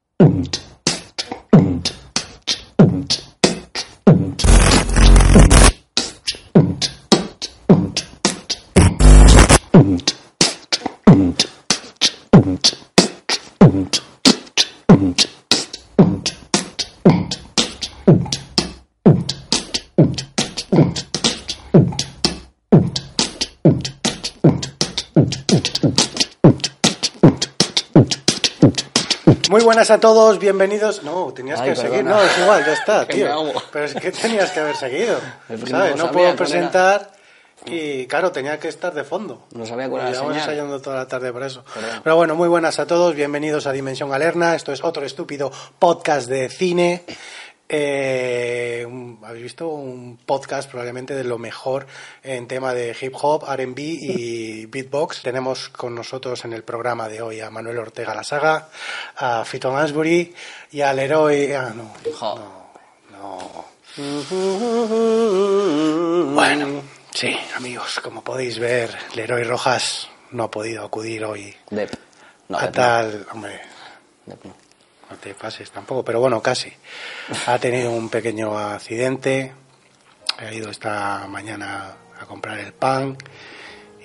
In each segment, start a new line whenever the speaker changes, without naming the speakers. und und und und und und und und und und und und und und und und und
Muy buenas a todos, bienvenidos. No, tenías
Ay,
que seguir.
perdona.
No, es igual, ya está,
Que
tío.
me ahogo.
Pero es que tenías que haber seguido.
Es que no
¿Sabes?
lo
No,
sabía,
puedo
colega.
presentar y, claro, tenía que estar de fondo.
No sabía cuál era la
Llevamos
señal.
ensayando toda la tarde para eso.
Perdón.
Pero bueno, muy buenas a todos, bienvenidos a Dimensión Galerna. Esto es otro estúpido podcast de cine. Eh, un- Habéis visto un podcast probablemente de lo mejor en tema de hip hop, RB y beatbox. Tenemos con nosotros en el programa de hoy a Manuel Ortega La Saga, a Fito Mansbury y al héroe. Ah, no.
Jo.
No. Bueno, sí, amigos, como podéis ver, Leroy Rojas no ha podido acudir hoy
Dep. No,
a
Dep
tal. Hombre,
no, Dep no.
no te pases tampoco, pero bueno, casi. Ha tenido un pequeño accidente, ha ido esta mañana a comprar el pan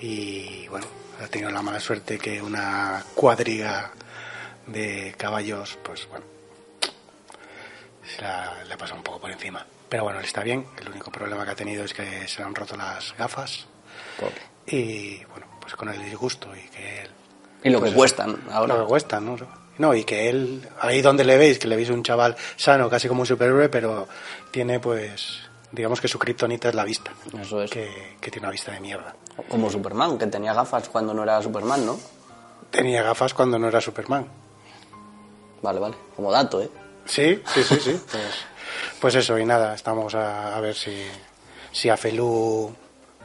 y bueno, ha tenido la mala suerte que una cuadriga de caballos, pues bueno, se la, le ha pasado un poco por encima. Pero bueno, él está bien, el único problema que ha tenido es que se le han roto las gafas
Pobre.
y bueno, pues con el disgusto y que él
Y lo
Pues
que
eso.
cuestan ahora.
lo que cuesta, ¿no? No, y que él, ahí donde le veis, que le veis un chaval sano, casi como un superhéroe, pero tiene pues, digamos que su kriptonita es la vista.
Eso es.
Que, que tiene una vista de mierda.
Como Superman, que tenía gafas cuando no era Superman, ¿no?
Tenía gafas cuando no era Superman.
Vale, vale. Como dato, ¿eh?
Sí, sí, sí, sí. Pues, pues eso, y nada, estamos a, a ver si, si a Felú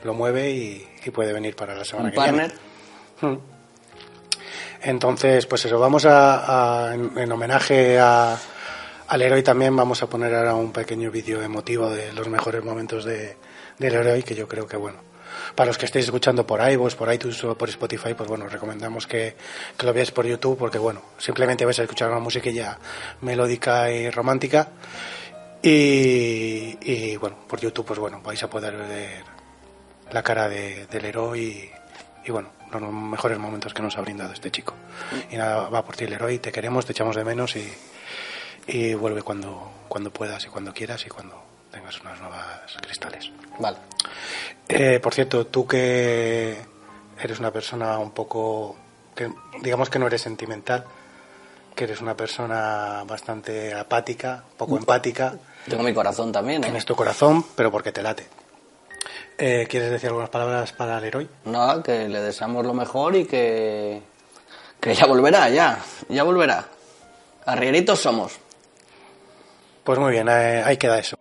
lo mueve y, y puede venir para la semana
Un
que viene.
partner.
Entonces, pues eso, vamos a, a- en, en homenaje a, al héroe también vamos a poner ahora un pequeño vídeo emotivo de los mejores momentos de, del héroe que yo creo que bueno. Para los que estéis escuchando por iVoox, por iTunes o por Spotify, pues bueno, os recomendamos que, que lo veáis por YouTube porque bueno, simplemente vais a escuchar una musiquilla melódica y romántica y, y bueno, por YouTube pues bueno, vais a poder ver la cara de, del héroe y, y, bueno, los mejores momentos que nos ha brindado este chico. Y nada, va por ti el héroe, te queremos, te echamos de menos y, y vuelve cuando, cuando puedas y cuando quieras y cuando tengas unas nuevas cristales.
Vale.
Eh, por cierto, tú que eres una persona un poco, que digamos que no eres sentimental, que eres una persona bastante apática, poco empática,
Tengo mi corazón también, ¿eh?
tienes tu corazón, pero porque te late. Eh, ¿Quieres decir algunas palabras para el héroe?
Nada, que le deseamos lo mejor y que. Que ya volverá, ya. Ya volverá. Arrieritos somos.
Pues muy bien, eh, ahí queda eso.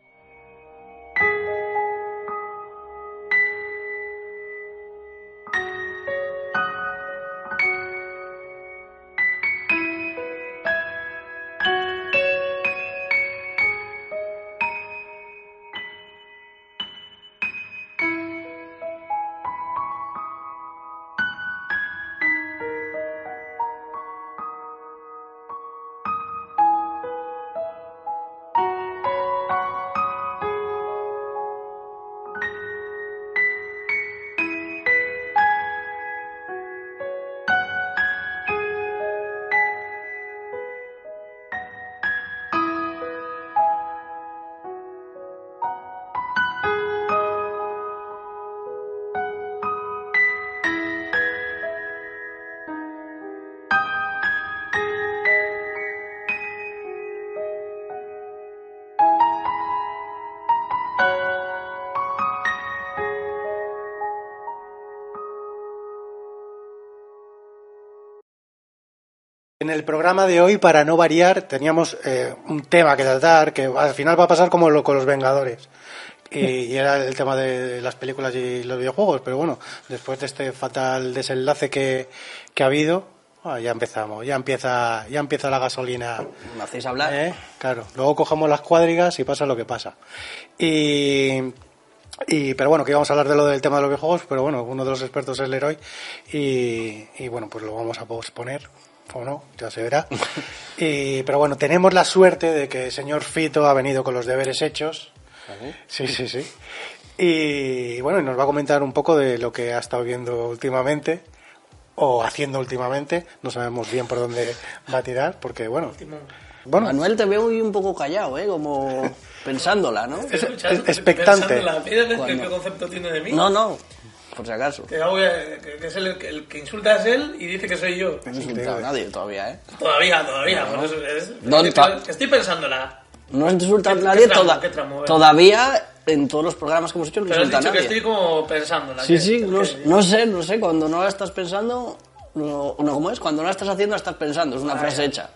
En el programa de hoy, para no variar, teníamos eh, un tema que tratar que al final va a pasar como lo, con los Vengadores. Y, y era el tema de las películas y los videojuegos. Pero bueno, después de este fatal desenlace que, que ha habido, ah, ya empezamos, ya empieza, ya empieza la gasolina.
¿Me hacéis hablar?
¿Eh? Claro, luego cogemos las cuadrigas y pasa lo que pasa. Y, y- pero bueno, que íbamos a hablar de lo del tema de los videojuegos, pero bueno, uno de los expertos es Leroy y, y bueno, pues lo vamos a posponer o no, ya se verá. Y, pero bueno, tenemos la suerte de que el señor Fito ha venido con los deberes hechos. Sí, sí, sí. Y bueno, y nos va a comentar un poco de lo que ha estado viendo últimamente o haciendo últimamente. No sabemos bien por dónde va a tirar, porque bueno. Bueno,
Manuel, te veo hoy un poco callado, ¿eh? Como pensándola, ¿no?
Es- expectante.
Mira qué
Cuando-
concepto tiene de mí.
No, no, por si acaso.
Que, hago- que- que es el, el que insulta es él y dice que soy yo.
No he insultado a nadie todavía, ¿eh?
Todavía, todavía. por eso es-
¿Dónde está?
que estoy pensándola.
No he insultado a
¿Qué-
nadie
qué tramo,
toda-
qué tramo, eh?
todavía en todos los programas que hemos hecho no
Pero has
insulta a
dicho que
nadie.
estoy como pensándola.
Sí,
que-
sí,
que-
no, no sé, no sé, cuando no la estás pensando, no, no, ¿cómo es? Cuando no la estás haciendo, la estás pensando, es
Ah,
una frase hecha.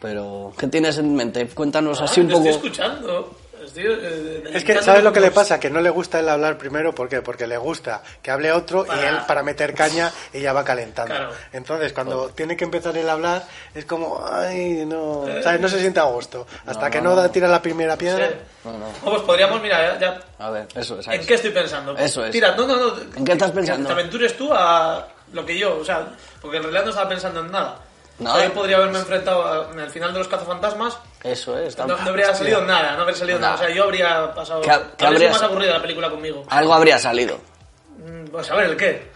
Pero, ¿qué tienes en mente? Cuéntanos así
Ah,
un
te estoy
poco.
escuchando. Estoy, eh,
Es que,
dedicándome
¿sabes lo que le
unos-
pasa? Que no le gusta él hablar primero, ¿por qué? Porque le gusta que hable otro y
Para-
él para meter caña ella va calentando.
Claro.
Entonces, cuando tiene que empezar él a hablar, es como, ay, no, ¿sabes? No se siente a gusto. Hasta que no, da, tira la primera piedra.
No, no,
Oh, pues podríamos, mira, ya- ya
a ver, eso es.
¿En qué estoy pensando?
Eso es.
Tira, no, no, no.
¿En qué estás pensando?
Que te aventures tú a lo que yo, o sea, porque en realidad no estaba pensando en nada.
No.
O sea, yo podría haberme enfrentado a- en el final de los cazafantasmas.
Eso es.
No,
tampoco-
no habría salido nada, no habría salido
Nada.
nada. O sea, yo habría pasado.
¿Qué ha- qué
habría sido
habrías-
más aburrida la película conmigo.
Algo habría salido.
Mm, Pues a ver, ¿el qué?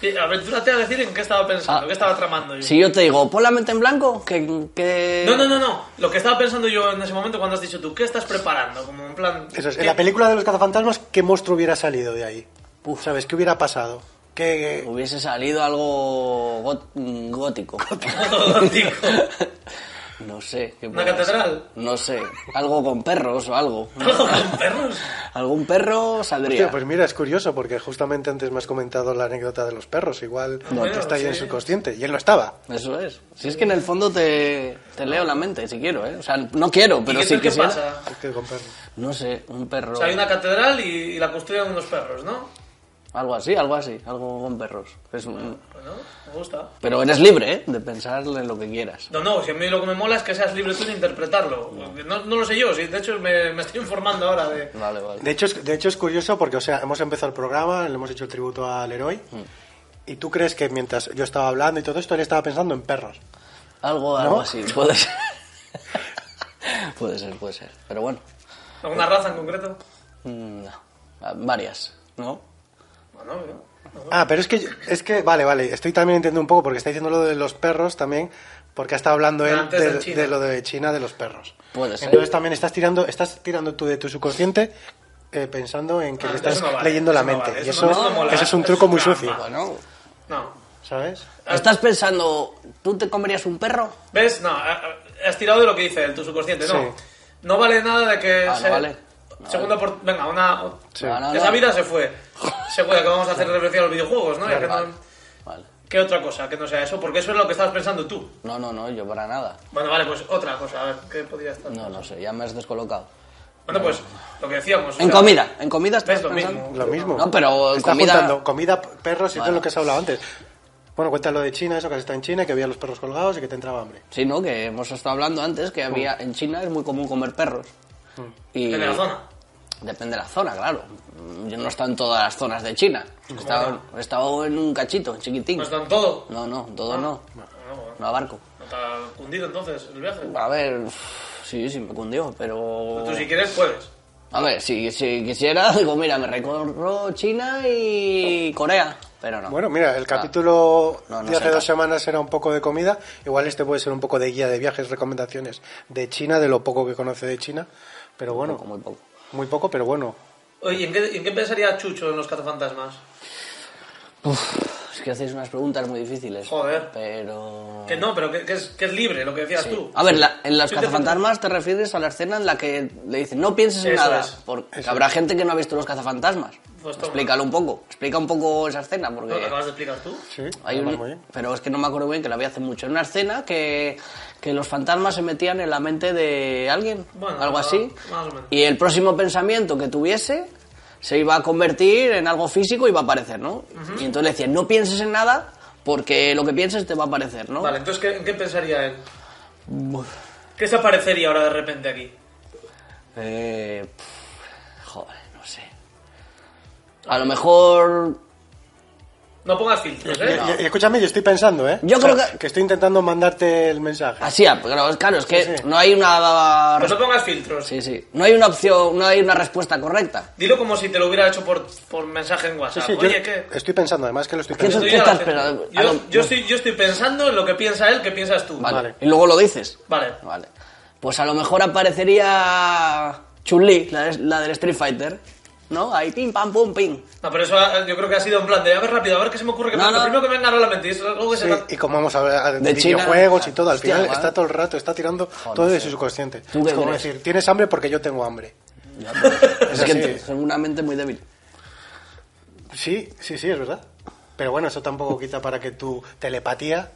Y Aventúrate a decir en qué estaba pensando,
Ah.
qué estaba tramando yo.
Si yo te digo, pon la mente en blanco, que... que...
No, no, no, no. Lo que estaba pensando yo en ese momento cuando has dicho tú, ¿qué estás preparando? Como en plan.
Eso es,
¿qué?
en la película de los cazafantasmas, ¿qué monstruo hubiera salido de ahí? ¿Sabes? ¿Qué hubiera pasado? ¿Qué,
Hubiese salido algo got- mm, gótico.
Gótico.
no sé. ¿qué
¿Una
puede
catedral? pues
ser? No sé. Algo con perros o algo.
¿Con perros?
Algún perro saldría.
Hostia, pues mira, es curioso porque justamente antes me has comentado la anécdota de los perros. Igual
Bueno,
está ahí en
sí.
su consciente. Y él no estaba.
Eso es. Si es que en el fondo te, te leo la mente, si quiero, ¿eh? O sea, no quiero, pero
¿Y
si
qué, qué
quisiera...
pasa?
Es que con perro.
No sé, un perro...
O sea, hay una catedral y, y la custodian unos perros, ¿no?
Algo así, algo así. Algo con perros. Es un-
Bueno, me gusta.
Pero eres libre, ¿eh? De pensarle lo que quieras.
No, no, si a mí lo que me mola es que seas libre tú de interpretarlo. No, no lo sé yo, sí, de hecho me, me estoy informando ahora de...
Vale, vale.
De hecho, es, de hecho es curioso porque, o sea, hemos empezado el programa, le hemos hecho el tributo al héroe
Mm.
y tú crees que mientras yo estaba hablando y todo esto, él estaba pensando en perros.
Algo, algo así. Puede ser. puede ser, puede ser. Pero bueno.
¿Alguna raza en concreto?
Mm, no. Ah, Varias, ¿no?
Bueno, no, no.
Ah, pero es que, yo- es que, vale, vale, estoy también entendiendo un poco porque está diciendo lo de los perros también, porque ha estado hablando él
Antes
de,
de China.
de lo de China, de los perros.
Puede ser.
Entonces también estás tirando, estás tirando tú de tu subconsciente eh, pensando en que
Ah,
le
eso
estás
no vale,
leyendo la
eso no
mente.
vale,
y
eso
eso,
no- eso no mola,
eso es un
eso es
truco muy
trampa.
sucio,
Bueno.
no.
¿sabes?
¿Estás pensando, tú te comerías un perro?
¿Ves? No, a- a- has tirado de lo que dice el tu subconsciente, no.
Sí.
No vale nada de que...
Ah, no vale. No
Segunda por... Venga, una...
Sí.
No, no,
Esa
no.
vida se fue. Se fue, que vamos a hacer referencia a los videojuegos, ¿no? Ya que
Vale,
no-
vale.
¿Qué otra cosa que no sea eso? Porque eso es lo que estabas pensando tú.
No, no, no, yo para nada.
Bueno, vale, pues otra cosa, a ver, ¿qué podría estar?
No, no sé, ya me has descolocado.
Bueno, pues lo que decíamos. o
En
sea,
comida, en comida estás
¿Ves lo
pensando?
mismo?
Lo mismo.
No, pero
Está
comida-
juntando comida, perros y todo
Vale.
lo que has hablado antes. Bueno, cuenta lo de China, eso que está en China, que había los perros colgados y que te entraba hambre.
Sí, ¿no? Que hemos estado hablando antes que
Mm.
había en China es muy común comer perros. Y
En Mm. la zona.
Depende de la zona, claro. Mm, Yo no he estado en todas las zonas de China. He estado, he estado en un cachito, en chiquitín.
No Ah. están Pues todo.
No, no, todo no.
No, no,
No abarco.
no está cundido entonces el viaje.
A ver, uf, sí, sí, me cundió, pero...
Tú si quieres puedes.
A ver, si, si quisiera, digo, mira, me recorro China y Corea, pero no.
Bueno, mira, el capítulo
Ah, No, no
de hace
sé.
dos semanas era un poco de comida. Igual este puede ser un poco de guía de viajes, recomendaciones de China, de lo poco que conoce de China. Pero bueno,
Poco, muy poco.
muy poco, pero bueno.
Oye, ¿en qué, en qué pensaría Chucho en los cazafantasmas?
Es que hacéis unas preguntas muy difíciles.
Joder.
Pero...
Que no, pero que, que es, que es libre, lo que decías tú.
A ver, la- en los
Sí, te
cazafantasmas te refieres a la escena en la que le dicen no pienses en
Eso
nada,
es,
porque habrá gente que no ha visto los cazafantasmas.
Pues toma.
Explícalo un poco, explica un poco esa escena,
¿No te
porque
acabas de explicar tú?
Sí,
hay
además
un-
muy bien.
Pero es que no me acuerdo bien, que la vi hace mucho. Era una escena que, que los fantasmas se metían en la mente de alguien,
Bueno,
algo así,
más o menos.
y el próximo pensamiento que tuviese se iba a convertir en algo físico y iba a aparecer, ¿no? Y entonces le decían no pienses en nada, porque lo que pienses te va a aparecer, ¿no?
Vale, entonces ¿qué- ¿en qué pensaría él?
Buf.
¿Qué se aparecería ahora de repente aquí?
Eh, pf, joder, no sé. A lo mejor
No pongas filtros, ¿eh?
Y, y escúchame, yo estoy pensando, ¿eh?
Yo creo que-
estoy intentando mandarte el mensaje.
Así, ah, pero claro, es que
sí.
no hay una...
No pongas filtros.
Sí, sí. No hay una opción, no hay una respuesta correcta.
Dilo como si te lo hubiera hecho por, por mensaje en
Sí,
WhatsApp.
sí,
ah,
yo
Oye, ¿qué?
estoy pensando, además que lo estoy
¿Qué
pensando.
tú
ya lo
estás
acepto.
pensando?
Yo-
A lo-
yo estoy, yo estoy pensando en lo que piensa él, que piensas tú.
Vale.
Vale.
Y luego lo dices.
Vale.
Vale. Pues a lo mejor aparecería Chun-Li, la, de- la del Street Fighter. ¿No? Ahí pim, pam, pum, pim.
No, pero eso ah, yo creo que ha sido en plan de a ver rápido, a ver qué se me ocurre. Que
No,
pienso.
no.
Lo primero que venga a la mente. y eso es algo que se va-
Sí, y como hemos hablado de,
De China.
videojuegos y todo, al
Hostia,
final
guau.
está todo el rato, está tirando todo de su subconsciente.
¿Tú qué
Es como
crees?
decir, tienes hambre porque yo tengo hambre.
Es que
así.
te- son una mente muy débil.
Sí, sí, sí, es verdad. Pero bueno, eso tampoco quita para que tu telepatía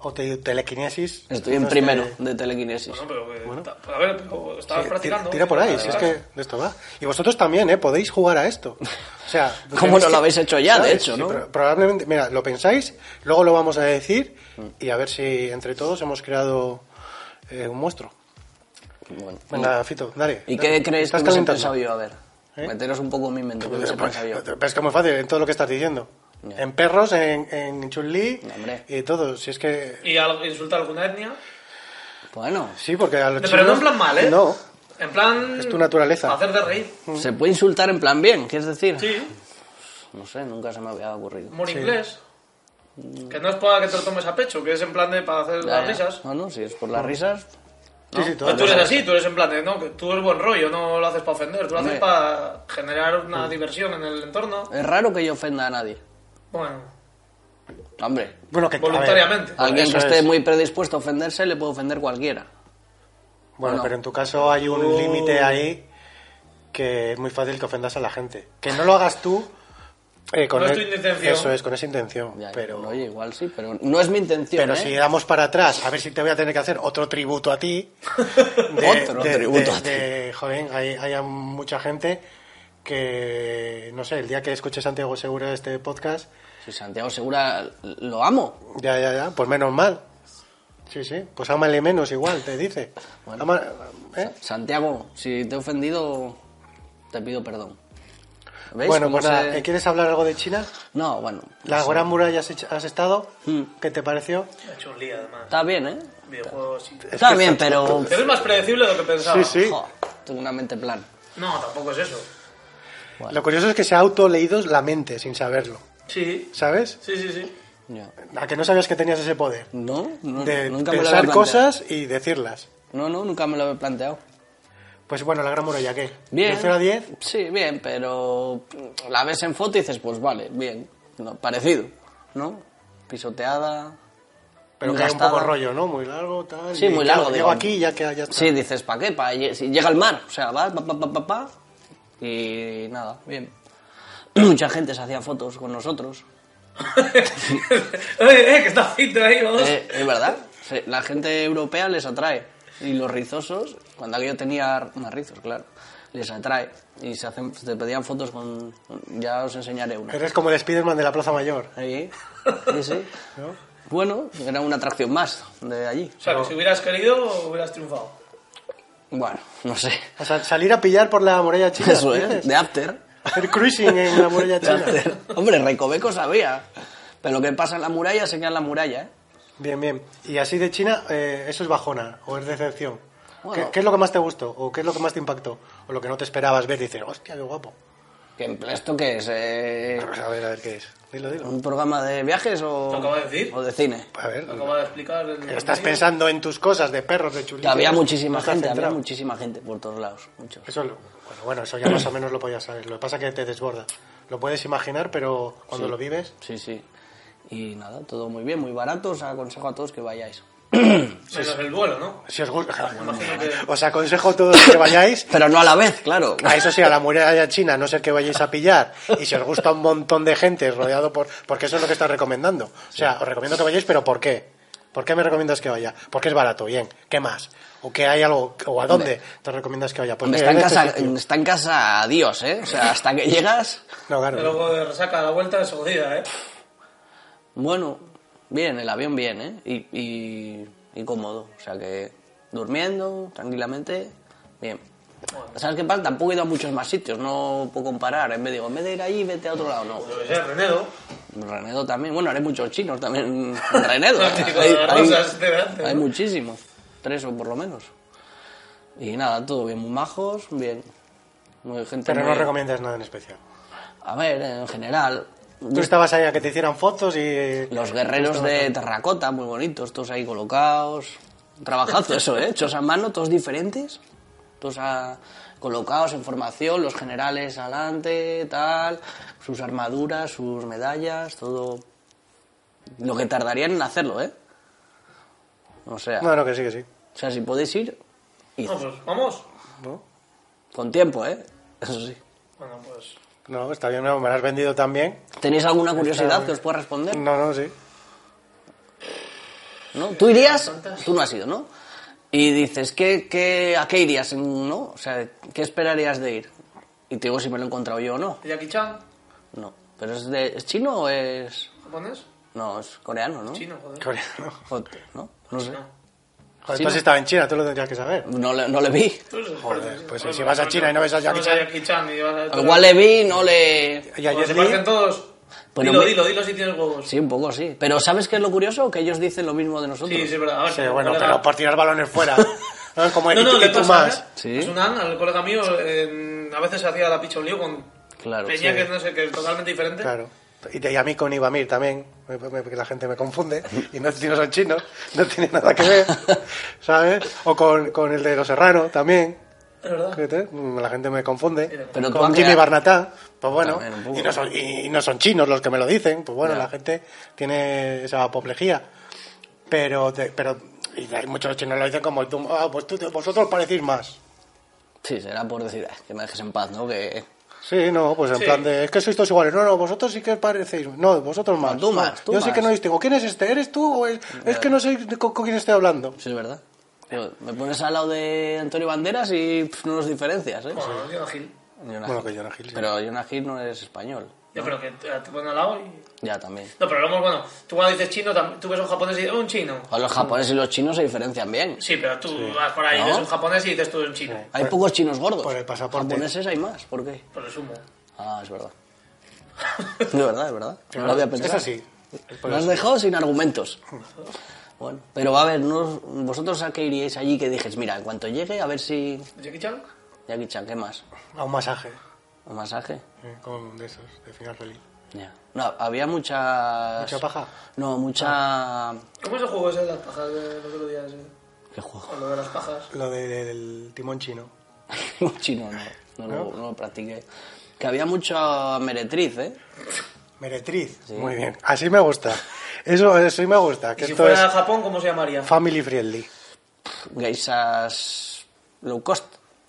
o te- telequinesis...
Estoy en
no esté-
primero de telequinesis.
Bueno, pero que- ta- a ver, pero estabas
Sí,
practicando.
ti- Tira por ahí,
Vale,
si es
vale.
que de esto va. Y vosotros también, ¿eh? Podéis jugar a esto. O sea...
¿Cómo
tenéis
no lo
que-
habéis hecho ya, de hecho, no?
pero probablemente, mira, lo pensáis, luego lo vamos a decir
Mm.
y a ver si entre todos hemos creado eh, un monstruo.
Bueno.
Venga, Fito, dale.
¿Y
dale.
qué creéis que
Estás
hubiese
calentando.
pensado yo? A ver,
¿Eh? pues.
meteros un poco en mi mente, ¿qué hubiese pensado yo?
Pero es que es muy fácil, en todo lo que estás diciendo.
Ya.
En perros, en, en Chun-Li
Hombre.
y todo. Si es que...
Y al- insultar a alguna etnia.
Bueno,
Sí, porque a los
Pero no
chinos-
en plan mal, ¿eh?
No.
En plan.
Es tu naturaleza.
Hacer de reír.
se puede insultar en plan bien, ¿quieres decir?
Sí.
No sé, nunca se me había ocurrido.
Humor inglés. Que no es para que te lo tomes a pecho, que es en plan de para hacer
Mm. Ya,
las
ya.
risas.
Bueno, si es por las risas,
Sí, sí, todo.
Pero tú eres así, tú eres en plan de, no, que tú eres buen rollo, no lo haces para ofender, tú lo haces
Hombre. Mm.
para generar una diversión en el entorno.
es raro que yo ofenda a nadie.
Bueno,
Hombre,
Bueno, que, a ver.
voluntariamente.
alguien
eso
que esté
es.
muy predispuesto a ofenderse le puede ofender cualquiera.
Bueno,
Bueno.
pero en tu caso hay un
Oh.
límite ahí que es muy fácil que ofendas a la gente. Que no lo hagas tú eh, con
No es
el-
tu intención.
Eso es, con esa intención.
Ya,
pero
Oye, igual sí, pero no es mi intención.
pero
¿eh?
si damos para atrás, a ver si te voy a tener que hacer otro tributo a ti.
Otro tributo a ti.
de- joder, hay, hay mucha gente que, no sé, el día que escuche Santiago Segura este podcast,
Si Santiago Segura lo amo.
ya, ya, ya, pues menos mal. Sí, sí, pues ámale menos igual, te dice. Ama- ¿eh?
Santiago, si te he ofendido, te pido perdón. ¿Veis?
Bueno,
cómo
pues nada,
se-
¿eh, ¿quieres hablar algo de China?
No, bueno.
La Gran Muralla has, hecho- has estado,
Mm.
¿qué te pareció?
He hecho un lío, además.
Está bien, ¿eh?
Videojuegos sí.
Está bien, pero...
Te ves más predecible de lo que pensaba.
Jo, tengo una mente plan.
No, tampoco es eso.
Lo curioso es que se ha autoleído la mente sin saberlo,
Sí.
¿sabes?
Sí, sí, sí.
Ya.
A que no sabías que tenías ese poder
No, no
de
nunca me lo había
pensar
planteado.
cosas y decirlas.
No, no, nunca me lo había planteado.
Pues bueno, la Gran Muralla, ¿qué?
Bien.
¿De 0 a 10?
Sí, bien, pero la ves en foto y dices, pues vale, bien. No, parecido, ¿no? Pisoteada.
Pero
muy
que hay un
gastada.
poco rollo, ¿no? Muy largo, tal.
Sí,
y
muy
claro,
largo,
Llego
digo.
aquí ya que ya está.
Sí, dices, ¿para qué? Pa' lle- si llega el mar, o sea, va, pa, pa, pa, pa, pa, y nada, bien. Mucha gente se hacía fotos con nosotros.
Oye, eh, que está fito ahí, vamos.
Eh, es verdad, se- la gente europea les atrae. Y los rizosos, cuando aquello tenía más rizos, claro, les atrae. Y se hacen, te pedían fotos con... Ya os enseñaré una.
Eres como el Spiderman de la Plaza Mayor.
Ahí, sí, sí.
¿No?
Bueno, era una atracción más de allí.
O sea, que si hubieras querido, hubieras triunfado.
Bueno, no sé.
O sea, salir a pillar por la muralla china.
Eso
¿dices?
es, de After.
Hacer cruising en la muralla
De
china.
After. Hombre, Recoveco sabía. Pero lo que pasa en la muralla se queda en la muralla, ¿eh?
Bien, bien. Y así de China, eh, ¿eso es bajona o es decepción?
Bueno.
¿Qué, qué es lo que más te gustó? ¿O qué es lo que más te impactó? ¿O lo que no te esperabas ver y decir, hostia, qué guapo?
Que en plan, ¿Esto qué es? eh,
Pues a ver, a ver qué es. Dilo, dilo.
¿Un programa de viajes o,
Lo acabo de decir.
o de cine?
A ver.
Lo acaba de explicar el...
Estás pensando en tus cosas de perros, de chulitos.
Que había
No
muchísima
estás
gente, había
centrado.
muchísima gente por todos lados. Muchos.
Eso lo- bueno, bueno, eso ya más o menos lo podías saber. Lo que pasa es que te desborda. Lo puedes imaginar, pero cuando lo vives...
Sí, sí. Y nada, todo muy bien, muy barato. Os aconsejo a todos que vayáis.
Menos el vuelo, ¿no?
Si os gusta...
Imagino que-
Os aconsejo a todos que vayáis
Pero no a la vez, claro.
A eso sí, a la muralla china, a no ser que vayáis a pillar. Y si os gusta un montón de gente rodeado por... Porque eso es lo que estás recomendando. O sea, os recomiendo que vayáis, pero ¿por qué? ¿Por qué me recomiendas que vaya? Porque es barato, bien. ¿Qué más? ¿O que hay algo? ¿O a dónde te recomiendas que vaya? Pues
Hombre,
mira,
está,
eh,
este
en casa,
sitio.
está en casa Dios, ¿eh? O sea, hasta que llegas...
No,
Que
claro.
luego de resaca a la vuelta es jodida, ¿eh?
Bueno, bien, el avión bien, ¿eh? Y, y, y cómodo. O sea que durmiendo tranquilamente, bien. ¿Sabes qué pasa? Tampoco he ido a muchos más sitios, no puedo comparar. En vez, digo, en vez de ir allí, vete a otro lado, no.
Pues es Renedo.
Renedo también. Bueno, haré muchos chinos también en Renedo.
Los típicos de las rosas de antes,
hay
¿no?
muchísimos. Tres o por lo menos. Y nada, todo bien. Muy majos, bien. Muy gente
Pero no
muy-
recomiendas nada en especial.
A ver, en general.
Tú estabas ahí a que te hicieran fotos y...
Los guerreros de terracota, muy bonitos, todos ahí colocados. Trabajazo eso, ¿eh? Hechos a mano, todos diferentes. Todos a- colocados en formación, los generales adelante, tal. Sus armaduras, sus medallas, todo. Lo que tardarían en hacerlo, ¿eh? O sea,
No, no, que sí, que sí.
o sea si podéis ir, id.
No, pues vamos.
¿No?
Con tiempo, ¿eh? Eso sí.
Bueno, pues.
No, está bien, no, me lo has vendido también.
¿Tenéis alguna curiosidad que os pueda responder?
No, no, sí.
¿no? Tú irías, tú no has ido, ¿no? Y dices, ¿qué, qué, ¿a qué irías? ¿No? O sea, ¿qué esperarías de ir? Y te digo si me lo he encontrado yo o no.
Jackie Chan,
No. ¿Pero es, de, ¿es chino o es...?
japonés.
No, es coreano, ¿no?
Chino, joder.
Coreano.
O- ¿No?
¿eh?
No sé.
Joder,
Sí,
tú
no.
has estado en China, tú lo tendrías que saber.
No le, no le vi.
Tú eres
Joder,
experto.
pues
Bueno,
si vas a China y no ves a Jackie
no
Chan.
Jackie Chan y vas a-
Igual le vi, no le...
Y a
Pues
Jet
se
Li,
parecen todos.
Pero
dilo,
me-
dilo, dilo si tienes huevos. Sí,
Sí, un poco sí. Pero ¿sabes qué es lo curioso? Que ellos dicen lo mismo de nosotros.
sí, es verdad. A ver,
sí,
el
bueno,
colega-
pero por tirar balones fuera. ¿no? Como
No,
y,
no,
tú-
le
y tú
pasa,
más.
¿eh?
Sí.
Es un an, al colega mío eh, a veces se hacía la picha un lío con
Claro.
Peña
sí.
que no sé, que es totalmente diferente.
Claro. Y, te- y a mí con Ibamir también, me- me- porque la gente me confunde. Y no, si no son chinos, no tiene nada que ver. ¿Sabes? O con, con el de Los Serrano también.
Es verdad.
Fíjate, La gente me confunde.
Pero tú
con
has
Jimmy
creado-
Barnatá. Pues bueno,
También un poco.
y no, son, y- y no son chinos los que me lo dicen. Pues bueno,
Ya.
la gente tiene esa apoplejía. Pero, te- pero y hay muchos chinos que lo dicen como tú, ah, pues tú, vosotros parecís más.
Sí, será por decir, "Ah, que me dejes en paz, ¿no? Que...
Sí, no, pues en
Sí.
plan de, es que sois todos iguales. No, no, vosotros sí que parecéis. No, vosotros más.
tú
No,
más, tú
Yo sí
más.
que no distingo. ¿Quién es este? ¿Eres tú o es, es que no sé de con, con quién estoy hablando?
Sí, es verdad. Tío, me pones al lado de Antonio Banderas y pff, no nos diferencias, ¿eh?
Bueno, Diego Gil.
Jonah
Bueno,
Hill.
que Jonah Hill, sí.
Pero Jonah Hill no es español.
Yo creo que te te ponen al lado y...
Ya, también.
No, pero lo hemos, bueno, tú cuando dices chino, tam- tú ves a un japonés y dices, "Oh, un chino.
O los japoneses y los chinos se diferencian bien.
Sí, pero tú vas por ahí,
¿No?
ves un japonés y dices tú un chino.
Hay pocos chinos gordos.
por el pasaporte.
Japoneses hay más. ¿Por qué?
Por el sumo.
Ah, es verdad. De verdad, es verdad. No lo había pensado.
Es así.
Nos has dejado sin argumentos. Bueno, pero a ver, ¿no? ¿vosotros a qué iríais allí que dijes, mira, en cuanto llegue, a ver si...
Jackie Chan.
Jackie Chan, ¿qué más?
A un masaje.
¿Un masaje?
eh, Con de esos, de final feliz.
Ya. No, había muchas...
Mucha Ah. paja.
No, mucha...
¿Cómo se jugó ese de las pajas de los otros días? eh?
¿Qué juego?
O lo de las pajas.
Lo de- del timón chino.
chino no, no, Lo, no lo practiqué. Que había mucha meretriz, ¿eh?
Meretriz. Muy bien. Así me gusta. Eso, así me gusta.
Y
Que
si
esto
fuera
es
a Japón, ¿cómo se llamaría?
family friendly.
Geisas low cost.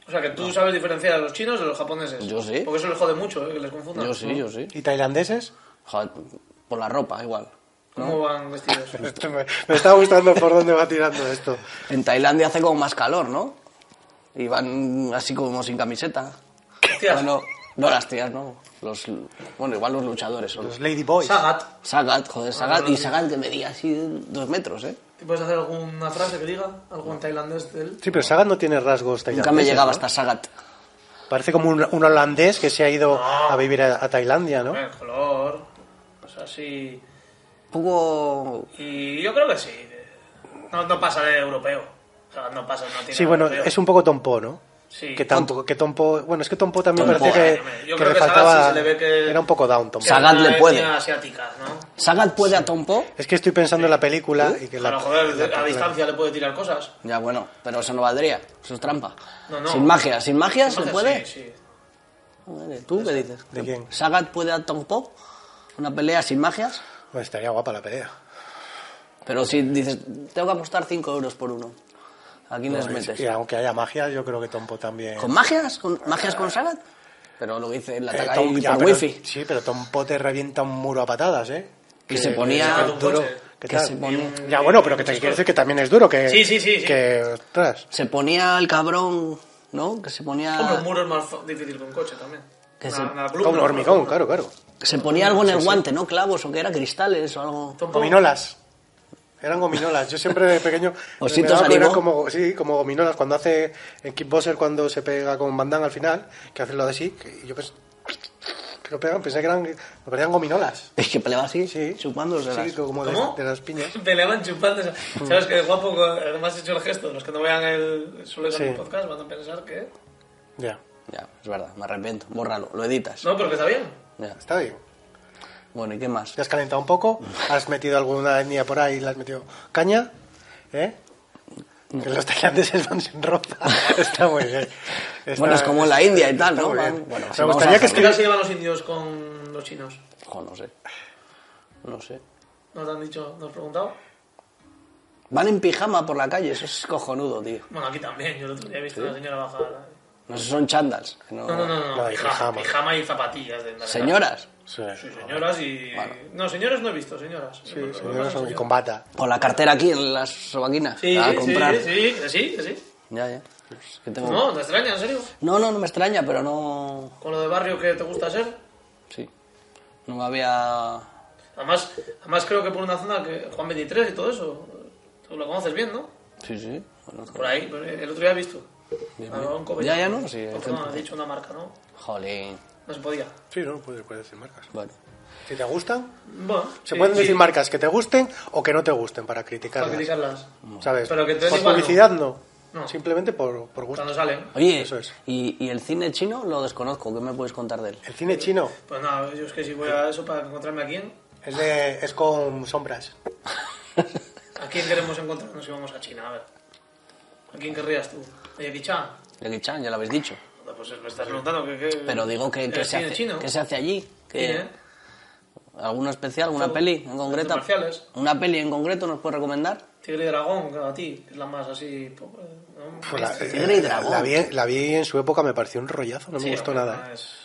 O sea, que tú sabes diferenciar a los chinos de los japoneses.
Yo sí.
Porque eso les jode mucho, eh, que les confundan.
Yo sí, yo sí.
¿Y tailandeses?
Joder, por la ropa, igual.
¿Cómo van vestidos?
Esto me, me está gustando por dónde va tirando esto.
En Tailandia hace como más calor, ¿no? Y van así como sin camiseta.
Tías,
Bueno, no las tías, ¿no? Los, bueno, igual los luchadores son.
Los Lady Boys.
Sagat.
Sagat, joder, Sagat. Y Sagat que medía así dos metros, ¿eh?
¿Te puedes hacer alguna frase que diga? ¿Algún tailandés de él?
Sí, pero Sagan no tiene rasgos
Nunca
tailandeses.
me llegaba
¿no?
hasta Sagat.
Parece como un, un holandés que se ha ido
Ah.
a vivir a, a Tailandia, ¿no?
El color. Pues así.
Un poco
Y yo creo que sí. No, no pasa de europeo. O sea, no pasa, no tiene
Sí, bueno,
europeo.
es un poco tompo, ¿no?
Sí.
Que tampoco, que tompo, bueno, es que tompo también
Tompo,
parece
eh,
que,
yo
que
creo
le
que Sagan
faltaba,
sí se le ve que-
era un poco down tompo.
Es una
Sagat le
etnia
puede.
asiática, ¿no?
¿Sagat puede a Tompo?
Es que estoy pensando en la película y que la,
Claro, joder, a distancia le puede tirar cosas.
Ya, bueno, pero eso no valdría. Eso es trampa.
No, no.
Sin magia. ¿Sin magia se
Entonces,
puede?
Sí, sí.
Joder, ¿Tú qué dices?
¿De quién?
¿Sagat puede a Tompo? ¿Una pelea sin magias?
Bueno, Pues estaría guapa la pelea.
Pero si dices, tengo que apostar 5 euros por uno. ¿A quién les metes?
Y aunque haya magia, yo creo que tompo también.
¿Con magias? ¿Con magias con Sagat? Pero lo que dice, la
Eh,
ataca
Tom-
ahí
ya,
por
pero-
wifi.
Sí, pero tompo te revienta un muro a patadas, ¿eh?
Y se ponía...
que-
Duro.
coche.
¿Qué
que
tal? Mm,
se ponía...
Ya, bueno, pero que te quiero decir que también es duro, que...
Sí, sí, sí, sí.
Que, ostras,
Se ponía el cabrón, ¿no? Que se
Hombre, un
ponía...
muro es más fa- difícil que un coche también.
Que
Una-
se-
una
como
columna,
un hormigón, claro, claro.
Se ponía algo en el guante, ¿no? Clavos o que era cristales o algo.
Tampoco-
Gominolas. Eran gominolas. Yo siempre de pequeño.
Ositos
me daba que
animó.
eran como, sí, como gominolas. Cuando hace en Kickboxer, cuando se pega con Bandan al final, que hace lo de así, que yo pues. que lo pegaban, pensé que eran, lo peleaban gominolas.
Es que peleaba así,
Sí.
chupándose
Sí,
las-
como de,
¿Cómo?
de las piñas. Mm.
Peleaban chupando. esa- ¿Sabes qué guapo? Además he hecho el gesto. Los que no vean el suelo
Sí.
del podcast van a pensar que...
Ya,
Ya, es verdad, me arrepiento. Bórralo, lo editas.
No, pero que está bien.
Ya.
está bien.
Bueno, ¿y qué más?
Te has calentado un poco, has metido alguna etnia por ahí, le has metido caña, ¿eh? Que los tailandeses van sin ropa. Está muy bien. Está-
Bueno, es como en la India y tal,
está
¿no?
muy
Van-
bien.
bueno,
Me
sí, vamos
gustaría
a
que
¿Qué tal
escribas...
se llevan los indios con los chinos?
Jo, no sé. No sé.
¿Nos han dicho, nos han preguntado?
Van en pijama por la calle, eso es cojonudo, tío.
Bueno, aquí también. Yo el otro día he visto a una señora bajar. ¿eh?
No sé, son chandals. que no-
No, no, no. no,
No, de
pijama,
pijama.
pijama y zapatillas. De andar.
Señoras,
Sí, señoras y... No, señores no he visto, señoras.
Sí, sí, señoras y con bata.
con la cartera aquí en las sobaquinas.
Sí,
a
sí,
comprar.
sí, sí, sí, sí.
Ya, ya. Pues, ¿qué tengo?
No, te extraña, en serio.
no, no, no me extraña, pero no.
Con lo de barrio que te gusta ser.
Sí. No me había.
Además, además creo que por una zona que Juan 23 y todo eso. Tú lo conoces bien, ¿no?
Sí, sí. conozco.
Por ahí, por ahí. el otro día he visto.
Bien,
A
bien.
un cobre.
Ya, ya, no, sí,
Pues
el
no,
centro.
he dicho una marca, ¿no?
Jolín.
No se podía.
Sí, no, puedes, puedes decir marcas.
Bueno.
Si te gustan,
Bueno,
se
sí,
pueden
sí,
decir marcas que te gusten o que no te gusten para
Para
criticarlas.
criticarlas.
¿Sabes?
Pero que te den
por
igual, ¿no?
publicidad no.
No.
Simplemente por, por gusto.
Cuando salen.
Oye,
Eso es.
¿y, y el cine chino lo desconozco. ¿Qué me puedes contar de él?
El cine chino
Pues nada, yo es que si voy a eso para encontrarme a quién.
es, de- es con sombras.
¿A quién queremos encontrarnos si vamos a China? A ver. ¿A quién querrías tú? ¿A Jackie Chan?
Jackie Chan, ya lo habéis dicho.
Joder, Pues me estás preguntando que... que-
Pero digo que, que
el
se,
cine
hace,
chino.
que se hace allí. Que,
Sí, ¿eh?
¿Alguna especial, alguna
Fuego.
peli en concreto?
Artes marciales.
¿Una peli en concreto nos puede recomendar?
Tigre y Dragón, claro, a ti, que es la más así... po- eh, ¿no?
Pues la,
Tigre y dragón.
la vi, la vi en su época, me pareció un rollazo, no me
Sí,
gustó
hombre,
nada.
no
¿eh?
es-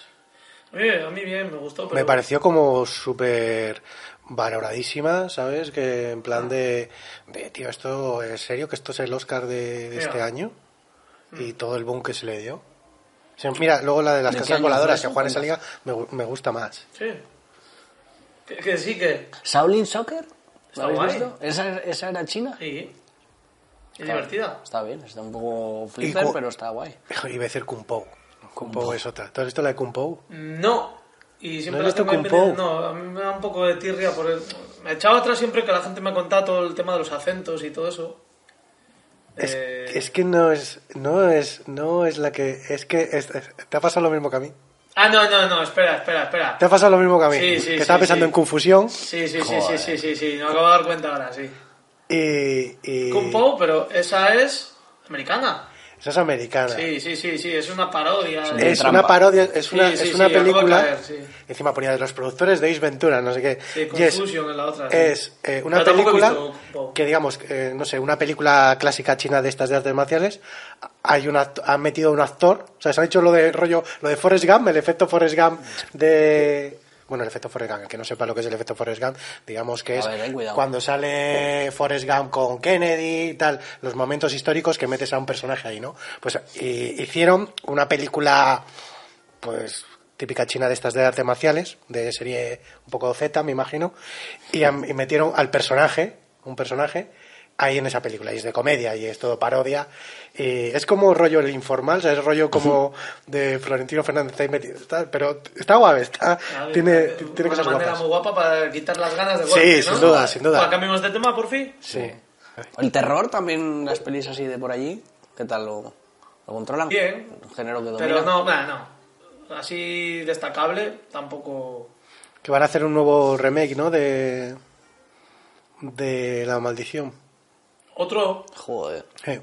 A mí, a mí bien, me gustó, pero...
Me pareció como súper valoradísima, ¿sabes? Que en plan de, de, tío, esto es serio, que esto es el Oscar de, de
Mira.
este año
Mm.
y todo el boom que se le dio. Sí, Mira, luego la de las
¿De qué
casas
año
voladoras,
fue
que
eso?
Juan esa liga, me, gu- me gusta más.
Sí. Que, que sí, que...
¿Shaolin Soccer? ¿Lo
Está
habéis
guay.
visto? ¿Esa, esa era china?
Sí. Es divertida.
Está bien, está un poco flipper,
cu-
pero está guay.
Iba a decir Kung Po. Kung Po es otra. ¿Tú has visto la de Kung Po?
No. Y siempre
¿No has
la
visto
tengo ahí
Kung
pendiente.
Pao?
No, a mí me da un poco de tirria por el... Me echaba atrás siempre que la gente me contaba todo el tema de los acentos y todo eso.
Es,
Eh,
es que no es, no es, no es la que, es que es- es- te ha pasado lo mismo que a mí.
Ah, no, no, no, espera, espera, espera.
Te ha pasado lo mismo que a mí.
Sí, sí,
que
sí,
estaba pensando
sí.
en confusión
Sí, sí, sí, sí,
Joder.
sí, sí, sí, no acabo de dar cuenta ahora, sí.
y, y-
Kung Pao, pero esa es americana.
esa es americana.
Sí, sí, sí, sí, es una parodia. de-
Es
trampa.
una parodia, es una,
Sí, sí,
es una
sí, acabo de
película.
caer, sí.
Encima ponía de los productores de Ace Ventura, no sé qué.
Sí,
Y es-
Confusion en la otra. sí.
Es eh, una
Pero tampoco he
película
visto Kung Pao.
que, digamos, eh, no sé, una película clásica china de estas de artes marciales. Hay un act- han metido un actor, o sea, se han hecho lo de rollo, lo de Forrest Gump, el efecto Forrest Gump de. Bueno, el efecto Forrest Gump, el que no sepa lo que es el efecto Forrest Gump, digamos que
A
es
ver, ten cuidado.
cuando sale Forrest Gump con Kennedy y tal, los momentos históricos que metes a un personaje ahí, ¿no? Pues eh, hicieron una película pues típica china de estas de artes marciales, de serie un poco Z, me imagino, y, am- y metieron al personaje, un personaje, ahí en esa película, y es de comedia, y es todo parodia, y es como rollo el informal, o sea, es rollo como de Florentino Fernández, ahí metido, está- pero está guave, está,
A ver,
tiene,
eh,
tiene
una
cosas
manera
guapas.
muy guapa para quitar las ganas de
Sí,
golpe,
sin
¿no?
duda, sin duda.
Bueno, cambiamos de tema, por fin.
Sí.
El terror también, las pelis así de por allí, ¿qué tal lo, lo controlan?
Bien.
El género que domina.
Pero no, nada, no. Así destacable, tampoco...
Que van a hacer un nuevo remake, ¿no? De, de La Maldición.
Otro,
Joder.
Eh,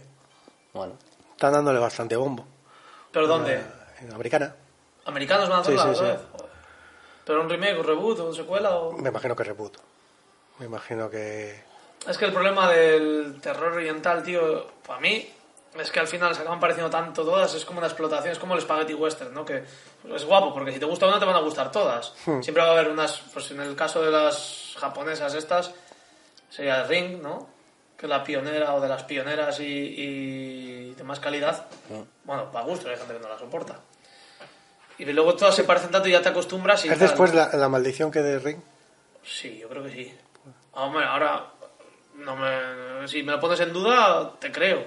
Bueno.
están dándole bastante bombo. Eh,
pero ¿dónde?
En americana.
¿Americanos van a hacerla
Sí, sí,
otra
sí.
vez? Joder. ¿Pero un remake, un reboot, o secuela? O...
Me imagino que reboot. Me imagino que...
Es que el problema del terror oriental, tío, para mí, es que al final se acaban pareciendo tanto todas, es como una explotación, es como el spaghetti western, ¿no? Que es guapo, porque si te gusta una te van a gustar todas. Siempre va a haber unas, pues en el caso de las japonesas estas, sería el Ring, ¿no? Que es la pionera o de las pioneras y, y de más calidad. Bueno, para gusto, hay gente que no la soporta. Y luego todas se parecen tanto y ya te acostumbras y
¿Es
tal.
después pues la, la maldición que de Ring?
Sí, yo creo que sí. Ah, Hombre, ahora no me, si me lo pones en duda, te creo.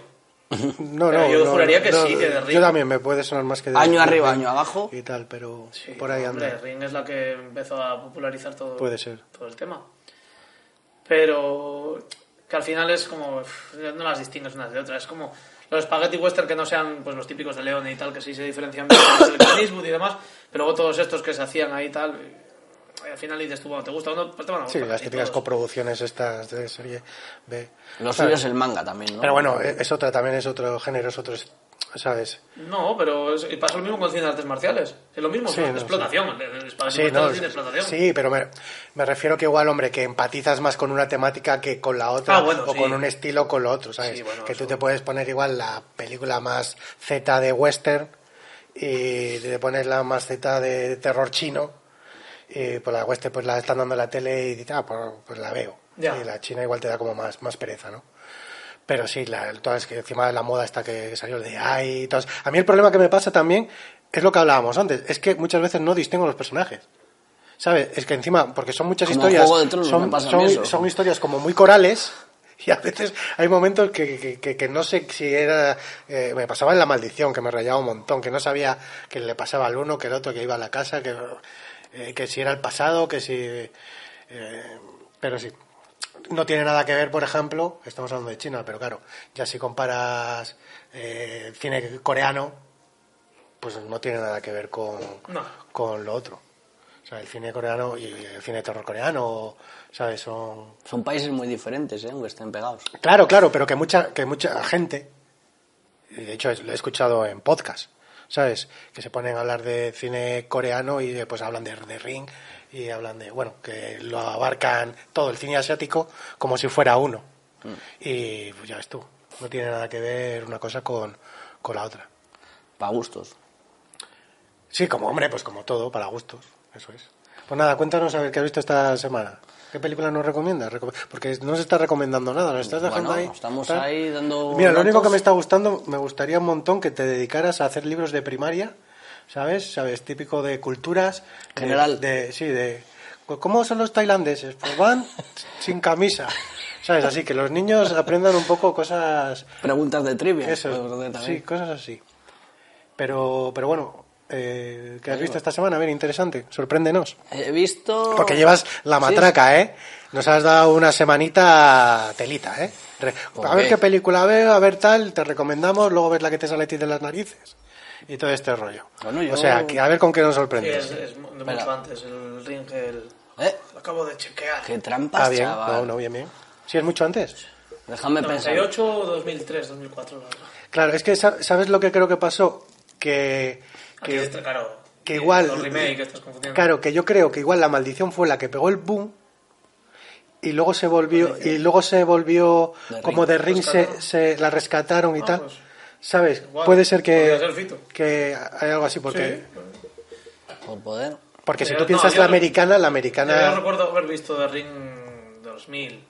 No,
Pero
no,
yo
no,
juraría que
no,
sí, que de Ring.
Yo también me puede sonar más que de
Año
Ring
arriba,
y-
año abajo.
Y tal, pero
Sí,
por ahí
hombre,
anda.
Ring es la que empezó a popularizar todo,
Puede ser.
todo el tema. Pero que al final es como. pff, No las distingues unas de otras. Es como los spaghetti western que no sean pues los típicos de Leone y tal, que sí se diferencian bien con el con Eastwood y demás. Pero luego todos estos que se hacían ahí y tal. y Al final dices tú, bueno, ¿te gusta uno? Pues te van a
Sí,
gustar.
las
y
típicas
todos.
coproducciones estas de serie B.
Lo
Claro.
suyo es el manga también, ¿no?
Pero bueno, e- es otra, también es otro género, es otro, es- ¿sabes?
No, pero es- y pasa lo mismo con cine de artes marciales. Es lo mismo,
Sí,
es
no,
explotación. El, el spaghetti
Sí,
western
no,
es de explotación.
sí, pero me, me refiero que igual, hombre, que empatizas más con una temática que con la otra,
Ah, bueno,
o
sí.
con un estilo o con lo otro, ¿sabes?
Sí, bueno,
que tú
eso.
te puedes poner igual la película más Z de western y te pones la más Z de terror chino y pues la western pues la están dando en la tele y dices, ah, pues, pues la veo.
Ya.
Y la china igual te da como más, más pereza, ¿no? Pero sí, la, todas que encima de la moda esta que salió de ay, todas. A mí el problema que me pasa también es lo que hablábamos antes, es que muchas veces no distingo los personajes. ¿Sabes? Es que encima, porque son muchas
Como
historias.
Juego de Tronos, me
son,
pasa a mí eso.
son, son historias como muy corales. Y a veces hay momentos que, que, que- que no sé si era. eh, me pasaba en la maldición, que me rayaba un montón, que no sabía que le pasaba al uno, que el otro, que iba a la casa, que, eh, que si era el pasado, que si. eh, pero sí. No tiene nada que ver, por ejemplo, estamos hablando de China, pero claro, ya si comparas eh, cine coreano, pues no tiene nada que ver con,
No.
con lo otro. O sea, el cine coreano y el cine de terror coreano, ¿sabes? Son...
Son países muy diferentes, ¿eh? aunque estén pegados.
Claro, claro, pero que mucha, que mucha gente, y de hecho es- lo he escuchado en podcast, ¿sabes? Que se ponen a hablar de cine coreano y eh, pues hablan de, de Ring y hablan de, bueno, que lo abarcan todo el cine asiático como si fuera uno. Y pues, ya ves tú, no tiene nada que ver una cosa con, con la otra.
Para gustos.
Sí, como hombre, pues como todo, para gustos, eso es. Pues nada, cuéntanos a ver qué has visto esta semana. ¿Qué película nos recomiendas? Reco- Porque no se está recomendando nada, nos estás dejando
Bueno,
ahí.
estamos
tal.
ahí dando
Mira, lo único
datos.
que me está gustando, me gustaría un montón que te dedicaras a hacer libros de primaria, ¿sabes? ¿Sabes? Típico de culturas. de-
General.
de- sí, de. ¿Cómo son los tailandeses? Pues van sin camisa. ¿Sabes? Así que los niños aprendan un poco cosas
Preguntas de trivia. podemos
eso,
hacer también.
sí, cosas así. Pero, pero bueno, eh, ¿qué has visto esta semana? Bien, interesante, sorpréndenos.
He visto...
Porque llevas la
Oh. Sí,
matraca, ¿eh? Nos has dado una semanita telita, ¿eh? Re-
¿Por
A ver
qué?
qué película veo, a ver tal, te recomendamos, luego ves la que te sale a ti de las narices. Y todo este rollo.
Bueno, yo-
O sea, que a ver con qué nos
Sí,
sorprendes. Ah,
es, es mu- de
Espera.
mucho antes. El Ring, el.
¿Eh?
Lo acabo de chequear.
Qué trampas,
Ah, bien,
chaval.
no, no, bien, bien. Sí, es mucho antes.
Déjame pensar.
98, 2003, 2004, la verdad.
Claro, es que sa- ¿sabes lo que creo que pasó? Que...
Aquí
que
está, claro.
que
eh,
igual-
Los remake, estás confundiendo.
Claro, que yo creo que igual la maldición fue la que pegó el boom y luego se volvió y luego se volvió
De Ring.
como de ring se,
Rescataron.
se la rescataron y
Ah,
tal.
pues,
¿Sabes?
igual,
Puede ser que
podría ser Fito.
que hay algo así porque
Sí.
Por poder.
porque si
Pero
tú
no,
piensas
yo
la
no-
americana, la
Yo
americana
recuerdo haber visto The Ring 2000.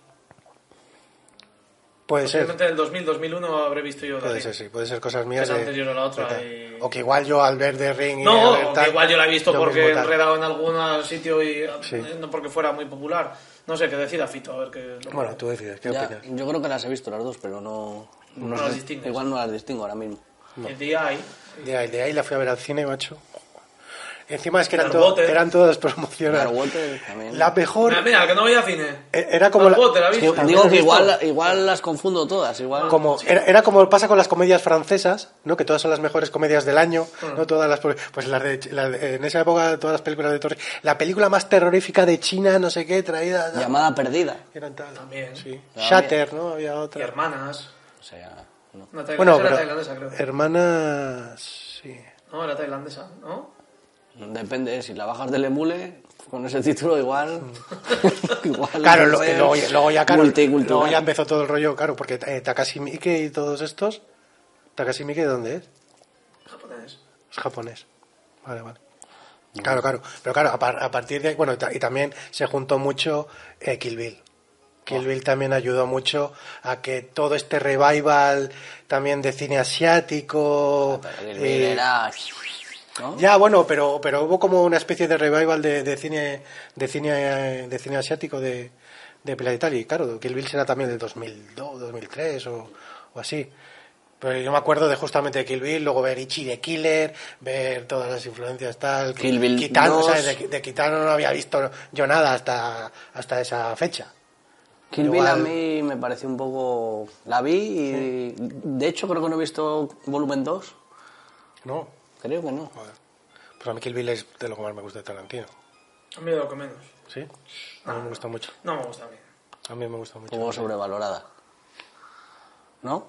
puede ser.
Posiblemente el 2000-2001 habré visto yo The
Puede
Ring.
ser, sí, puede ser cosas mías.
Es
de-
anterior a la otra
de tal.
y-
O que igual yo al ver de ring y
No,
al ver
o que
tal,
igual yo la he visto
yo
porque he
mismo tal.
enredado en algún sitio y eh,
Sí.
no porque fuera muy popular. No sé, que decida Fito, a ver qué...
Bueno, tú decides, ¿qué
Ya,
opinas?
yo creo que las he visto las dos, pero no...
No
no
las
sé,
distingues.
Igual no las distingo ahora mismo.
El día ahí.
De ahí, de ahí la fui a ver al cine, macho. Encima es que eran,
Dark
to-
Water.
eran todas promocionales.
Darkwater también.
La mejor
Mira, mira, que no veía cine.
E- era como la-
Tampoco te la
Sí,
viste.
también
Digo
lo he
que
visto.
igual, igual las confundo todas. Igual...
como era, era como pasa con las comedias francesas no que todas son las mejores comedias del año
Mm.
no todas las pues las de, las de- en esa época todas las películas de Torres la película más terrorífica de China no sé qué traída da-
Llamada perdida.
eran tal
También.
sí.
También.
Shatter no había
Y
otra
hermanas.
O sea... no.
No, tailandesa,
bueno
era
pero eh.
tailandesa, creo.
hermanas sí
No, era tailandesa, ¿no?
Depende, si la bajas del emule, con ese título igual. igual
Claro,
no
lo-
sé,
luego, ya- luego ya, claro,
multicultural.
luego ya empezó todo el rollo, claro, porque eh, Takashi Miike y todos estos, Takashi Miike, ¿de ¿dónde es?
Japonés.
Es japonés. Vale, vale. Claro, claro. Pero claro, a, par- a partir de ahí, bueno, y ta- y también se juntó mucho eh, Kill Bill. Kill Bill también ayudó mucho a que todo este revival también de cine asiático.
El
eh,
vídeo era- ¿no?
ya, bueno, pero, pero hubo como una especie de revival de, de cine de cine eh, de cine asiático de, de Planetary. Claro, Kill Bill será también del 2002, 2003 o, o así. Pero yo me acuerdo de justamente Kill Bill, luego ver Ichi de Killer, ver todas las influencias tal.
Kill Bill
Kitano,
2.
¿sabes? De, de Kitano no había visto yo nada hasta, hasta esa fecha.
Kill Bill a
Igual.
mí me pareció un poco... La vi y de hecho creo que no he visto volumen 2.
No,
Creo que no.
joder. Pues a mí Kill Bill es de lo que más me gusta de Tarantino.
A mí de lo que menos.
¿Sí? A mí me gusta mucho.
No me gusta a mí.
A mí me gusta mucho.
Un poco sobrevalorada. ¿No?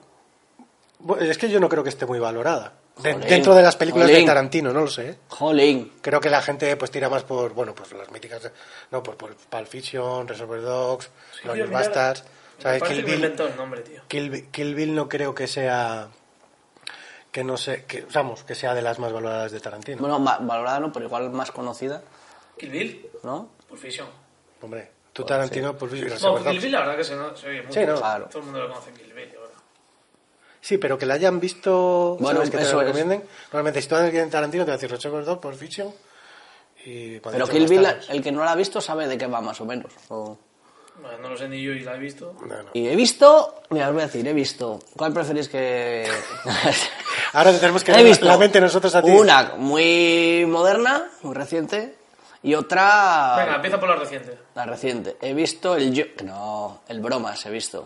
Bueno, Es que yo no creo que esté muy valorada. De-
Jolín.
dentro de las películas
Jolín.
de Tarantino, no lo sé. ¿eh?
Jolín.
Creo que la gente pues tira más por, bueno, pues las míticas, no, por, por Pulp Fiction, Reservoir Dogs, Los
Tío, mira,
Bastards.
me
¿sabes?
parece
Kill
que me
Bill,
inventó el nombre, tío.
Kill, Bi- Kill Bill no creo que sea, que no sé, que, vamos, que sea de las más valoradas de Tarantino.
Bueno, ma- valorada no, pero igual más conocida,
Kill Bill,
¿no?
Pulp Fiction.
Hombre, tú Tarantino, Pulp Fiction,
No,
Reservoir
Kill
Dogs.
Bill la verdad que se, no- se oye mucho.
Sí, ¿no?
Claro.
Todo el mundo lo conoce en Kill Bill ahora.
Sí, pero que la hayan visto,
Bueno,
¿sabes? Que te
eso
lo
es.
recomienden. Normalmente si tú alguien en Tarantino te va a decir Reservoir Dogs, Pulp Fiction y... cuando
Pero
dice
Kill Bill,
Bastards.
el que no la eh, ha visto sabe de qué va más o menos. o-
Bueno, no lo sé ni yo y la he visto.
No, no.
Y he visto, mira, os voy a decir, he visto. ¿Cuál preferís que.?
Ahora te tenemos que
he
leer
visto
la mente nosotros a ti.
Una muy moderna, muy reciente, y otra.
Venga, empieza por la reciente.
La reciente. He visto el yo. No, el bromas he visto.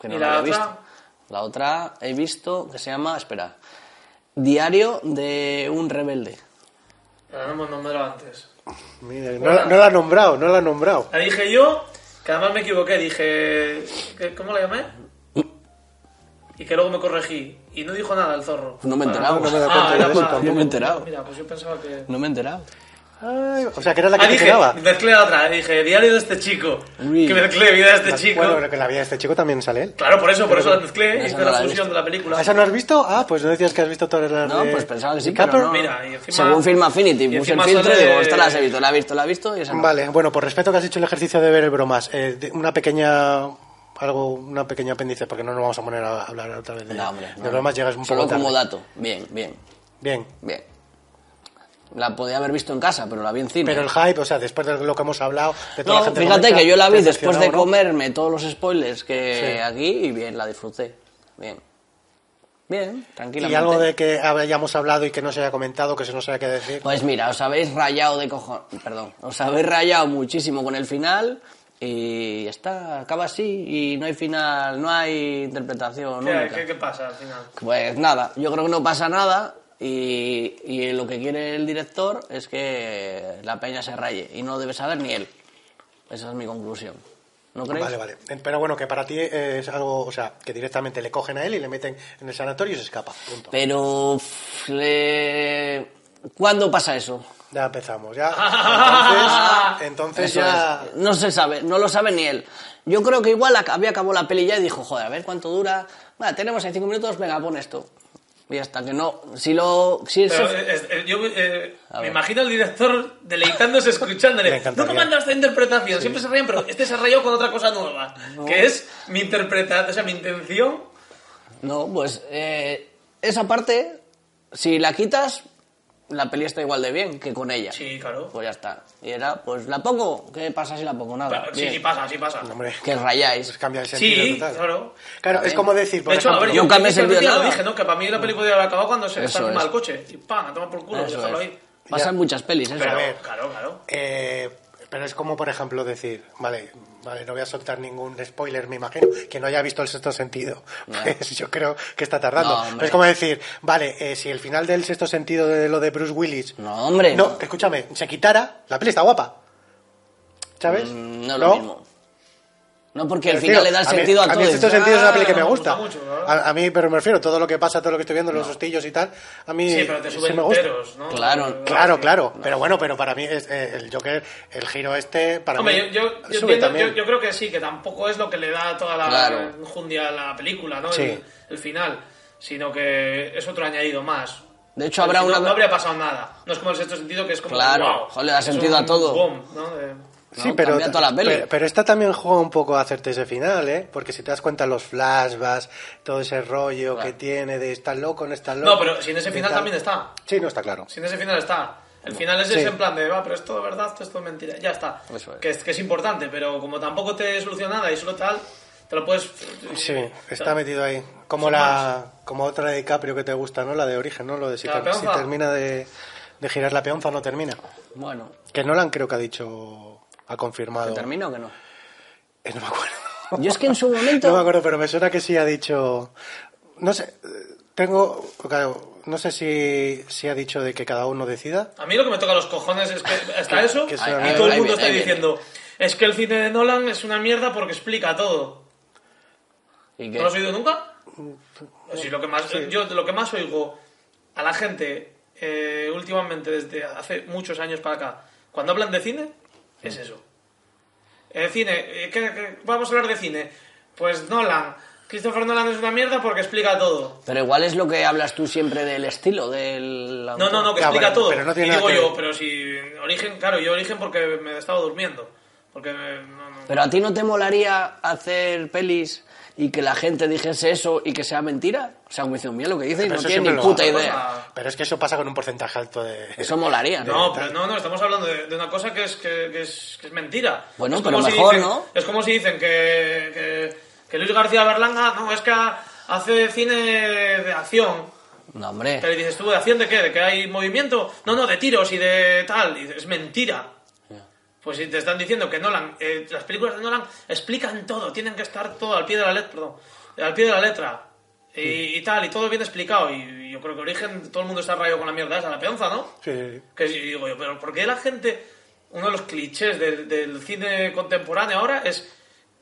Que no
¿Y
lo
la
había
otra?
visto. La otra he visto que se llama. Espera. Diario de un rebelde.
La hemos nombrado antes.
Mira, no, no la ha nombrado, no la ha nombrado.
La dije yo, que además me equivoqué, dije... ¿qué- ¿Cómo la llamé?
Uh.
Y que luego me corregí. Y no dijo nada el zorro.
No me he enterado.
No, no me he dado cuenta
Ah, era
de eso
Yo
para-
tampoco.
me he enterado.
Mira, pues yo pensaba que...
No me he enterado.
Ay, o sea, que era la que
Ah,
te
dije,
quedaba.
mezclé la otra, dije, diario de este chico.
Uy.
Que mezclé vida de este chico.
Bueno, pero que en la vida de este chico también sale él.
Claro, por eso, por eso la mezclé,
Esa
hice
no
la
la he
fusión
visto.
de la película.
¿A esa no has visto? Ah, pues no decías que has visto todas las
No,
de-
pues pensaba que sí,
de
pero
Eh, Capper.
no.
Mira, y encima-
Según Film Affinity,
y
puse el
encima
filtro y
sale-
digo, esta la he visto, la he visto, la he visto y esa no.
Vale, bueno, por respeto que has hecho el ejercicio de ver el bromas, eh, de- una pequeña algo una pequeña apéndice porque no nos vamos a poner a hablar otra vez de,
No, hombre,
de
no.
bromas llegas un
Solo
poco tarde.
como dato. Bien, bien,
bien
bien. La podía haber visto en casa, pero la vi en cine.
pero el hype o sea después de lo que hemos hablado de toda
No,
la gente
fíjate
comenta,
que yo la vi
te
después de
decepcionó, ¿no?
comerme todos los spoilers que
Sí.
aquí y bien, la disfruté. Bien. Bien, tranquilamente.
y algo de que hayamos hablado y que no se haya comentado que se nos haya que decir
Pues mira, os habéis rayado de cojón... Perdón, os habéis rayado muchísimo con el final y ya está, acaba así y no hay final, no hay interpretación
¿Qué,
única.
qué- qué pasa al final?
Pues nada, yo creo que no pasa nada y, y lo que quiere el director es que la peña se raye y no lo debe saber ni él. Esa es mi conclusión. ¿No crees?
Vale, vale. Eh, Pero bueno, que para ti eh, es algo, o sea, que directamente le cogen a él y le meten en el sanatorio y se escapa. Punto.
Pero pff, le- ¿cuándo pasa eso?
Ya empezamos, ya. Entonces, entonces
Eso
ya.
pues-
es. No se sabe, no lo sabe ni él. Yo creo que igual ac- había acabado la peli ya y dijo, joder, a ver cuánto dura. Bueno, tenemos ahí cinco minutos, venga, pon esto. Y hasta que no, si lo, si eso-
Pero, eh, eh, yo eh,
A
me
ver.
imagino al director deleitándose
Le
escuchándole. No
encantaría.
me manda esta interpretación. Siempre se ríen, pero este se rayó con otra cosa nueva. Que es mi interpretación, o sea, mi intención.
no, pues eh, esa parte, si la quitas, la peli está igual de bien que con ella.
Sí, claro.
Pues ya está. Y era, pues la pongo. ¿Qué pasa si la pongo? Nada.
Claro, sí,
bien.
sí pasa, sí pasa.
Hombre,
Que
pues
rayáis.
cambia el sentido.
Sí,
total.
claro.
Claro, es como decir, por
de hecho, a
ejemplo,
ver,
yo
yo
nunca me he servido
precisamente ya lo
nada.
dije, ¿no? Que para mí la película podía haber acabado cuando se
Eso
está encima
es.
el coche. Y ¡pam! A tomar por culo,
Eso
déjalo
es.
ahí.
Pasan muchas pelis, ¿eh? eso.
Pero a ver.
Claro, claro.
eh, pero es como, por ejemplo, decir, vale, vale, no voy a soltar ningún spoiler, me imagino, que no haya visto el sexto sentido. Pues yo creo que está tardando.
No, hombre.
Pero es como decir, vale, eh, si el final del sexto sentido de lo de Bruce Willis
No, hombre.
No, escúchame, se quitara, la peli está guapa. ¿Sabes?
Mm, No es lo mismo. No porque al
Pero,
final
tío,
le da
a
el
mí-
sentido a
A mí
todo.
en cierto sentido es una peli que me
Ah, me gusta
gusta.
mucho, ¿no?
a, a mí, pero me refiero, todo lo que pasa, todo lo que estoy viendo, los hostillos y tal, a mí
Sí, pero te
sí
suben
me gusta.
enteros, ¿no?
Claro,
Claro, claro, pero bueno, pero para mí es, eh, el Joker, el giro este, para
Hombre,
mí
yo, yo, yo
sube
entiendo-
también.
yo- yo creo que sí, que tampoco es lo que le da toda la
Claro.
enjundia a la película, ¿no?
Sí.
El, el final, sino que es otro añadido más.
De hecho, habrá
no,
una.
no habría pasado nada. No es como el sexto sentido, que es como.
Claro,
wow,
jo, le da
es
sentido a
un
todo.
boom, ¿no? De-
¿no?
Sí, pero,
Cambia toda la peli.
pero, pero esta también juega un poco a hacerte ese final, ¿eh? Porque si te das cuenta los flashbacks, todo ese rollo
Claro.
que tiene de estar loco, no estar loco.
No, pero si en ese
de
final
tal.
también está.
Sí, no está claro.
Si en ese final está. El final es
Sí.
ese en plan de, va, pero esto es verdad, esto es todo mentira. Ya está.
Eso es.
Que, es, que es importante, pero como tampoco te soluciona nada y solo tal, te lo puedes...
Sí, está metido ahí. Como
Son
la como otra de DiCaprio que te gusta, ¿no? La de origen, ¿no? Lo de si,
¿La
ter- si
peonza?
termina de, de girar la peonza no termina.
Bueno,
Que Nolan creo que ha dicho, ha
¿que
confirmado.
termina o que no?
Eh, no me acuerdo.
Yo es que en su momento...
No me acuerdo, pero me suena que sí ha dicho. No sé, eh, tengo. Claro, no sé si, si ha dicho de que cada uno decida.
A mí lo que me toca los cojones es que está eso
que
y
sea-
todo el
Ahí
mundo
viene,
está
ahí viene.
diciendo es que el cine de Nolan es una mierda porque explica todo.
¿Y qué?
¿No lo has oído nunca?
Mm.
Pues sí, lo que más, Yo lo que más oigo a la gente eh, últimamente, desde hace muchos años para acá, cuando hablan de cine, es
Mm.
eso. El cine, eh, ¿qué- qué- vamos a hablar de cine. Pues Nolan, Christopher Nolan es una mierda porque explica todo.
Pero igual es lo que hablas tú siempre del estilo del...
No, no, no, que
Ya,
explica
pero-
todo.
pero no tiene
y
nada
digo
que
yo,
ver.
pero si origen, claro, yo origen porque me he estado durmiendo. Porque eh, no, no.
Pero a ti no te molaría hacer pelis y que la gente dijese eso y que sea mentira? O sea, como dicen, mira lo que dice y
Pero
no
eso
tiene
siempre
ni
lo
puta
hace.
idea.
Pero es que eso pasa con un porcentaje alto de.
Eso molaría, ¿no?
No, pero no, no, estamos hablando de, de una cosa que es, que, que es, que es mentira.
Bueno,
Es
pero
como
mejor,
dicen-
¿no?
Es como si dicen que, que, que Luis García Berlanga, no, es que ha- hace cine de acción.
No,
Pero
hombre.
dices, ¿tú de acción de qué? ¿De que hay movimiento? No, no, de tiros y de tal. Y dices, es mentira. Pues si te están diciendo que Nolan, eh, las películas de Nolan explican todo, tienen que estar todo al pie de la letra, perdón, al pie de la letra. Y, y tal, y todo bien explicado. Y yo creo que Origen, todo el mundo está rayado con la mierda esa, la peonza, ¿no?
Sí.
Que sí, digo yo, pero ¿por qué la gente, uno de los clichés del, del cine contemporáneo ahora es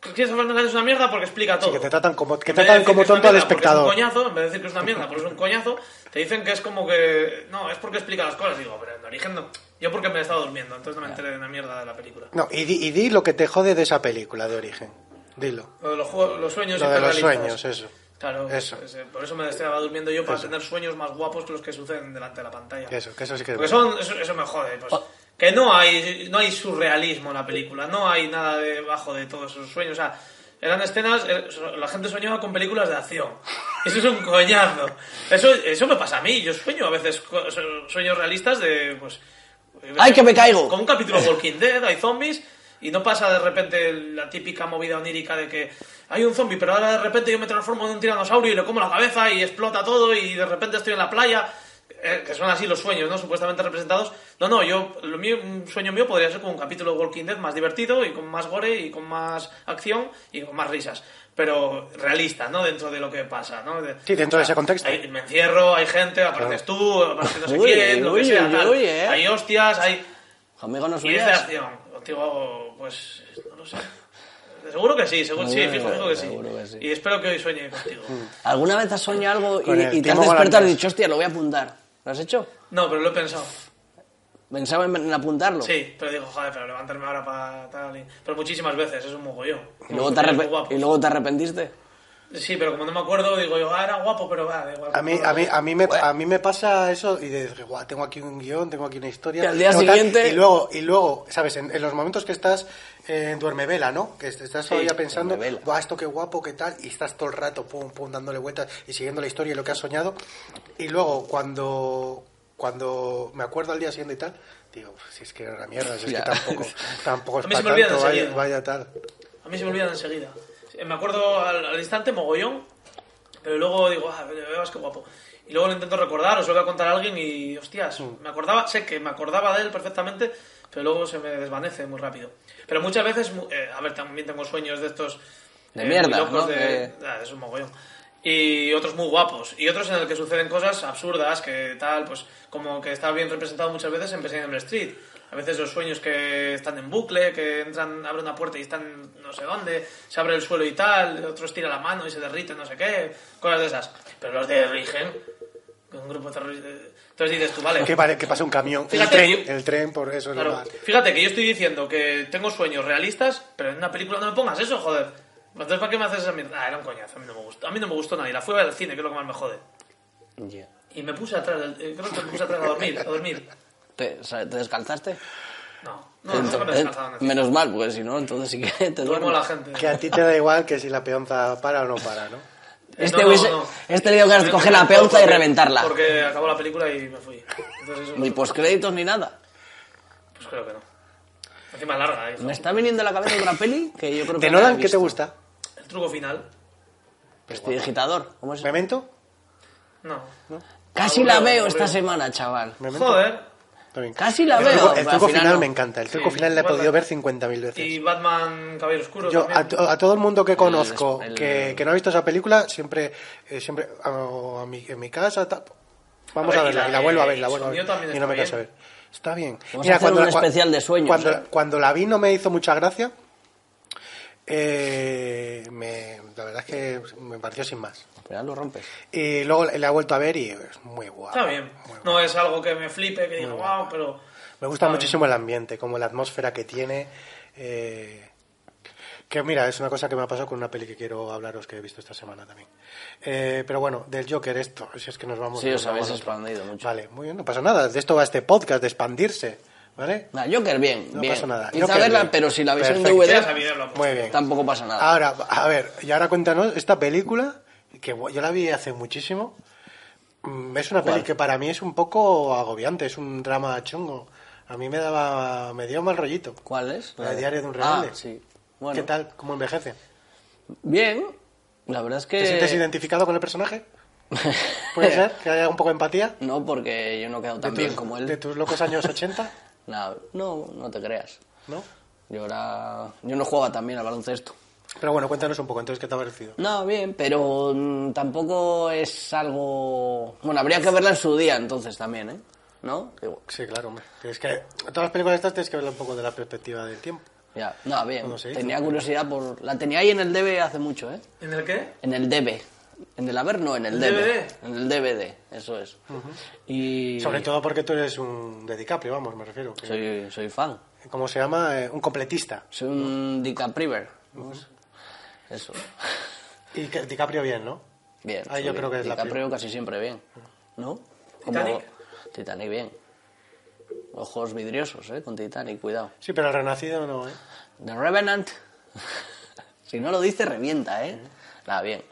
que Christopher Nolan es una mierda porque explica todo?
que te tratan como- que
En vez de
tratan
decir
como
es una
tonto al
mierda porque es un
espectador.
coñazo, en vez de decir que es una mierda porque es un coñazo, te dicen que es como que, no, es porque explica las cosas. Digo, pero en origen no. Yo porque me he estado durmiendo, entonces no me enteré de una mierda de la película.
No, y di, y di lo que te jode de esa película de origen. Dilo.
Lo de los, juegos- los sueños
Lo de los
hiperrealistas.
sueños, eso.
Claro,
Eso.
ese- por eso me estaba durmiendo yo para tener sueños más guapos que los que suceden delante de la pantalla.
Que eso, que eso sí que es
Porque
verdad.
son, eso, eso me jode, pues.
Oh.
Que no hay, no hay surrealismo en la película, no hay nada debajo de todos esos sueños. O sea, eran escenas, eh, so- la gente soñaba con películas de acción. Eso es un coñazo. Eso, eso me pasa a mí, yo sueño a veces co- so- sueños realistas de, pues...
¡Ay, que me caigo!
Como un capítulo de Walking Dead, hay zombies, y no pasa de repente la típica movida onírica de que hay un zombie, pero ahora de repente yo me transformo en un tiranosaurio y le como la cabeza y explota todo y de repente estoy en la playa. Eh, que son así los sueños, ¿no? Supuestamente representados. No, no, yo, lo mío, un sueño mío podría ser como un capítulo de Walking Dead más divertido y con más gore y con más acción y con más risas. Pero realista, ¿no? Dentro de lo que pasa, ¿no? De-
Sí, dentro de ese contexto.
hay- me encierro, hay gente, apareces tú, aparece no sé
Uy,
quién, lo que
uy,
sea, tal.
uy, eh.
Hay hostias, hay...
Amigo, no
Y es de
suyas.
acción. Contigo, pues, no lo sé. Seguro que sí, seguro, sí,
Seguro que-
fijo, fijo que sí.
seguro que sí. Mm.
Y espero que hoy sueñe contigo.
¿Alguna vez has soñado algo
Con
y,
el
y te has
Timo
despertado y
Holandés.
dicho, hostia, lo voy a apuntar? ¿Lo has hecho?
No, pero lo he pensado.
Pensaba en, en apuntarlo.
Sí, pero digo, joder, pero levantarme ahora para tal. y- Pero muchísimas veces, es un mogollón.
Y luego, te
Es muy
arrepe-
guapo.
y luego te arrepentiste.
Sí, pero como no me acuerdo, digo yo, ah, era guapo, pero va, da igual.
A mí, a, mí, a, mí me, a mí me pasa eso y de decir, guau, tengo aquí un guión, tengo aquí una historia.
Y al día
tengo tal".
siguiente-
Y luego, y luego ¿sabes? En, en los momentos que estás eh, en duermevela, ¿no? Que est- estás todavía pensando,
duermevela.
guau, esto qué guapo, qué tal. Y estás todo el rato, pum, pum, dándole vueltas y siguiendo la historia y lo que has soñado. Y luego, cuando, cuando me acuerdo al día siguiente y tal, digo, si es que era una mierda, si es
Ya.
que tampoco, tampoco es
A mí se
para
me olvida
tanto, vaya,
enseguida.
vaya tal.
A mí se me olvidan enseguida. Eh, Me acuerdo al, al instante mogollón, pero luego digo, ah, veas qué guapo. Y luego lo intento recordar, os lo voy a contar a alguien y, hostias,
Mm.
me acordaba, sé que me acordaba de él perfectamente, pero luego se me desvanece muy rápido. Pero muchas veces, mu- eh, a ver, también tengo sueños de estos... eh,
De
muy
mierda,
locos
¿no?
de-
Que-
Ah, es un mogollón. Y otros muy guapos. Y otros en el que suceden cosas absurdas, que tal, pues como que está bien representado muchas veces en Resident Evil Street. A veces los sueños que están en bucle, que entran, abren una puerta y están no sé dónde, se abre el suelo y tal, otros tira la mano y se derrite, no sé qué, cosas de esas. Pero los de origen, con un grupo terrorista. Entonces dices tú, vale.
Que, pare- que pasa un camión, el
Fíjate,
tren,
yo-
el tren, por eso es lo
Claro,
más.
fíjate que yo estoy diciendo que tengo sueños realistas, pero en una película no me pongas eso, joder. Entonces, ¿para qué me haces esa mierda? Ah, era un coñazo, a mí no me gustó. A mí no me gustó nadie. La fui a ver al cine, que es lo que más me jode. Y me puse atrás, del- eh, creo que me puse atrás a dormir, a dormir.
¿Te, sa- te descalzaste?
No, no, no me
Entonces-
descansaba nada.
menos mal, porque si no, entonces sí que te duermo.
Duermo la gente.
Que a ti te da igual que si la peonza para o no para, ¿no?
Este,
No, no,
hubiese-
no.
este le dio ganas de coger la peonza y
Porque-
reventarla.
Porque acabó la película y me fui. Entonces, eso,
Ni postcréditos ni nada.
pues creo que no. Encima larga, hijo.
Me está viniendo a la cabeza otra peli que yo creo que.
¿De
no la he
Nolan qué te
visto.
gusta?
El truco final.
Prestidigitador. ¿Cómo es?
¿Memento?
No.
Casi la
Aburrido,
veo esta
aburrido.
semana, chaval.
¿Memento?
Joder.
Está bien.
Casi la
el
veo.
Truco, el
pero al
truco final,
no.
me encanta. El truco
Sí,
final la he
guarda.
podido ver 50.000
Y
veces.
Batman Caballero Oscuro.
Yo a,
también.
to- a todo el mundo que conozco
el-
que, que no ha visto esa película, siempre, eh, siempre a, a mi, en mi casa, ta- vamos
A
a,
ver, y
verla,
la-
y la vuelvo a ver,
el
la vuelvo a ver.
sonido también
Y no
está
me canso de
bien.
ver. Está bien.
Vamos a hacer un especial de sueños,
Cuando,
¿eh?
la- cuando la vi no me hizo mucha gracia. Eh, me- la verdad es que me pareció sin más.
Pero ya lo rompes.
Y luego la he vuelto a ver y es muy guapa.
Está bien.
muy
No es algo que me flipe, que diga, wow, pero.
Me gusta
Está
muchísimo el ambiente, como la atmósfera que tiene. eh, que mira, es una cosa que me ha pasado con una peli que quiero hablaros que he visto esta semana también. Eh, pero bueno, del Joker esto, si es que nos vamos...
Sí,
nos
os habéis
vamos a otro.
expandido mucho.
Vale, muy bien, no pasa nada. De esto va este podcast, de expandirse. ¿Vale?
Nah, Joker, bien.
No
bien.
pasa nada.
Quizá
Joker,
verla,
bien.
pero si la veis en
Perfecto.
Ya
DVD,
sabía hablamos.
Muy bien.
tampoco pasa nada.
Ahora, a ver, y ahora cuéntanos, esta película, que bu- yo la vi hace muchísimo, mm, es una
¿Cuál?
peli que para mí es un poco agobiante, es un drama chungo. A mí me daba, me dio mal rollito.
¿Cuál es?
La de Diario de un Rebelde.
Ah, sí. Bueno,
¿Qué tal? ¿Cómo envejece?
Bien. La verdad es que...
¿Te sientes identificado con el personaje?
eh.
¿Puede ser que haya un poco de empatía?
No, porque yo no he quedado tan
de
bien
tus-
como
De
él.
tus locos años 80,
Nah, no, no te creas.
¿no?
Yo era... Yo no jugaba tan bien al baloncesto.
Pero bueno, cuéntanos un poco, entonces, ¿qué te ha parecido?
No, bien, pero mm, tampoco es algo... Bueno, habría que verla en su día entonces también, ¿eh? ¿No? Digo,
Sí, claro, hombre. Es que todas las películas estas tienes que verlas un poco de la perspectiva del tiempo.
Ya, no, bien.
No sé,
tenía
tú-
curiosidad por... La tenía ahí en el DB hace mucho, ¿eh?
¿En el qué?
En el DB. En el haber, no, en el
¿El
DB.
DVD?
En el DVD, eso es. Y...
E Sobre todo porque tú eres un de DiCaprio, vamos, me refiero. que-
Soy, soy fan.
¿Cómo se llama? Eh, un completista.
Soy un DiCapriver. ¿no? Eso.
Y que- DiCaprio bien, ¿no?
Bien.
Ah,
soy
yo creo que es la
DiCaprio casi siempre bien. ¿No?
¿Titanic?
Titanic bien. Ojos vidriosos, ¿eh? Con Titanic, cuidado.
Sí, pero el renacido no, ¿eh?
The Revenant. si no lo dice, revienta, ¿eh? Nada, bien.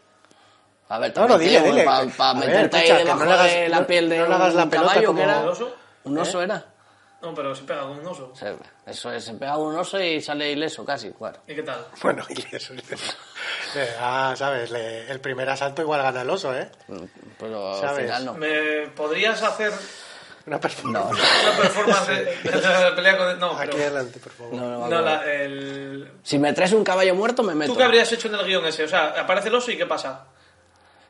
A ver,
No, no, dile, dile.
Para
A ver,
meterte
escucha,
ahí
que no
debajo
le hagas-
de la
no-
piel de
no le hagas
un
la pelota
caballo,
como- ¿Eh?
que
¿El
era...
oso?
¿Un oso era?
No, pero se pega con un oso.
O sea, Eso es, se pega un oso y sale ileso casi, claro.
¿Y qué tal?
Bueno, y eso. y eso. Eh, Ah, sabes, le- el primer asalto igual gana el oso, ¿eh?
Pero al
¿Sabes?
final no.
¿Me podrías hacer
Una
No,
performance.
una performance de, de la pelea con el... No,
Aquí
pero...
adelante, por favor.
no, no me
No,
acuerdo.
la, el...
Si me traes un caballo muerto, me meto.
¿Tú qué habrías hecho en el guión ese? O sea, aparece el oso y ¿qué pasa?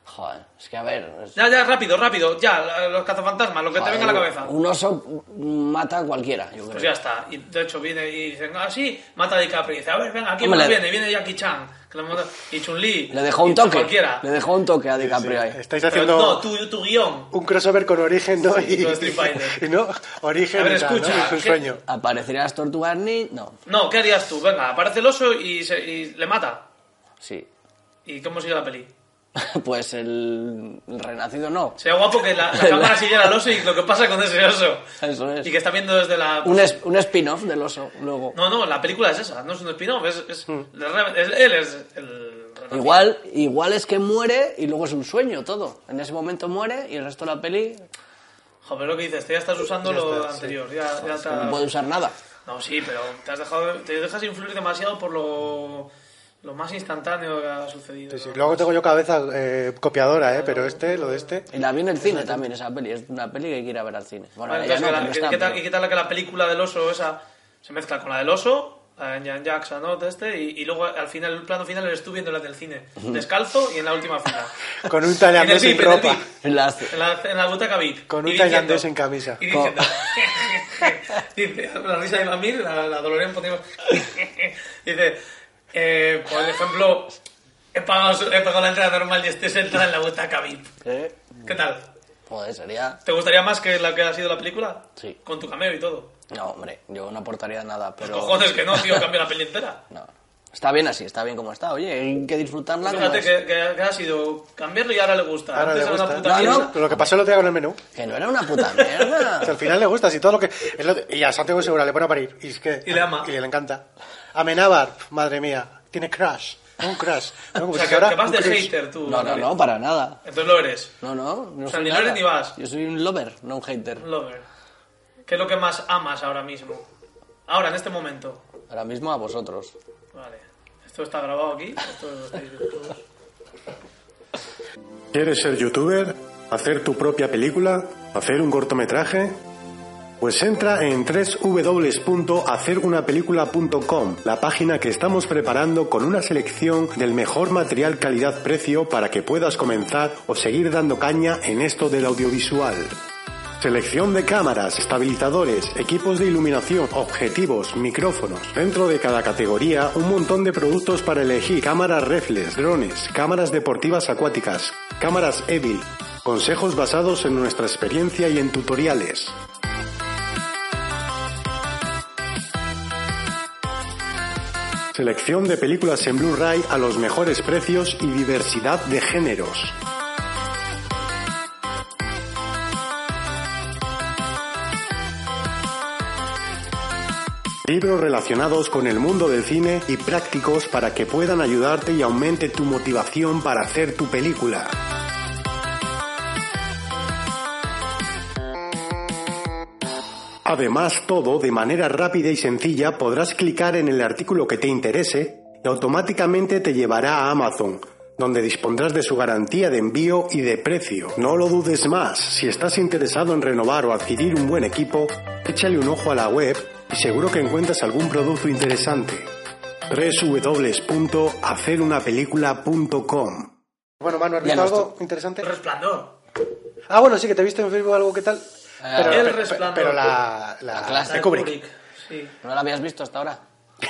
Joder, es que a ver... es-
Ya, ya, rápido, rápido. Ya, la- los cazafantasmas, lo que te
joder,
venga a la cabeza.
Un oso mata a cualquiera, yo creo.
Pues ya está. Y de hecho viene y dicen, ah, sí, mata a DiCaprio. Y dice, a ver, venga, aquí
Hombre,
más
le-
viene, viene Jackie Chan. Que lo mata- Y Chun-Li.
Le dejó un
y
toque.
Cualquiera.
Le dejó un toque a DiCaprio ahí.
Estáis
Pero
haciendo
No, tu, tu guión.
un crossover con Origen, ¿no?
Sí,
y,
con Street Fighter.
y no, Origen
A ver,
y tal, ¿no?
escucha,
es un
¿qué-
sueño.
¿Aparecerían las tortugas ni...? No,
No, ¿qué harías tú? Venga, aparece el oso y, se- y le mata.
sí.
¿Y cómo sigue la peli?
pues el, el renacido no.
Sería guapo que la, la cámara siguiera al oso y lo que pasa con ese oso.
Eso es.
Y que está viendo desde la...
Un, es- un spin-off del oso, luego.
No, no, la película es esa, no es un spin-off, es, es-
Mm.
la re- es- él es el...
Igual, igual es que muere y luego es un sueño todo. En ese momento muere y el resto de la peli
Joder, lo que dices, te ya estás usando
Ya
lo
está, sí.
anterior, ya, ya te-
no puede usar nada.
No, sí, pero te, has dejado, te dejas influir demasiado por lo, lo más instantáneo que ha sucedido.
Sí, sí.
¿no?
Luego tengo yo cabeza eh, copiadora, ¿eh? Pero este, lo de este...
Y la vi en el cine también, esa peli. Es una peli que hay que ir a ver al cine. Bueno,
Vale,
ya
entonces,
no,
la-
porque
¿qué-
está,
qué tal-
pero-
¿Y qué tal que la película del oso esa se mezcla con la del oso? la de Jan Jackson, ¿no? De Este, y, y luego al final, el plano final, eres tú viendo la del cine, descalzo y en la última fila.
Con un
en el
tailandés sin
VIP, en el
ropa.
VIP.
en las-
En la, en la butaca VIP.
Con
Y
un
diciendo-
tailandés en camisa.
Y diciendo, dice, la risa de Mamir, la, la Dolorean ponemos. dice, eh, por ejemplo, he pagado, he pagado la entrada normal y este se entra en la butaca VIP.
¿Eh?
¿Qué tal?
Joder, sería...
¿Te gustaría más que la que ha sido la película?
Sí.
Con tu cameo y todo.
No, hombre, yo no aportaría nada, pero...
Pues Cojones Oh, que no, tío, cambia la peli entera.
No. Está bien así, está bien como está. Oye, hay que disfrutarla como
Fíjate
es.
que, que- que ha sido cambiarlo y ahora le gusta.
Ahora
Antes
le
era
gusta.
una puta
No, no.
mierda.
Lo que pasó el otro día con el menú.
Que no era una puta
O sea,
mierda.
al final le gusta, si todo lo que. es lo de- y a Santiago Segura le pone a parir. Y, es que,
Y le ama.
Y le encanta. Amenábar, madre mía, tiene crush. Un crush. ¿no? Como
O sea,
si
que,
fuera
que vas
un
de
crush.
hater tú.
No, no,
Gabriel.
no, para nada.
Entonces lo eres.
No, no. no
O sea,
soy
ni no eres
nada.
ni vas.
Yo soy un lover, no un hater.
Lover. ¿Qué es lo que más amas ahora mismo? Ahora, en este momento.
Ahora mismo a vosotros.
Vale. Esto está grabado aquí. Esto lo estáis viendo todos.
¿Quieres ser youtuber? ¿Hacer tu propia película? ¿Hacer un cortometraje? Pues entra en www.hacerunapelícula.com, la página que estamos preparando con una selección del mejor material calidad-precio para que puedas comenzar o seguir dando caña en esto del audiovisual. Selección de cámaras, estabilizadores, equipos de iluminación, objetivos, micrófonos. Dentro de cada categoría, un montón de productos para elegir. Cámaras reflex, drones, cámaras deportivas acuáticas, cámaras EVIL. Consejos basados en nuestra experiencia y en tutoriales. Selección de películas en Blu-ray a los mejores precios y diversidad de géneros. Libros relacionados con el mundo del cine y prácticos para que puedan ayudarte y aumente tu motivación para hacer tu película. Además, todo de manera rápida y sencilla podrás clicar en el artículo que te interese y automáticamente te llevará a Amazon, donde dispondrás de su garantía de envío y de precio. No lo dudes más, si estás interesado en renovar o adquirir un buen equipo, échale un ojo a la web y seguro que encuentras algún producto interesante. www.hacerunapelícula.com
Bueno, Manu, ¿has
Ya
visto
no
algo
estoy.
interesante?
El resplandor.
Ah, bueno, sí, que te he visto en Facebook algo, ¿qué tal?
Ah,
Pero,
El
pe- pe-
Resplandor.
pero la, la,
La clase.
de Kubrick.
Sí.
¿No la habías visto hasta ahora?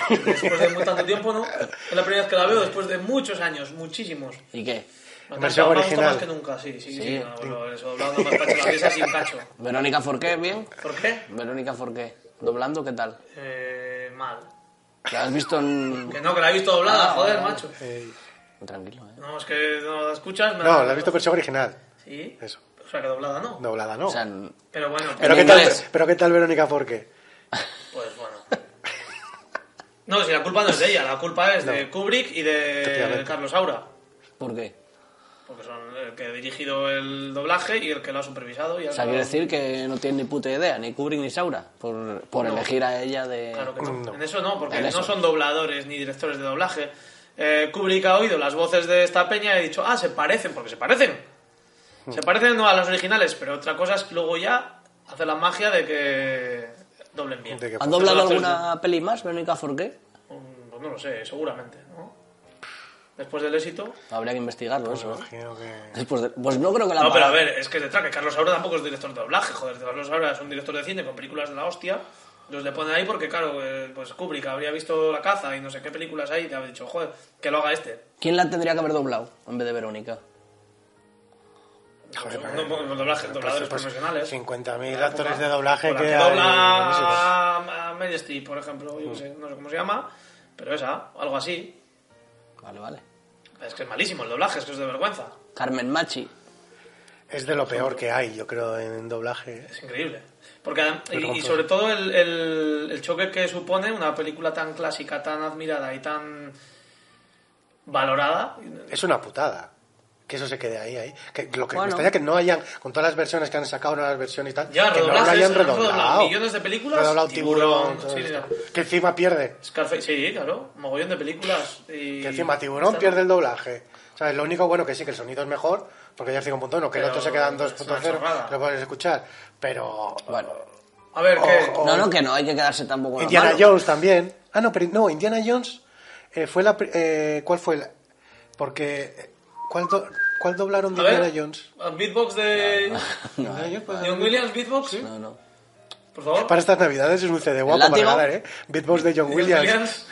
Después de muy tanto tiempo, ¿no? Es la primera vez que la veo después de muchos años, muchísimos.
¿Y qué?
Me
En versión
ha encantado, me ha gustado
original.
más que nunca, sí, sí, sí.
Sí.
no, bueno, eso, hablando más cacho, la pieza sin cacho.
¿Verónica Forqué, bien?
¿Por qué?
Verónica Forqué, doblando, ¿qué tal?
Eh, mal.
¿La has visto en...?
Que no, que la he visto doblada,
Ah,
joder,
vale.
macho.
Eh,
Tranquilo, ¿eh?
No, es que no la escuchas. me
no, la has visto en versión original.
Sí.
Eso.
O sea, que doblada no.
Doblada, no.
O sea, n-
Pero bueno,
pero,
en
¿qué tal,
inglés.
pero ¿qué tal Verónica Forqué?
pues bueno. No, si la culpa no es de ella, la culpa es de Kubrick y de
Efectivamente.
Carlos Aura.
¿por qué?
Porque son el que ha dirigido el doblaje y el que lo ha supervisado. Y
O sea, quiere decir que no tiene ni puta idea, ni Kubrick ni Saura, por, por elegir a ella de...
Claro que no.
No.
En eso no, porque
En
no
eso.
son dobladores ni directores de doblaje. Eh, Kubrick ha oído las voces de esta peña y ha dicho, ah, se parecen, porque se parecen.
Hmm.
Se parecen no a las originales, pero otra cosa es luego ya hacer la magia de que doblen bien.
De que-
¿Han doblado
Entonces,
alguna peli más, Verónica Forqué?
Mm, Pues no lo sé, seguramente, ¿no? Después del éxito.
Habría que investigarlo, eso. ¿eh?
Imagino que-
Después de- Pues no creo que la...
No, Ah, pero a
parado.
ver, es que detrás que Carlos Aura tampoco es director de doblaje, joder, Carlos Aura es un director de cine con películas de la hostia. Los le ponen ahí porque, claro, eh, pues Kubrick habría visto La Caza y no sé qué películas hay y te habría dicho, joder, que lo haga este.
¿Quién la tendría que haber doblado en vez de Verónica?
Joder,
No, no, no, doblaje, dobladores
pues,
profesionales.
50.000 actores de doblaje
Por la
que
que
hay, pues.
dobla
buenísimos.
a, a Meryl Streep, por ejemplo,
Mm.
yo qué sé, no sé cómo se llama, pero esa, algo así.
Vale, vale.
Es que es malísimo el doblaje, es que es de vergüenza.
Carmen Machi.
Es de lo peor que hay, yo creo, en doblaje.
Es increíble. Porque, adem-
Pero
y,
con
y
todo.
sobre todo el, el- el choque que supone una película tan clásica, tan admirada y tan valorada.
Es una putada. Que eso se quede ahí, ahí. Que lo que
Bueno.
me extraña que no hayan, con todas las versiones que han sacado, nuevas versiones y tal,
Ya,
que no lo
redoblajes,
hayan
han redoblado
redoblado.
millones de películas,
Redoblado
Tiburón,
tiburón. todo
sí,
esto.
mira.
que encima pierde.
Scarface, sí, claro, mogollón de películas. Y...
Que encima tiburón
Está-
pierde el doblaje. ¿Sabes? Lo único bueno que sí, que el sonido es mejor, porque ya es 5.1, que el
Pero
otro se queda en
es una
2.0,
chorrada.
que lo puedes escuchar. Pero.
Bueno.
A ver, ¿qué?
O-
No, no, que no, hay que quedarse tampoco con la
Indiana
mano.
Jones también. Ah, no, pero no, Indiana Jones eh, fue la. pri- eh, ¿Cuál fue la.? Porque. eh, ¿Cuál, do- cuál doblaron de
A ver,
Indiana Jones?
beatbox de
No,
Indiana
eh.
Jones, pues,
John Williams, beatbox,
no, no.
por favor.
Para estas navidades es un CD guapo para
látigo?
ganar, ¿eh? Beatbox de John
John
Williams.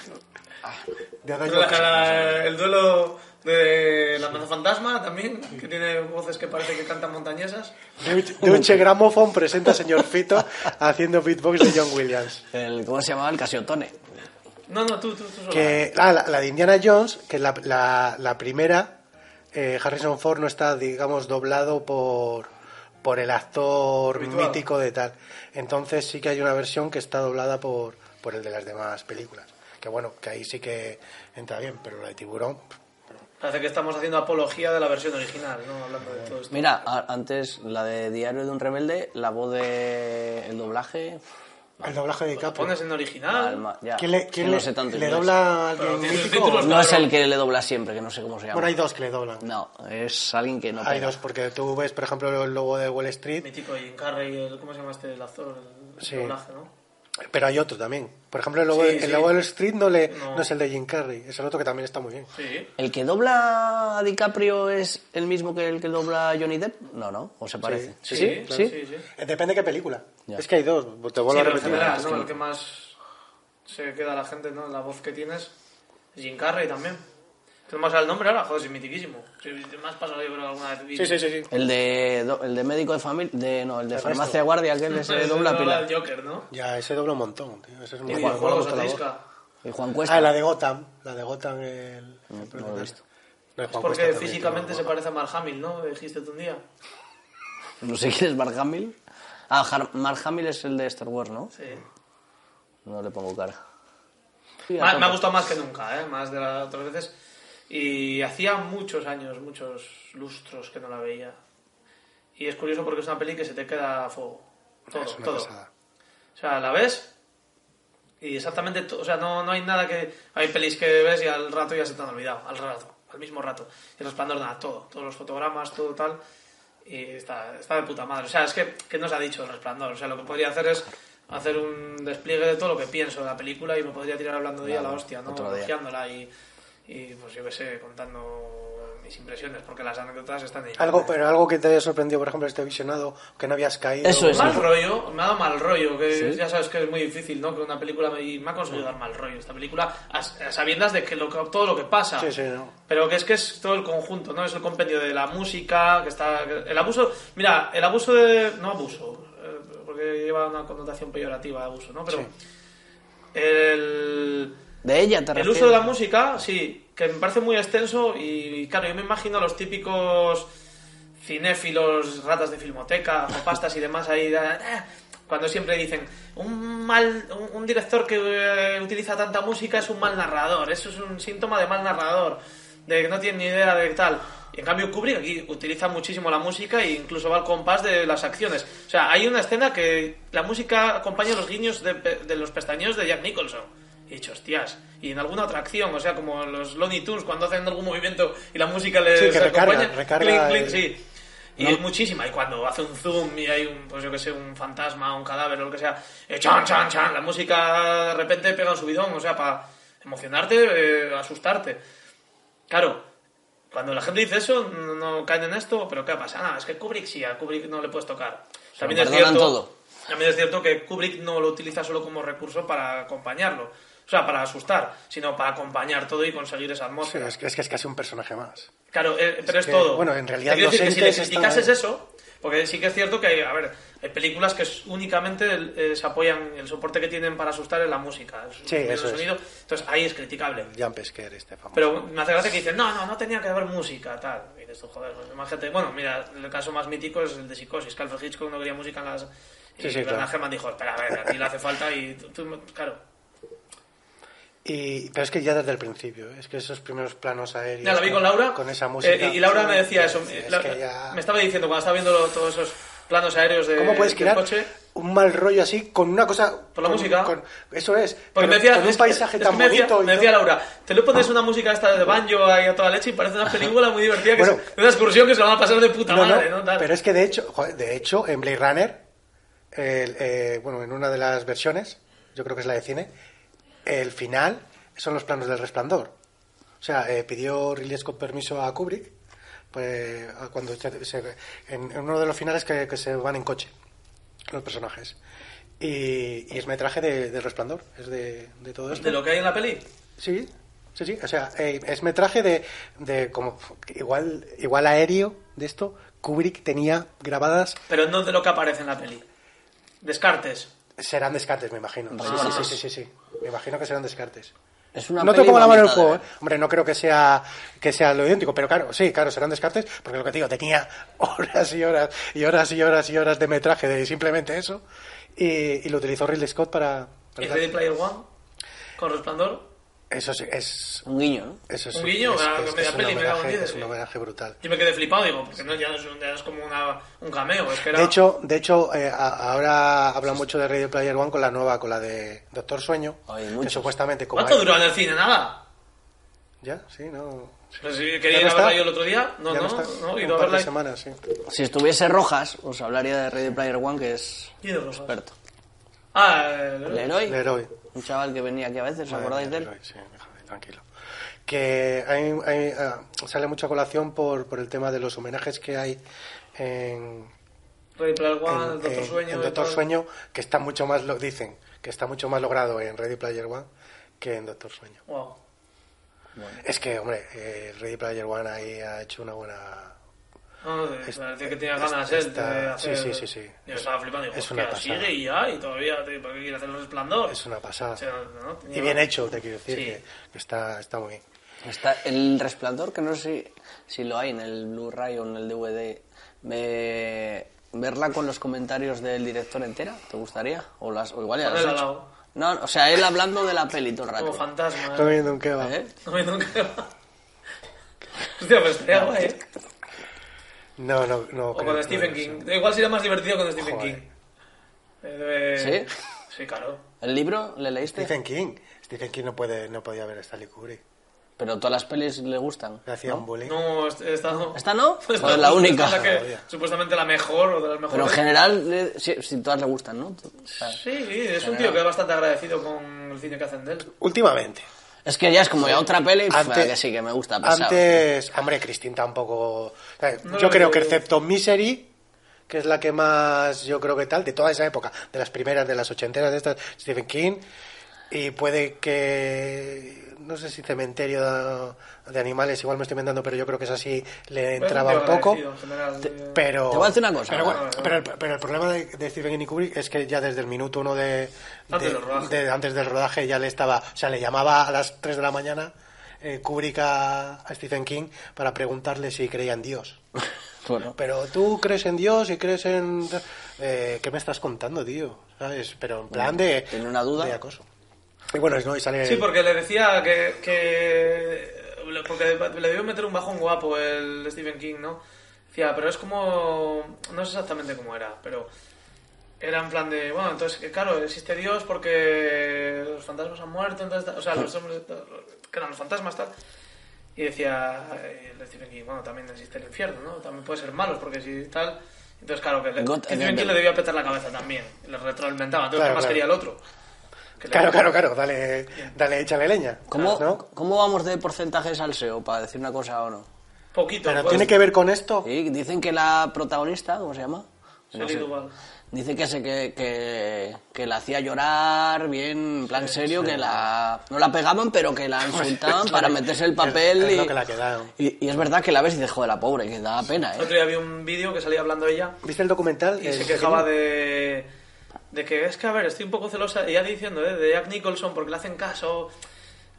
De Indiana
La-
Jones.
la- el duelo de la amenaza fantasma también, que tiene voces que parece que cantan montañesas.
Deutsche- Deutsche Grammophon presenta a señor Fito haciendo beatbox de John Williams.
El, ¿Cómo se llamaba? El Casiotone.
No, no, tú, tú, tú solo.
Que, ah, la, la de Indiana Jones, que es la, la- la primera, eh, Harrison Ford no está, digamos, doblado por, por el actor
Habitual.
mítico de tal. Entonces sí que hay una versión que está doblada por, por el de las demás películas. Que bueno, que ahí sí que entra bien, pero la de Tiburón,
Parece que estamos haciendo apología de la versión original, ¿no? Hablando de todo esto.
Mira, a- antes la de Diario de un Rebelde, la voz de el doblaje,
El doblaje de Capo.
Pones en original.
Alma, ya.
¿Quién le,
Que
quién
no
le-
sé tanto
le
inglés.
dobla a
Pero
alguien
tiene
mítico?
títulos,
No es el que le dobla siempre, que no sé cómo se llama.
Bueno, hay dos que le doblan.
No, es alguien que no
hay
pega.
dos, porque tú ves, por ejemplo, el logo de Wall Street,
Mítico y Carrey, el, ¿cómo se llama este? El actor, el
Sí.
doblaje, ¿no?
pero hay otro también. Por ejemplo, el logo,
Sí,
de- el
sí.
logo de Wall Street no, le, no.
No.
es el de Jim Carrey, es el otro que también está muy bien.
Sí.
¿El que dobla a DiCaprio es el mismo que el que dobla a Johnny Depp? No, no, o se parece.
Sí,
sí,
claro,
sí.
sí, sí.
Eh, Depende de qué película.
Ya.
Es que hay dos, te
Sí,
vuelvo a
pero en
repetir.
general, ¿no? El que más se queda a la gente, ¿no? La voz que tienes. Jim Carrey también. Que no me sale el nombre ahora, joder, es mitiquísimo. Sí, más pasado yo creo alguna vez.
Sí, sí, sí. sí.
El de, do- el de médico de familia, de, no, el de farmacia de guardia, aquel que se
Ese
dobla a
dobla
Pilar.
el Joker, ¿no?
Ya, ese dobla un montón, tío. Ese es un
Y
montón.
videojuegos
Mola
a
mucho la voz.
Tisca.
Y Juan Cuesta.
Ah, la de Gotham. La de Gotham, el. el
no lo he visto.
No, es Juan Cuesta
Porque
también,
físicamente
tío.
se parece a Mark Hamill, ¿no? Dijiste tú un día.
No sé quién es Mark Hamill. Ah, Har- Mark Hamill es el de Star Wars, ¿no?
Sí.
No le pongo cara. Ah,
Ma- me ha gustado más que nunca, ¿eh? más de las otras veces. Y hacía muchos años, muchos lustros que no la veía. Y es curioso porque es una peli que se te queda a fuego. Todo,
Es una
todo.
pasada.
O sea, la ves y exactamente, to- o sea, no, no hay nada que... Hay pelis que ves y al rato ya se te han olvidado, al rato, al mismo rato. El resplandor, nada, todo, todos los fotogramas, todo tal. Y está, está de puta madre. O sea, es que, que nos ha dicho el resplandor. O sea, lo que podría hacer es hacer un despliegue de todo lo que pienso de la película y me podría tirar hablando de ella a la
Claro,
hostia, ¿no?
otro día.
Elogiándola y, y, pues yo qué sé, contando mis impresiones, porque las anécdotas están ahí.
Algo, pero algo que te haya sorprendido, por ejemplo, este visionado, que no habías caído.
Eso es.
Mal rollo, me ha dado mal rollo, que
¿Sí?
ya sabes que es muy difícil, ¿no? Que una película me, y me ha conseguido dar mal rollo esta película, a, a sabiendas de que lo, que- todo lo que pasa.
Sí, sí, no.
Pero que es que es todo el conjunto, ¿no? Es el compendio de la música, que está... que- El abuso... Mira, el abuso de... No abuso, eh, porque lleva una connotación peyorativa abuso, ¿no? Pero... El...
De ella, te
El
refieres?
uso de la música, sí, que me parece muy extenso y claro, yo me imagino a los típicos cinéfilos, ratas de filmoteca, o pastas y demás ahí, da- da, cuando siempre dicen, un mal un, un director que eh, utiliza tanta música es un mal narrador, eso es un síntoma de mal narrador, de que no tiene ni idea de tal. Y en cambio Kubrick aquí utiliza muchísimo la música e incluso va al compás de las acciones. O sea, hay una escena que la música acompaña los guiños de, pe- de los pestañeos de Jack Nicholson. Y he dicho, hostias, y en alguna otra acción, o sea, como los Looney Tunes cuando hacen algún movimiento y la música les
Sí, que recarga,
acompaña,
recarga
clink, clink,
el-
sí. Y es muchísima, y cuando hace un zoom y hay un, pues yo que sé, un fantasma, un cadáver o lo que sea, eh, chan, chan, chan, la música de repente pega un subidón, o sea, para emocionarte, eh, asustarte. Claro, cuando la gente dice eso, no, no caen en esto, pero ¿qué pasa? Nada, es que Kubrick sí, a Kubrick no le puedes tocar. También es
perdonan
cierto,
todo.
también es cierto que Kubrick no lo utiliza solo como recurso para acompañarlo, o sea, para asustar, sino para acompañar todo y conseguir esa
Sí,
atmósfera.
es, que, es que es casi un personaje más.
Claro, eh, pero es
que,
todo.
bueno, en realidad
Te quiero
los
decir que si le
entes están
criticases
ahí.
eso, porque sí que es cierto que hay, a ver, hay películas que es- únicamente eh, se apoyan, el soporte que tienen para asustar es la música, el,
Sí, eso es.
sonido, entonces ahí es criticable.
Jan Pesker, este famoso.
Pero me hace gracia que dicen, no, no, no tenía que haber música, tal. Y dices tú, joder, pues, imagínate. Bueno, mira, el caso más mítico es el de Psicosis, que Alfred Hitchcock no quería música en las... Y
Sí, sí,
Bernard
claro.
Herrmann dijo, espera, a ver, a ti le hace falta y tú, tú- claro.
Y, pero es que ya desde el principio, es que esos primeros planos aéreos.
Ya la vi con Laura.
Con esa música.
eh, y, y Laura me decía eso. eh,
Es
la-
que ya-
Me estaba diciendo cuando estaba viendo lo- todos esos planos aéreos de,
¿Cómo puedes
del
crear
coche.
un mal rollo así con una cosa.
Por la
con-
música.
con- eso es.
Porque
pero
me decía,
con
es
un
que-
paisaje
es
tan
que me decía,
bonito. y
me decía
todo. Ah.
Laura, te le pones una música esta de banjo ahí a toda leche y parece una película muy divertida, que
Bueno.
es una excursión que se la van a pasar de puta
No, no,
madre, ¿no? Tal.
pero es que de hecho, joder, de hecho, en Blade Runner, el, eh, bueno, en una de las versiones, yo creo que es la de cine, el final son los planos del resplandor. O sea, eh, pidió Ridley Scott permiso a Kubrick pues, a cuando se- se- en, en uno de los finales que, que se van en coche los personajes. Y, y es metraje de, del resplandor, es de, de todo esto.
De lo que hay en la peli.
Sí, sí, sí. O sea, eh, es metraje de, de como igual, igual aéreo de esto. Kubrick tenía grabadas,
Pero no de lo que aparece en la peli. Descartes.
serán descartes, me imagino. Sí, sí, sí, sí, sí, sí. Me imagino que serán descartes.
Es una
no te
peli
pongo la mano en el
bonita de
juego,
ver.
¿eh? hombre, no creo que sea que sea lo idéntico, pero claro, sí, claro, serán descartes, porque lo que te digo, tenía horas y horas y horas y horas y horas de metraje de simplemente eso, y, y lo utilizó Ridley Scott para...
¿Y Ready Player One? ¿Con resplandor?
Eso sí, es.
Un guiño, ¿no?
Eso sí,
Un guiño,
es,
a
es-
media
es un
peli, me cago en
homenaje-
diez,
es un
sí.
homenaje brutal.
Yo me quedé flipado, digo, porque no, ya no es, un- ya es como una, un cameo. Es que era...
De hecho, de hecho eh, a- ahora hablan mucho de Radio Player One con la nueva, con la de Doctor Sueño.
Ay,
que
muchos.
supuestamente como
¿cuánto
hay-
duró en el cine? Nada.
Ya, sí, no.
Pues si
¿Ya no
quería ir a verla
está?
yo el otro día. No,
ya
no,
no está.
no, he
un
ido a
par de
verla. y-
semanas, sí.
Si estuviese Rojas, os hablaría de Ready Player One, que es
¿Y de Rojas?
experto.
Ah, el-
El héroe,
Leroy.
un chaval que venía aquí a veces, ¿os acordáis de él?
Leroy, sí, déjame, tranquilo. Que hay- hay, ah, sale mucha colación por, por el tema de los homenajes que hay en,
Ready Player One,
en-
Ah, el Doctor
en-
Sueño.
en
y
Doctor
tal.
Sueño, que está mucho más, lo dicen, que está mucho más logrado en Ready Player One que en Doctor Sueño.
Wow.
Es que, hombre, eh, el Ready Player One ahí ha hecho una buena...
No, no,
Es-
parecía que tenía
es-
ganas él de
está-
hacer...
sí, sí, sí, sí.
Yo estaba flipando, digo,
Es una
hostia,
pasada.
sigue y ya, y todavía, tío, ¿para qué quiere hacer los esplendor?
Es una pasada.
O sea, no,
Y bien hecho, te quiero decir,
Sí.
que, que está, está muy bien.
Está el resplandor, que no sé si, si lo hay en el Blu-ray o en el DVD. Me- verla con los comentarios del director entera, ¿te gustaría? O, las, o igual ya
Con
las
él
has
al
hecho.
lado.
No, o sea, él hablando de la peli todo el
Como
rato.
fantasma,
Estoy
¿eh?
viendo un kebab.
¿Eh?
No me nunca... Hostia, pues estaría guay, ¿eh?
No, no, no.
O
creo
con
que
Stephen
no,
King. Igual sería más divertido con Stephen
Joder.
King. Eh, de-
¿Sí?
Sí, claro.
¿El libro le leíste?
Stephen King. Stephen King no, puede, no podía ver a Stanley Kubrick.
Pero todas las pelis le gustan.
Le hacía un bullying.
No, est- esta no.
¿Esta no? Joder,
Esta
Pues la
Pues no,
única.
esta es la que,
Todavía.
supuestamente la mejor o de las
Pero en
mejores.
general, le- sí, sí, todas le gustan, ¿no? O sea,
Sí, sí, es un tío que es bastante agradecido con el cine que hacen de él.
Últimamente.
Es que ya es como ya otra peli, pf,
Antes-
que pues sí, que me gusta. pesado.
Antes, hombre, Christine tampoco. o sea,
No,
yo creo
eh,
que excepto Misery, que es la que más yo creo que tal, de toda esa época, de las primeras, de las ochenteras, de estas, Stephen King. Y puede que. No sé si Cementerio de- de Animales, igual me estoy inventando, pero yo creo que es así, le entraba un
Bastante
poco.
agradecido en general, eh.
Pero,
Te voy a decir una cosa.
Pero, bueno,
Vale, vale.
pero el, pero el problema de, de Stephen King y Kubrick es que ya desde el minuto uno de,
Antes
de-
del rodaje.
de- antes del rodaje ya le estaba. O sea, le llamaba a las 3 de la mañana eh, Kubrick a, a Stephen King para preguntarle si creía en Dios.
Bueno,
Pero tú crees en Dios y crees en. eh, ¿Qué me estás contando, tío? ¿Sabes? Pero en plan de.
¿tiene una duda?
De acoso. Y bueno, no, y sale.
Sí, porque le decía que. que le- porque le debió meter un bajón guapo el Stephen King, ¿no? Decía, pero es como. No sé exactamente cómo era, pero. Era en plan de. Bueno, entonces, que claro, existe Dios porque los fantasmas han muerto, entonces. ta- O sea, los hombres. que eran los fantasmas, tal. Y decía eh, el Stephen King, bueno, también existe el infierno, ¿no? También puede ser malos porque si tal. Entonces, claro, que le,
God
que Stephen
and
King
Devil.
le debía petar la cabeza también. Le retroalimentaba, entonces,
Claro,
¿qué más
claro.
quería el otro? Que le-
Claro, claro, claro, dale, dale, échale leña.
¿cómo,
¿no?
¿cómo vamos de porcentajes al SEO, para decir una cosa o no?
Poquito.
Pero
pues,
tiene que ver con esto.
Sí, dicen que la protagonista, ¿cómo se llama?
Shelley Duvall.
Dice que, se, que, que, que la hacía llorar bien, en plan serio, que la no la pegaban, pero que la insultaban para meterse el papel.
Es- es
y,
lo que la quedaron.
y, y es verdad que la ves y dices, joder, la pobre, que da pena,
El
¿eh?
otro día vi un vídeo que salía hablando ella
¿Viste el documental?
y
El
se
pequeño.
quejaba de, de que es que, a ver, estoy un poco celosa, ella diciendo, ¿eh? de Jack Nicholson porque le hacen caso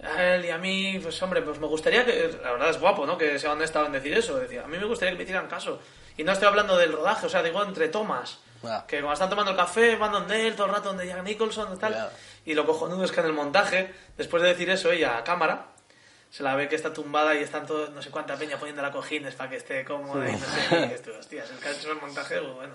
a él y a mí, pues hombre, pues me gustaría que, la verdad es guapo, ¿no? Que sea honesta en decir eso, decía, a mí me gustaría que me hicieran caso. Y no estoy hablando del rodaje, o sea, digo entre tomas.
Ah.
Que cuando están tomando el café, van donde él, todo el rato donde Jack Nicholson y tal.
Claro.
Y lo cojonudo es que en el montaje, después de decir eso, ella a cámara, se la ve que está tumbada y están todos, no sé cuánta peña poniéndola cojines para que esté cómoda y no sé, y dices tú, hostias, el que ha hecho el montaje, pues, bueno.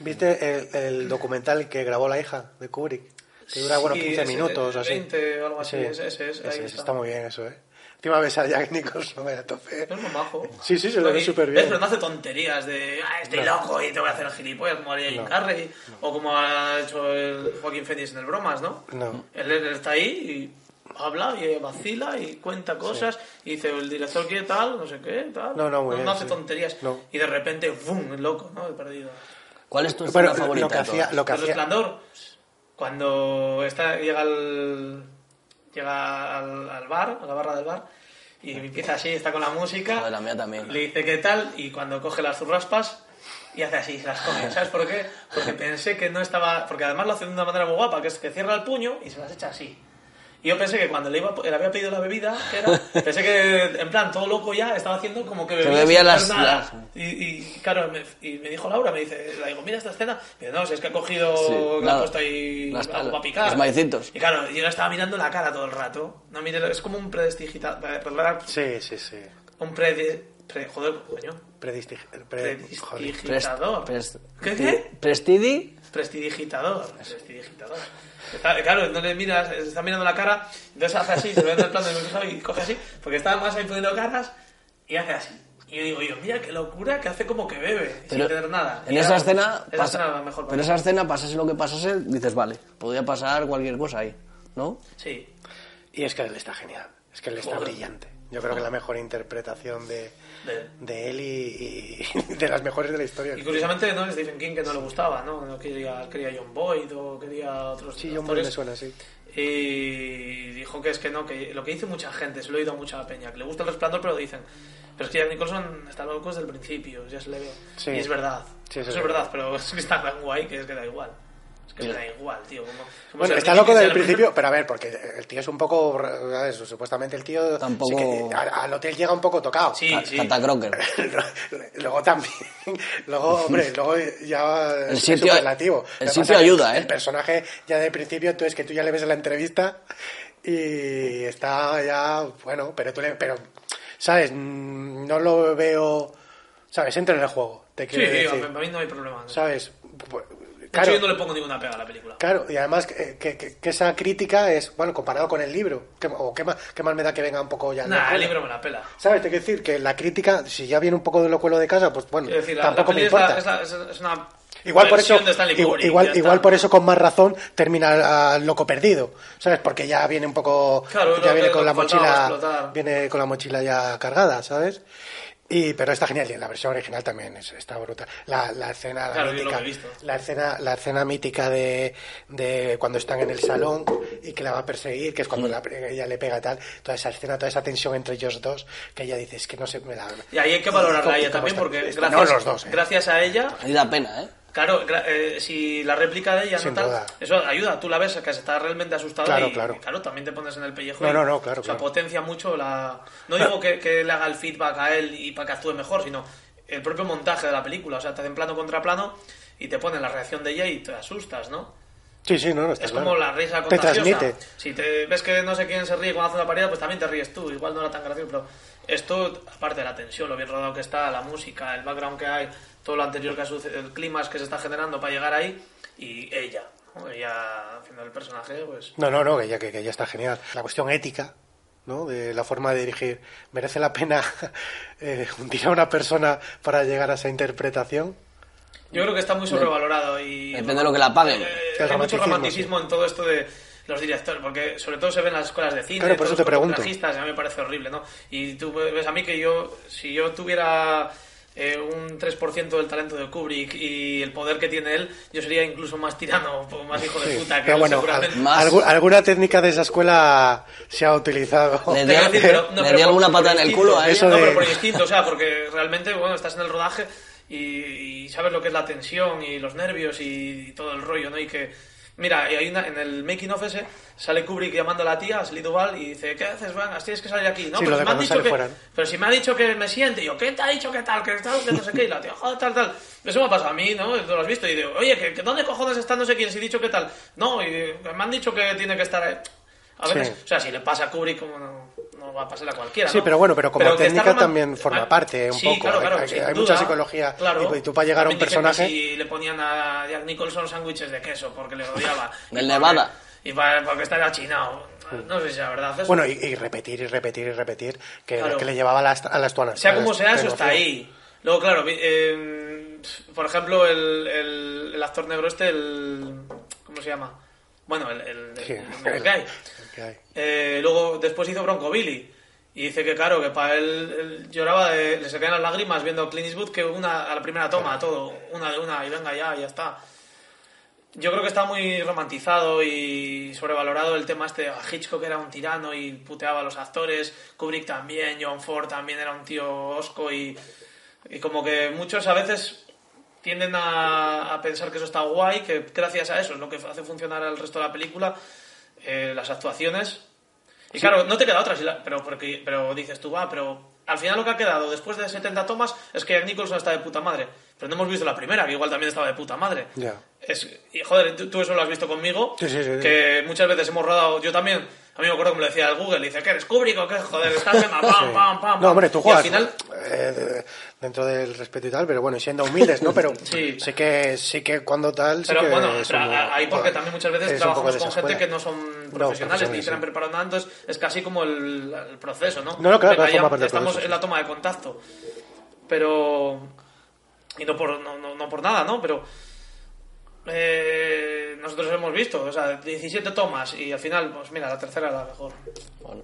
¿Viste el, el documental que grabó la hija de Kubrick? Que dura,
Sí,
bueno, 15
ese,
minutos o así.
20 o algo así,
Sí.
ese, ese, ese, ahí
Ese, ese,
está.
está muy bien eso, ¿eh? Encima ves a Jack Nicholson a tope.
Es muy majo.
Sí, sí, se lo ve
Y-
súper
¿ves?
bien.
Pero no hace tonterías de, ah, estoy loco y te voy a hacer el gilipollas como haría Jim Carrey, o como ha hecho el Joaquín Phoenix en el Bromas, ¿no?
No.
Él, él está ahí y habla y vacila y cuenta cosas y dice, el director quiere tal, no sé qué, tal.
No, no, muy bien,
hace
sí.
tonterías.
No.
Y de repente, ¡bum!, el loco, ¿no? El perdido.
¿Cuál es tu escena
Bueno, lo-
favorita?
lo que
de todas?
hacía, lo que
El
hacía,
resplandor, cuando está, llega al, llega al, al bar, a la barra del bar, y empieza así, está con la música.
Joder, la mía también.
Le dice qué tal, y cuando coge las zurraspas, y hace así, se las coge. ¿Sabes por qué? Porque pensé que no estaba. Porque además lo hace de una manera muy guapa, que es que cierra el puño y se las echa así. Y yo pensé que cuando le, iba, le había pedido la bebida, que era, pensé que en plan todo loco ya estaba haciendo como que bebía.
bebía
sin
las-
hacer nada.
las-
Y, y, claro, me, y me dijo Laura, me dice, la digo, mira esta escena. Y yo, no, si es que ha cogido,
Sí,
que ha
nada.
puesto ahí
Las-
algo para picar.
los maicitos.
Y claro, yo la estaba mirando la cara todo el rato. No, mire, es como un eh, pues, prestidigitado.
Sí, sí, sí.
Un pre, pre. Joder, coño.
Predistig... pre-
Eh,
joder.
Prestidigitador.
Prest-
¿Qué,
prest-
qué?
Prestidi.
Prestidigitador. Prestidigitador. Está- claro, no le miras, se está mirando la cara, entonces hace así, se ve en el plano del micrófono y coge así, porque está más ahí poniendo caras y hace así. Y yo digo, yo, mira qué locura que hace como que bebe, sin tener nada.
En
Y
esa
claro,
escena.
Esa
pasa-
escena era la mejor.
pero esa escena, pasase lo que pasase, dices, vale, podría pasar cualquier cosa ahí, ¿no?
Sí.
Y es que él está genial. Es que él está
Joder.
brillante. Yo creo que la mejor interpretación de,
De-
de él y, y de las mejores de la historia.
Y curiosamente, ¿no? Stephen King que no le gustaba, ¿no? No quería, quería John Boyd o quería otros
Sí, yo
actores.
me suena así.
Y dijo que es que no, que lo que dice mucha gente, se lo he oído a mucha peña, que le gusta el resplandor, pero dicen, pero es que Jack Nicholson está loco desde el principio, ya se le ve.
Sí.
Y es verdad.
Sí,
eso
eso sí.
es verdad, pero es que está tan guay que es que da igual. Es que da igual, tío. como- como
Bueno,
si
está
al
loco desde el
principio-
principio, pero a ver, porque el tío es un poco. ¿sabes? Supuestamente el tío.
Tampoco-
que a- al hotel llega un poco tocado.
Sí,
Ta-
sí.
Tata Crocker.
luego también. Luego, hombre, luego ya.
El
es
sitio-
superlativo.
el
Lo que pasa
sitio
que
ayuda,
El
¿eh?
personaje, ya de principio, tú es que tú ya le ves en la entrevista y está ya. Bueno, pero tú le. Pero, ¿sabes? Mm, No lo veo. ¿Sabes? Entra en el juego. Te
Sí, pues,
quiero
tío,
decir.
a mí no hay problema. ¿no?
¿Sabes?
De hecho, yo no le pongo ninguna pega a la película.
Claro, y además que, que- que- que esa crítica es, bueno, comparado con el libro, que, o qué más, qué más me da que venga un poco ya...
Nah,
locuelo.
el libro me la pela.
¿Sabes? Te quiero decir que la crítica, si ya viene un poco de locuelo de casa, pues bueno,
Quiero decir, la,
tampoco
la
me
peli
importa.
Es, la- es la- es una
Igual por eso,
versión de Stanley
igual,
Kubrick,
igual,
ya
igual
está.
por eso con más razón termina ah, loco perdido, ¿sabes? Porque ya viene un poco,
Claro,
ya
lo
viene
que
con la
faltaba
mochila,
explotar.
viene con la mochila ya cargada, ¿sabes? Y, pero está genial y en la versión original también es- está brutal. La, la escena la
Claro, yo lo
mítica,
que he visto.
la escena, la escena mítica de, de cuando están en el salón y que la va a perseguir, que es cuando la- ella le pega y tal, toda esa escena, toda esa tensión entre ellos dos, que ella dice es que no se me la
Y ahí hay que valorarla a ella
¿Cómo
también,
está?
porque
Está-
gracias,
no, los dos, ¿eh?
gracias a ella
Ahí da pena, ¿eh?
Claro, gra- eh, si la réplica de ella
Sin
no
duda.
tal, eso ayuda, tú la ves que se está realmente asustada
Claro,
y
claro.
y también te pones en el pellejo.
No,
y-
no, no, claro,
O sea,
claro.
potencia mucho la... No digo que, que le haga el feedback a él y para que actúe mejor, sino el propio montaje de la película. O sea, te hacen plano contra plano y te ponen la reacción de ella y te asustas, ¿no?
Sí, sí, no, no, está
Es
claro.
como la risa
Te
contagiosa.
transmite.
Si te ves que no sé quién se ríe cuando hace una parida, pues también te ríes tú. Igual no era tan gracioso, pero esto, aparte de la tensión, lo bien rodado que está, la música, el background que hay, todo lo anterior que ha sucedido, el clima que se está generando para llegar ahí, y ella, ¿no? ella haciendo el personaje, pues...
No, no, no, que ya, que, que ya está genial. La cuestión ética, ¿no? De la forma de dirigir. ¿Merece la pena eh, hundir a una persona para llegar a esa interpretación?
Yo creo que está muy sobrevalorado y...
Depende de lo que la paguen.
Eh, hay
El
mucho
romanticismo,
romanticismo en todo esto de los directores, porque sobre todo se ven las escuelas de cine,
Claro, por
todos
eso te
los
pregunto.
cortometrajistas, a mí me parece horrible, ¿no? Y tú ves a mí que yo, si yo tuviera eh, un 3% del talento de Kubrick y el poder que tiene él, yo sería incluso más tirano, o más hijo de
Sí.
puta que
Pero
él,
bueno,
seguramente.
al-
Más-
algu- alguna técnica de esa escuela se ha utilizado.
Le dio,
Te quiero decir, pero-
le
no, pero
dio
por-
alguna
por
pata en el
instinto,
culo a ella.
Eso
No,
de-
pero por instinto, o sea, porque realmente, bueno, estás en el rodaje y, y sabes lo que es la tensión y los nervios y, todo el rollo, ¿no? Y que, mira, y hay una- en el making of ese sale Kubrick llamando a la tía, a Sally Duval, y dice, ¿qué haces, Van? Tienes que salir aquí, ¿no?
Sí,
pero,
lo de
si me han
cuando
dicho
sale
que,
fuera, ¿no?
pero si me ha dicho que me siente, y yo, ¿qué te ha dicho que tal, que tal, que no sé qué? Y la tía, joder, tal, tal. Eso me ha pasado a mí, ¿no? Tú lo has visto y digo, oye, ¿que, que ¿dónde cojones está no sé quién? Si he dicho que tal. No, y eh, me han dicho que tiene que estar... ahí. A veces,
Sí.
o sea, si le pasa a Kubrick, como no, no va a pasar a cualquiera.
Sí,
¿no?
pero bueno, pero como
que está
técnica
roman-
también forma
Ah,
parte un
sí,
poco.
Claro,
Hay-
claro,
hay-
sin
hay
duda.
mucha psicología.
Claro.
Y- y tú para llegar a un
También dicen que
personaje-
Si le ponían a Jack Nicholson sándwiches de queso porque le odiaba.
Del
Y
Nevada.
porque- Y para, porque estaba chinado. No sé si es verdad. eso.
Bueno, y, y repetir y repetir y repetir, que,
Claro.
que le llevaba a las, a las tuanas.
sea
a las
como sea, eso
tuanas.
está ahí. Luego, claro, vi- eh, por ejemplo, el, el, el actor negro este, el. ¿Cómo se llama? Bueno, el. el,
Sí,
el-
el-
el que hay.
que hay.
Eh, luego, después hizo Bronco Billy. Y dice que, claro, que para él, él lloraba, de- le se caían las lágrimas viendo Clint Eastwood que una a la primera toma, todo, una de una, y venga ya, ya está. Yo creo que está muy romantizado y sobrevalorado el tema este. ah, Hitchcock era un tirano y puteaba a los actores. Kubrick también, John Ford también era un tío osco y, y como que muchos a veces tienden a, a pensar que eso está guay, que gracias a eso es lo que hace funcionar al resto de la película, eh, las actuaciones Y claro, no te queda otra, si la- pero, porque, pero dices tú, va, pero al final lo que ha quedado después de 70 tomas es que Jack Nicholson está de puta madre. Pero no hemos visto la primera, que igual también estaba de puta madre.
Ya.
Es, y joder, tú, tú eso lo has visto conmigo,
Sí, sí, sí, sí.
que muchas veces hemos rodado, yo también, a mí me acuerdo que me lo decía el Google, dice, que eres Kubrick o qué, joder, estás de ma- pam, pam, pam, pam.
No, hombre, tú
Y al
juegas
final,
eh, de- dentro del respeto y tal, pero bueno, y siendo humildes, ¿no? Pero
Sí.
sí que sí que cuando tal... sí
Pero
que
bueno,
es
pero
un-
ahí porque también muchas
es
veces
un
trabajamos
poco de
con
esa
gente
escuela.
que no son profesionales ni
profesionales,
se han
sí.
preparado nada, entonces es casi como el, el proceso, ¿no?
No, no, claro, claro,
Que
forma
ya
parte del
estamos
proceso,
en la toma de contacto. Pero. Y no por, no, no- no por nada, ¿no? Pero. eh, nosotros hemos visto, o sea, 17 tomas y al final, pues mira, la tercera era la mejor.
Bueno,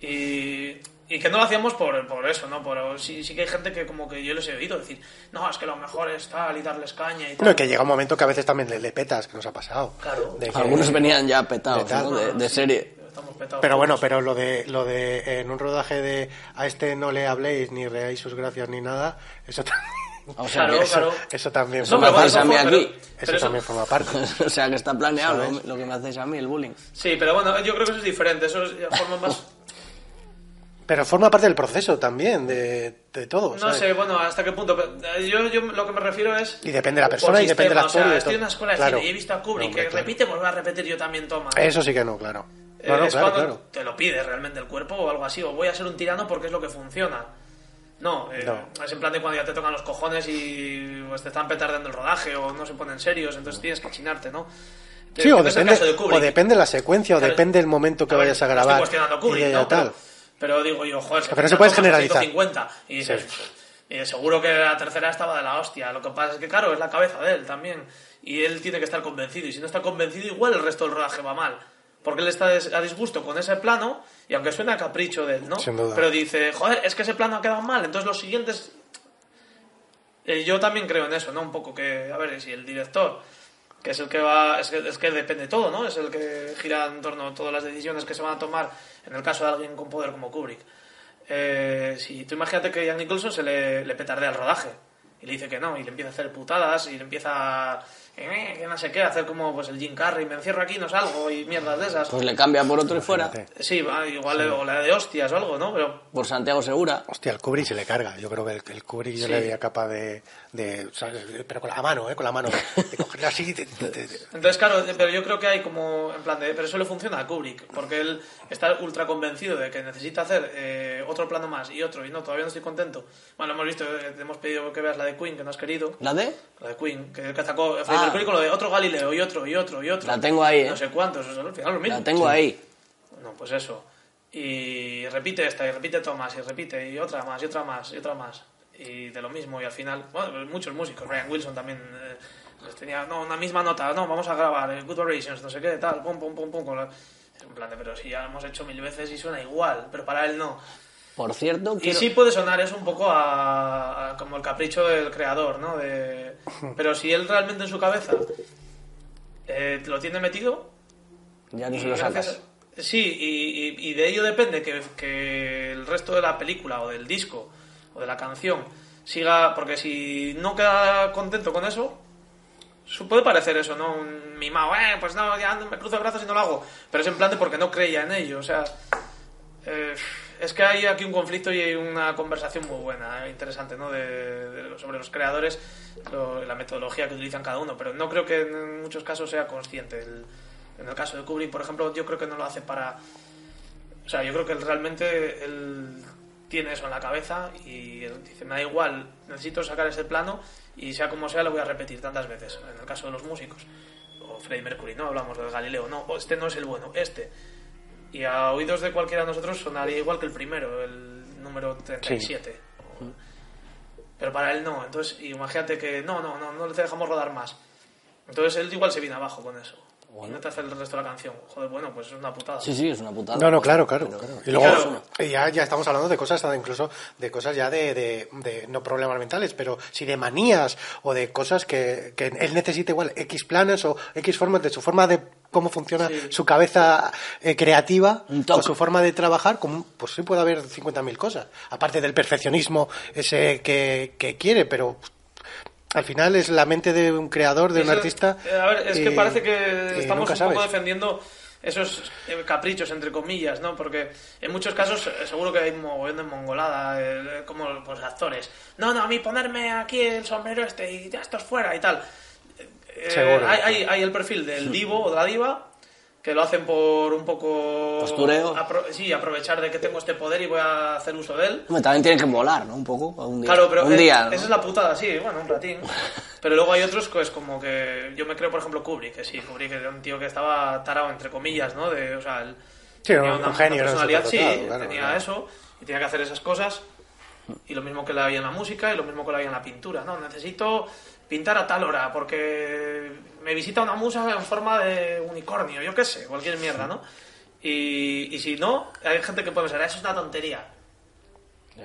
Y, y que no lo hacíamos por, por eso, ¿no? Por, sí, sí que hay gente que como que yo les he oído decir, no, es que lo mejor es tal y darles caña y tal.
No, y que llega un momento que a veces también le, le petas, que nos ha pasado.
Claro.
De que-
Algunos venían ya petados,
Petado.
¿no? De, de serie.
Estamos petados
Pero
todos.
bueno, pero lo de lo de en un rodaje de a este no le habléis ni reáis sus gracias ni nada, eso también
O sea,
Claro,
que-
eso,
claro.
eso también
Eso
forma
me
parte.
parece
Pásame
mejor,
aquí.
pero-
Eso
pero
también forma parte.
o sea, que está planeado lo,
¿Sabes?
lo que me hacéis a mí, el bullying.
Sí, pero bueno, yo creo que eso es diferente. Eso es ya forma más.
Pero forma parte del proceso también de, de todo,
No
¿sabes?
sé, bueno, hasta qué punto. pero, eh, Yo, yo lo que me refiero es.
Y depende de la persona
por
y depende de la escuela y
sistema, O sea, estoy
todo.
en una escuela de
Claro.
cine y he visto a Kubrick
No, hombre,
que
claro.
repite, volver a repetir yo también, toma.
Eso sí que no, claro.
Eh,
No, no,
es
claro,
cuando
claro.
te lo pide realmente el cuerpo o algo así. O voy a ser un tirano porque es lo que funciona. No, eh,
No.
es en plan de cuando ya te tocan los cojones y pues, te están petardando el rodaje o no se ponen serios, entonces tienes que chinarte, ¿no?
Sí, o
Que no es el
depende,
caso de
o
Kubrick.
depende la secuencia, o
Claro.
depende el momento que
A ver,
vayas a
no
grabar.
Estoy cuestionando Kubrick,
y
¿no?
tal.
Pero, pero digo yo, joder,
Pero no se puedes
tomas
generalizar.
150, y dices, eh, seguro que la tercera estaba de la hostia. Lo que pasa es que, claro, es la cabeza de él también. Y él tiene que estar convencido. Y si no está convencido, igual el resto del rodaje va mal. Porque él está des- a disgusto con ese plano, y aunque suene a capricho de él, ¿no?
Sin duda.
Pero dice, joder, es que ese plano ha quedado mal, entonces los siguientes eh, yo también creo en eso, ¿no? Un poco que, a ver, si el director, que es el que va, es que, es que depende todo, ¿no? Es el que gira en torno a todas las decisiones que se van a tomar en el caso de alguien con poder como Kubrick. Eh, si tú imagínate que Jack Nicholson se le, le petardea el rodaje y le dice que no, y le empieza a hacer putadas y le empieza a, eh, que no sé qué, a hacer como pues el Jim Carrey, me encierro aquí, no salgo y mierdas de esas.
Pues le cambia por otro y fuera.
Sí, va, igual le- o la de hostias o algo, ¿no? Pero
Por Santiago Segura.
Hostia, el Kubrick se le carga. Yo creo que el, el Kubrick yo
Sí.
le veía capaz de, de- ¿sabes? Pero con la mano, ¿eh? Con la mano. De cogerla así. de- de- de- de-
Entonces, claro, pero yo creo que hay como, en plan de, pero eso le funciona a Kubrick, porque él está ultra convencido de que necesita hacer eh, otro plano más y otro, y no, todavía no estoy contento. Bueno, hemos visto, eh, te hemos pedido que veas la de Queen, que no has querido,
¿La de?
la de Queen, que, que atacó Freddie
Ah.
Mercury con lo de otro Galileo, y otro, y otro, y otro.
La tengo ahí, ¿eh?
No sé cuántos, o sea, al final lo mismo.
La tengo ahí.
No, pues eso. Y repite esta, y repite Tomás, y repite, y otra más, y otra más, y otra más. Y de lo mismo, y al final, bueno, muchos músicos, Ryan Wilson también eh, les tenía no, una misma nota, no, vamos a grabar, eh, Good Vibrations, no sé qué, tal, pum, pum, pum, pum. Con la- Es en plan de, pero si ya lo hemos hecho mil veces y suena igual, pero para él no.
Por cierto,
Y
quiero...
sí puede sonar eso un poco a, a como el capricho del creador, ¿no? De, pero si él realmente en su cabeza eh, lo tiene metido,
Ya no
y
se lo
gracias
sacas.
a- Sí, y, y- y de ello depende que, que el resto de la película o del disco o de la canción siga, porque si no queda contento con eso, su- puede parecer eso, ¿no? Un mimado, eh, pues no, ya me cruzo de brazos y no lo hago, pero es en plan de porque no creía en ello, o sea, eh, es que hay aquí un conflicto y hay una conversación muy buena, eh, interesante, ¿no? De- de- sobre los creadores, lo- la metodología que utilizan cada uno, pero no creo que en muchos casos sea consciente. El- en el caso de Kubrick, por ejemplo, yo creo que no lo hace para... O sea, yo creo que él realmente él tiene eso en la cabeza y él dice, me da igual, necesito sacar ese plano y sea como sea lo voy a repetir tantas veces, en el caso de los músicos. O Freddie Mercury, no hablamos de Galileo, no, o este no es el bueno, este. Y a oídos de cualquiera de nosotros sonaría igual que el primero, el número 37. Pero para él no, entonces imagínate que no, no, no, no te dejamos rodar más. Entonces él igual se viene abajo con eso. Y no te hace el resto de la canción. Joder, bueno, pues es una putada.
Sí, sí, es una putada.
No, no, claro, claro.
Pero-
claro. Y luego
Claro.
y ya, ya estamos hablando de cosas, hasta incluso de cosas ya de, de- de- no problemas mentales, pero sí de manías o de cosas que, que él necesita igual X planes o X formas de su forma de cómo funciona
Sí.
su cabeza eh, creativa
Un toque.
o su forma de trabajar, como, un- pues sí puede haber 50.000 cosas, aparte del perfeccionismo ese que, que quiere, pero... Al final es la mente de un creador, de un
Eso-
artista.
eh, A ver, es que
y-
parece
y
que estamos
nunca
un
sabes.
poco defendiendo esos eh, caprichos, entre comillas, ¿no? Porque en muchos casos eh, seguro que hay mogollón de mongolada, eh, como los actores. No, no, a mí ponerme aquí el sombrero este y ya esto es fuera y tal. Eh,
Seguro.
Hay, hay- hay el perfil del divo o de la diva que lo hacen por un poco...
Postureo.
apro- sí, aprovechar de que tengo este poder y voy a hacer uso de él.
Hombre, también tiene que volar, ¿no? Un poco, un día.
Claro, pero
un
eh,
día, ¿no?
esa es la putada, sí, bueno, un ratín. Pero luego hay otros que es como que yo me creo, por ejemplo, Kubrick, que sí, Kubrick era un tío que estaba tarado, entre comillas, ¿no? De, o sea, él
Sí, era un genio, era un
personalidad, sí,
superdotado, claro,
tenía
claro.
eso y tenía que hacer esas cosas. Y lo mismo que le había en la música y lo mismo que le había en la pintura, ¿no? Necesito pintar a tal hora porque me visita una musa en forma de unicornio, yo qué sé, cualquier mierda, ¿no? Y, y si no, hay gente que puede pensar, "Ah, eso es una tontería.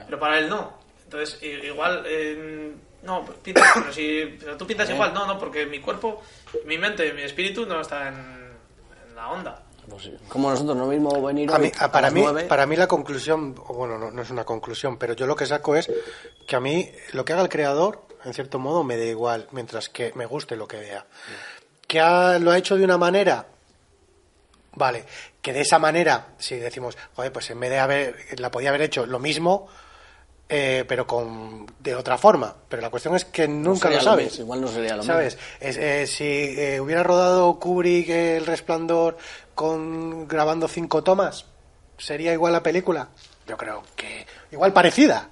Pero para él no. Entonces, i- igual, eh, no, pintas, pero si pero tú pintas igual, no, no, porque mi cuerpo, mi mente, mi espíritu no está en, en la onda.
Pues sí. Como nosotros, no mismo venir
A
hoy
mí- a- para,
las
mí,
nueve.
para mí la conclusión, o bueno, no, no es una conclusión, pero yo lo que saco es que a mí lo que haga el creador, en cierto modo, me da igual, mientras que me guste lo que vea.
Mm.
Que ha- lo ha hecho de una manera, vale, que de esa manera, si decimos, joder, pues en vez de haber, la podía haber hecho lo mismo, eh, pero con de otra forma. Pero la cuestión es que
No
nunca
sería
lo sabes.
mismo, Igual no sería lo
¿Sabes? Es- eh, si eh, hubiera rodado Kubrick eh, El Resplandor con grabando cinco tomas, ¿sería igual la película? Yo creo que... Igual parecida.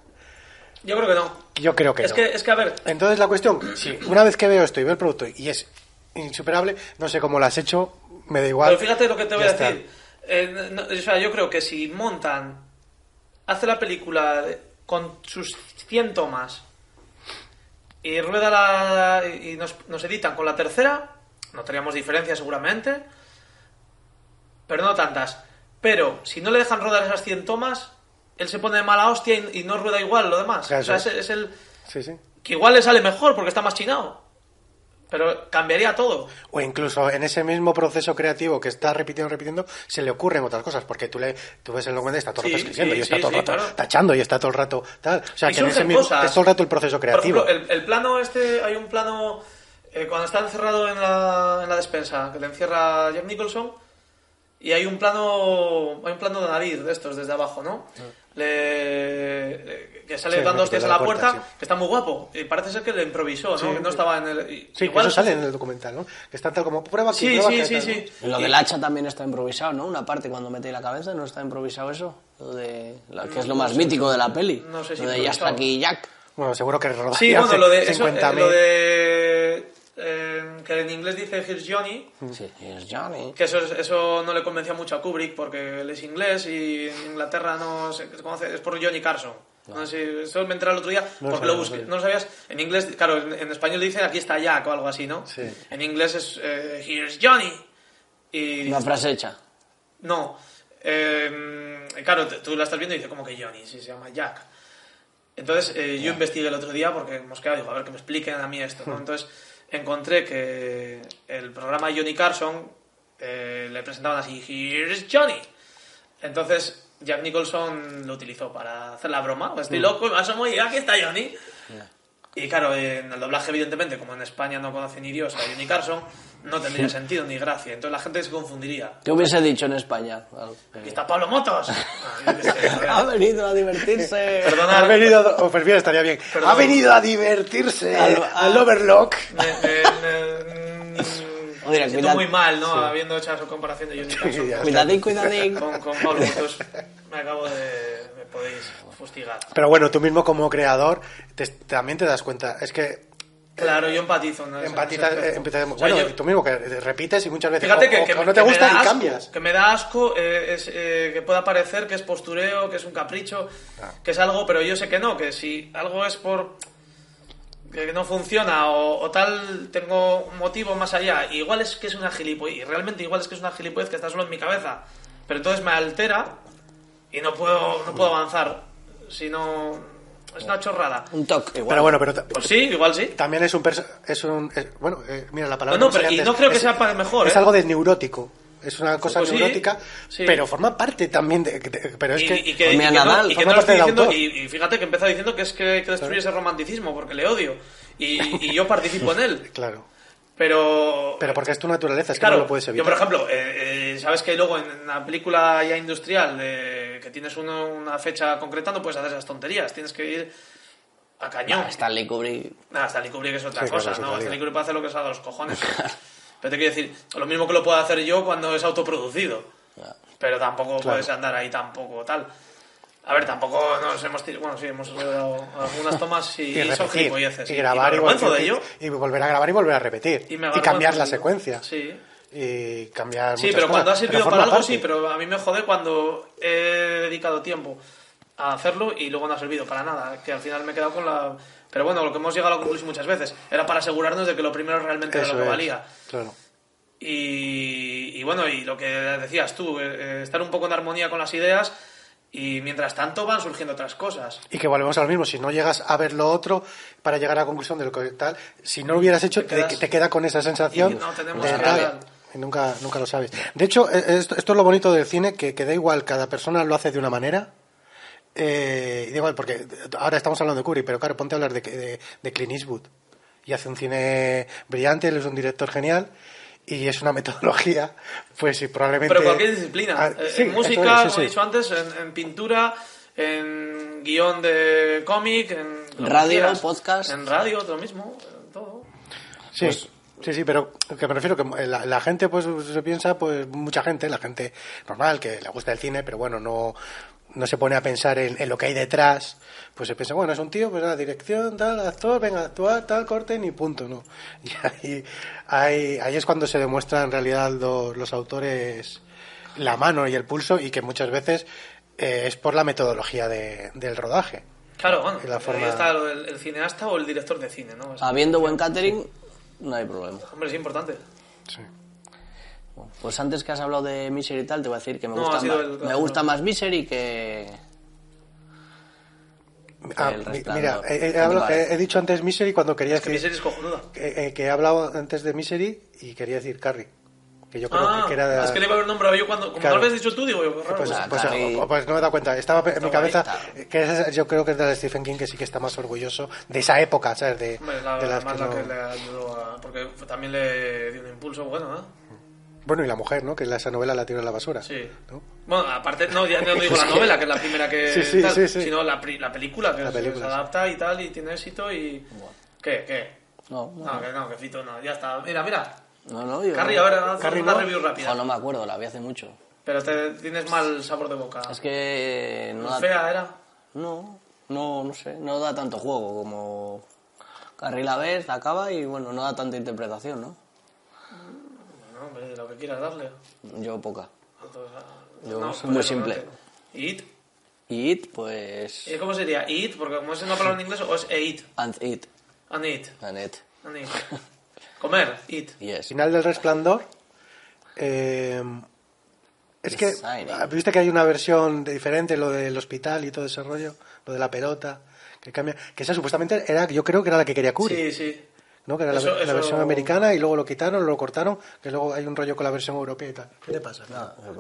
Yo creo que no.
Yo creo que
es,
no.
que es que, a ver,
Entonces la cuestión, si una vez que veo esto y veo el producto y es insuperable, no sé cómo lo has hecho, me da igual.
pero fíjate lo que te voy
Ya
a
está.
decir. Eh, no, o sea, yo creo que si montan, hace la película de- con sus 100 tomas y rueda la. y nos, nos editan con la tercera, notaríamos diferencias seguramente. pero no tantas. Pero si no le dejan rodar esas 100 tomas, él se pone de mala hostia y, y no rueda igual lo demás.
Claro,
o sea, es,
eso
es el.
Sí, sí.
Que igual le sale mejor porque está más chinado. Pero cambiaría todo.
O incluso en ese mismo proceso creativo que está repitiendo, repitiendo, se le ocurren otras cosas, porque tú, le, tú ves el documento y está todo el rato
Sí,
escribiendo,
sí,
y está
sí,
todo el
sí,
rato
claro.
tachando, y está todo el rato tal. O sea,
Y
que en ese
surgen
mismo,
cosas.
es todo el rato el proceso creativo.
Por ejemplo, el, el plano este, hay un plano eh, cuando está encerrado en la, en la despensa, que le encierra Jack Nicholson, y hay un plano, hay un plano de nariz de estos desde abajo, ¿no? Le- le- que sale
Ah. Sí,
dando
de
hostias a
la
la puerta,
puerta, sí.
que está muy guapo. Y parece ser que le improvisó, ¿no? que no estaba en el. y-
Sí, que
igual
eso sale en el documental, ¿no? Que están tal como prueba aquí,
Sí,
prueba
sí,
acá,
sí,
tal,
sí.
mismo. Lo del hacha también está improvisado, ¿no? Una parte cuando mete la cabeza, ¿no está improvisado eso? Lo de... la- que es lo más mítico de la peli.
No sé si
Lo de ya está
improvisado.
aquí Jack.
¿no? Bueno, seguro que rodaría
Sí, bueno, lo de, eso, eh,
50.000.
lo de eh, que en inglés dice Here's Johnny,
Mm.
Sí, es Johnny.
que eso, es- eso no le convencía mucho a Kubrick porque él es inglés y en Inglaterra no se se conoce, es por Johnny Carson. No sé, eso me enteré el otro día
No sabía,
porque lo
no
busqué.
sabía.
No lo sabías, en inglés, claro, en, en español le dicen aquí está Jack o algo así, ¿no?
Sí.
En inglés es eh, Here's Johnny. Y
Una frase hecha.
no. Eh, claro, t- tú la estás viendo y dices, como que Johnny? Si se llama Jack. Entonces, eh, yo investigué el otro día porque mosqueado, digo, a ver que me expliquen a mí esto. ¿no? Entonces, encontré que el programa de Johnny Carson eh, le presentaban así: Here's Johnny. Entonces, Jack Nicholson lo utilizó para hacer la broma. Pues estoy loco, me asomo y aquí está Johnny. Y claro, en el doblaje, evidentemente, como en España no conoce ni Dios a Johnny Carson, no tendría sentido ni gracia. Entonces, la gente se confundiría.
¿Qué hubiese dicho en España? Algo que-
Aquí está Pablo Motos. Ah, yo qué sé,
Ha
joder.
venido a divertirse.
Perdonad,
Ha venido, a- o prefiero, estaría bien.
Perdón.
Ha venido a divertirse al,
Al-
Overlock.
me, me- me- mm,
Oye,
me siento
cuidado.
muy mal, ¿no? Habiendo hecho esa comparación de Johnny Carson
ya.
Cuidadín, cuidadín.
con, con Pablo Motos. Me acabo de... me podéis fustigar.
Pero bueno, tú mismo como creador te- también te das cuenta. Es que
Claro, yo empatizo. ¿no?
empatizas,
Ese- ese
eh, empiezas-
aspecto. O sea,
bueno,
yo-
tú mismo que repites y muchas veces
Fíjate
o-
que,
o-
que-
o no te
que me
gusta
da
y
asco,
cambias.
Que me da asco eh, es, eh, que pueda parecer que es postureo, que es un capricho,
Ah.
que es algo, pero yo sé que no, que si algo es por que no funciona o, o tal, tengo un motivo más allá. Y Igual es que es una gilipollez, y realmente igual es que es una gilipollez que está solo en mi cabeza, pero entonces me altera y no puedo, no puedo avanzar, si no... Es una chorrada.
Un toque, igual.
Pero bueno, pero ta-
Pues sí, igual sí.
también es un... perso- Es un es- bueno, eh, mira la palabra...
No, no,
que
pero-
usé
y
antes,
no creo que
es-
sea para mejor,
Es
¿eh?
algo desneurótico. Es una cosa
Pues sí,
neurótica,
sí.
pero forma parte también de... de- pero es
y,
que...
y que,
Pues
y
mira,
que no-
Nadal,
y que
forma
no lo estoy
parte del
diciendo,
autor.
y, y fíjate que empieza diciendo que es que hay que destruir ese romanticismo porque le odio y, y yo participo en él.
Claro.
Pero.
Pero porque es tu naturaleza, es que
claro,
no lo puedes evitar.
yo por ejemplo, eh, eh, sabes que luego en una película ya industrial de que tienes uno- una fecha concreta no puedes hacer esas tonterías, tienes que ir a cañón.
Ah, Stanley Kubrick.
Nada, Stanley Kubrick es otra
Sí, claro,
cosa,
es otra
¿no?
liga.
Stanley Kubrick puede hacer lo que salga de los cojones. Pero te quiero decir, lo mismo que lo puedo hacer yo cuando es autoproducido.
Ya.
Pero tampoco puedes andar ahí tampoco tal. A ver, tampoco nos hemos tirado... Bueno, sí, hemos dado algunas tomas y,
Y
son
repetir,
gilipolleces.
y
sí.
grabar
me
y,
avergüenzo de
volver,
ello.
y- y volver a grabar y volver a repetir.
Y,
Y,
me avergüenzo
cambiar la
de ello.
secuencia.
Sí.
Y cambiar
Sí,
muchas
pero cuando ha
cosas,
servido
forma
para algo,
parte.
sí, pero a mí me jode cuando he dedicado tiempo a hacerlo y luego no ha servido para nada, que al final me he quedado con la... Pero bueno, lo que hemos llegado a la conclusión muchas veces, era para asegurarnos de que lo primero realmente era
Eso
lo que
es,
valía.
Claro.
Y, y bueno, y lo que decías tú, eh, eh, estar un poco en armonía con las ideas y mientras tanto van surgiendo otras cosas.
Y que volvemos a lo mismo, si no llegas a ver lo otro para llegar a la conclusión de lo que tal, si no lo hubieras hecho,
Te
te,
quedas-
te queda con esa sensación
Y no tenemos
de
que
tal,
hablar.
y nunca, nunca lo sabes. De hecho, eh, esto, esto es lo bonito del cine, que, que da igual, cada persona lo hace de una manera. Eh, y da igual, porque ahora estamos hablando de Kubrick, pero claro, ponte a hablar de, de, de Clint Eastwood. Y hace un cine brillante, él es un director genial. Y es una metodología, pues sí, probablemente...
Pero cualquier disciplina.
Ah,
Eh,
sí,
en
eso
música,
es, sí,
como he
sí.
dicho antes, en, en pintura, en guión de cómic, en... lo que
Radio, podcast.
En radio, lo mismo, en todo.
Sí, sí, sí, pero que me refiero que la, la gente pues se piensa, pues mucha gente, la gente normal que le gusta el cine, pero bueno, no no se pone a pensar en, en lo que hay detrás, pues se piensa, bueno, es un tío, pues la dirección, tal, actor, venga, actuar, tal, corte, ni punto, ¿no? Y ahí, ahí, ahí es cuando se demuestra en realidad lo- los autores la mano y el pulso y que muchas veces eh, es por la metodología de- del rodaje.
Claro, bueno,
Y la forma-
ahí está el, el cineasta o el director de cine, ¿no? Es-
Habiendo buen catering, no hay problema.
Hombre, es importante.
Pues antes que has hablado de Misery y tal, te voy a decir que me,
No, ha
gusta,
sido
más,
el-
me gusta más Misery que...
Ah,
El
mi-
resplandor.
mira, he, he hablo-
Vale.
he- he dicho antes Misery cuando quería
Es que mi
decir...
serie es cojonuda.
Eh, eh, que he hablado antes de Misery y quería decir Carrie. Que yo creo
Ah,
que- que era de la-
es que le iba a haber nombrado yo cuando... Como
Claro.
no lo habías dicho tú, digo yo, qué raro.
Pues,
Ah,
pues,
Carrie.
o- o- pues no me he dado cuenta. Estaba en mi cabeza
bonita.
eh, que esa- yo creo que es de la de Stephen King que sí que está más orgulloso de esa época, ¿sabes? De,
Hombre, la,
de las
además
que
la
no-
que le ayudó a... Porque también le dio un impulso bueno, ¿eh?
Bueno, y la mujer, ¿no? Que la- esa novela la tiró a la basura.
Sí.
¿no?
Bueno, aparte, no, ya no digo la novela, que es la primera que.
Sí, sí,
tal,
sí, sí.
Sino la, pri- la película, que
La
se-
película,
se
sí.
adapta y tal, y tiene éxito y. ¿Qué? ¿Qué?
No, no,
No, que no, que Fito, no, ya está. Mira, mira.
no, no, yo...
Ah. Carrie, ahora haz
Carrie,
una
no.
review rápida.
Jo, no me acuerdo, la vi hace mucho.
Pero te, tienes mal sabor de boca.
Es que... No da-
Ah. Fea era.
No, no, no sé, no da tanto juego como... Carrie la ves, la acaba y bueno, no da tanta interpretación, ¿no?
Bueno, hombre, lo que quieras darle.
Yo poca.
Entonces, ah,
Yo soy
por
muy
eso,
simple.
no te- It.
Y It, pues...
¿Y ¿Cómo sería? It, porque como es una palabra en inglés, o es eat.
And It,
An it.
and It,
An it. Comer. It.
yes.
Final del resplandor. eh, es que, ah,
Shining.
¿viste que hay una versión de- diferente, lo del hospital y todo ese rollo? Lo de la pelota, que cambia. Que esa supuestamente era, yo creo que era la que quería Curie.
Sí, sí.
¿no? Que era la-
Eso-
la,
eso-
versión americana y luego lo quitaron, lo cortaron, que luego hay un rollo con la versión europea y tal. ¿Qué te pasa?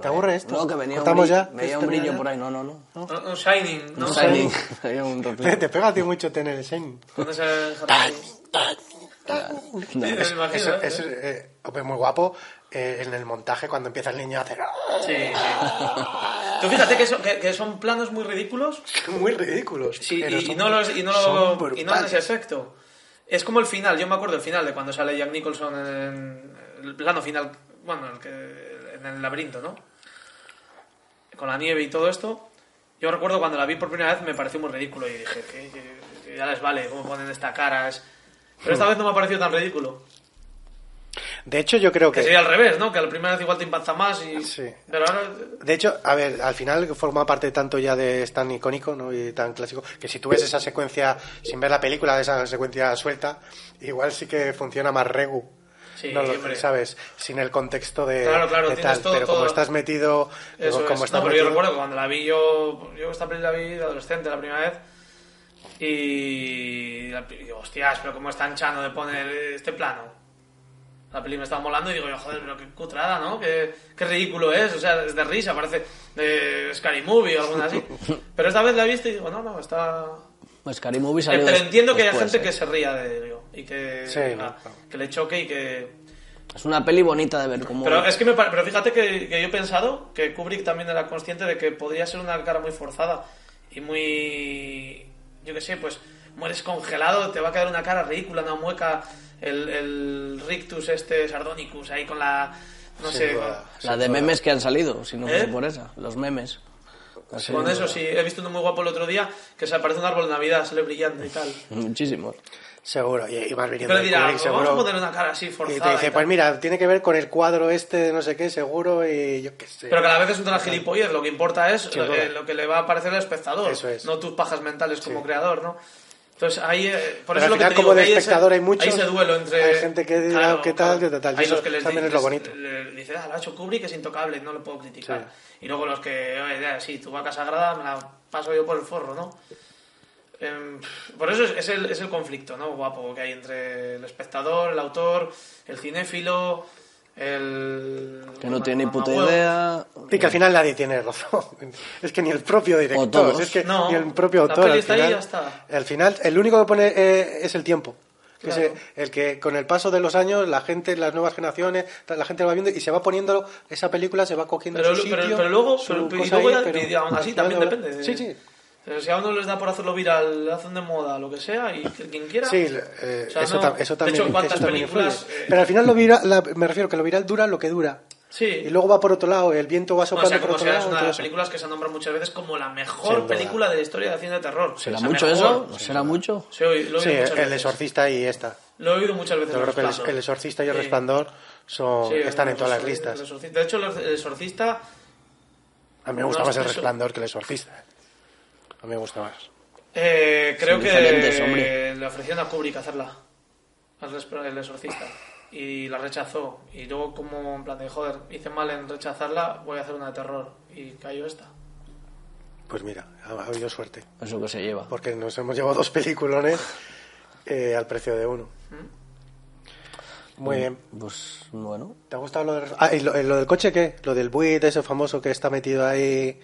¿Te aburre esto?
No, que venía un
¿Cortamos
brillo,
ya?
venía un
¿Termina
brillo
ya?
por ahí, no, no, no.
Un un shining, ¿no?
Un shining, había un
Te,
reflejo.
te pega a ti mucho tener el Shining.
Con ese jardín.
No,
Sí, me imagino,
Eso,
¿eh?
eso, eh, hombre, muy guapo eh, en el montaje cuando empieza el niño a hacer... ¡ah!
Sí, sí. Tú fíjate que, son- que- que son planos muy ridículos
Muy ridículos.
sí,
pero
y, y
son-
no los, y no
son
lo, y no hacen
brutales.
ese efecto. Es como el final, yo me acuerdo el final de cuando sale Jack Nicholson en el plano final, bueno, el que- en el laberinto, ¿no? Con la nieve y todo esto. Yo recuerdo cuando la vi por primera vez me pareció muy ridículo y dije que, que- que ya les vale cómo ponen esta cara. es- Pero esta vez no me ha parecido tan ridículo.
De hecho, yo creo
Que sería al revés, ¿no? Que la primera vez igual te impacta más y...
Sí.
Pero ahora...
De hecho, a ver, al final forma parte tanto ya de es tan icónico ¿no? y tan clásico que si tú ves esa secuencia sin ver la película, esa secuencia suelta, igual sí que funciona más regu.
Sí,
no lo
hombre.
sabes, sin el contexto de,
Claro, claro,
de
tienes
tal.
todo,
pero
todo.
como estás metido,
Eso
como
es.
estás
No, pero yo
metido-
recuerdo que cuando la vi yo, yo esta peli la vi de adolescente la primera vez y, la- y digo, hostias, pero cómo es tan chano de poner este plano. La peli me estaba molando y digo, yo, joder, pero qué cutrada, ¿no? Qué, qué ridículo es, o sea, es de risa, parece de Scary Movie o alguna así. Pero esta vez la he visto y digo, no, no, está...
Pues Scary Movie salió
Pero
des-
entiendo que hay
después,
gente
¿eh?
que se ría de ello. Y y que,
Sí,
ah,
no,
que le choque y que...
Es una peli bonita de ver como...
Pero es que me pare- pero fíjate que, que yo he pensado que Kubrick también era consciente de que podría ser una cara muy forzada y muy... Yo qué sé, pues mueres congelado, te va a quedar una cara ridícula, una mueca, el, el rictus este sardonicus ahí con la... No
Sin
sé,
duda.
con-
La de memes que han salido, si no
¿Eh?
fuese por esa. Los memes. Así,
con eso sí. He visto uno muy guapo el otro día que se aparece un árbol de Navidad, sale brillante y tal.
Muchísimos.
Seguro, y, y vas viniendo
Pero
de
dirá,
Kubrick,
vamos a
seguro.
poner una cara así
Y
forzada.
te
y
dice,
tal".
pues mira, tiene que ver con el cuadro este de no sé qué, seguro, y yo qué sé.
Pero que a la vez es una gilipollez, lo que importa es
Sin
lo
duda.
que, lo que le va a parecer al espectador,
Eso es.
no tus pajas mentales como creador, ¿no? Entonces ahí, eh, por
Pero al
eso es lo que
final,
te
como
digo,
de
que hay ese-
espectador hay muchos,
Hay ese duelo entre.
hay gente que dirá, ¿qué tal, qué tal? Y
Hay
eso
los que les
también
di-
es lo
les-
bonito.
le- le dice, ah, lo ha hecho Kubrick, es intocable, no lo puedo criticar. Y luego los que, oye, ya, sí, tu vaca sagrada me la paso yo por el forro, ¿no? Em, Por eso es, es el, es el conflicto, ¿no? Guapo que hay entre el espectador, el autor, el cinéfilo, el...
Que no tiene ni puta
mamahuevo.
idea.
Y que al final nadie tiene razón. Es que ni el propio
O
director,
todos.
es que
No,
ni el propio
la
autor.
peli
al,
está ahí y
final,
ya está.
al final, el único que pone eh, es el tiempo. Que es
Claro.
el, el que con el paso de los años, la gente, las nuevas generaciones, ta- la gente lo va viendo y se va poniendo, esa película se va cogiendo
Pero,
su sitio.
pero- pero luego,
su
pero, y
cosa
luego
ahí,
ya-
pero
y aún así
al final
también
no-
depende. de-
Sí, sí.
pero si a uno les da por hacerlo viral, le hacen de moda, lo que sea, y que quien quiera.
Sí, eh,
O sea,
eso,
no-
tam- eso también.
De hecho, cuántas
eso también
películas.
influye.
eh,
Pero al final lo viral, la- me refiero que lo viral dura lo que dura.
sí.
Y luego va por otro lado, el viento va
Bueno, o
soplando
sea,
por
como
otro
sea, es
lado.
una de
todo
las
eso.
películas que se nombra muchas veces como la
Sin
mejor
duda.
película de la historia de cine de terror.
¿Será
La
mucho
mejor.
eso? ¿Será mucho?
Sí, lo he oído
Sí,
muchas
el
veces.
exorcista y esta.
Lo he oído muchas veces.
Yo
en
creo que el,
Resplandor.
El exorcista y el
Sí.
resplandor son,
Sí,
están en todas las
El
listas.
Exorcista. De hecho, el exorcista
A mí me gusta
No,
más el
eso-
resplandor que el exorcista. ¿eh? A mí me gusta más.
Eh, creo
Son diferentes,
que
hombre.
le ofrecieron a Kubrick hacerla, al resp- el exorcista, y la rechazó. Y luego, como en plan de joder, hice mal en rechazarla, voy a hacer una de terror. Y cayó esta.
Pues mira, ha, ha habido suerte.
Eso que se lleva.
Porque nos hemos llevado dos peliculones eh, al precio de uno.
¿Mm?
Muy bien.
Pues bueno.
¿Te ha gustado lo, del- ah, y lo, eh, lo del coche qué? Lo del buit ese famoso que está metido ahí,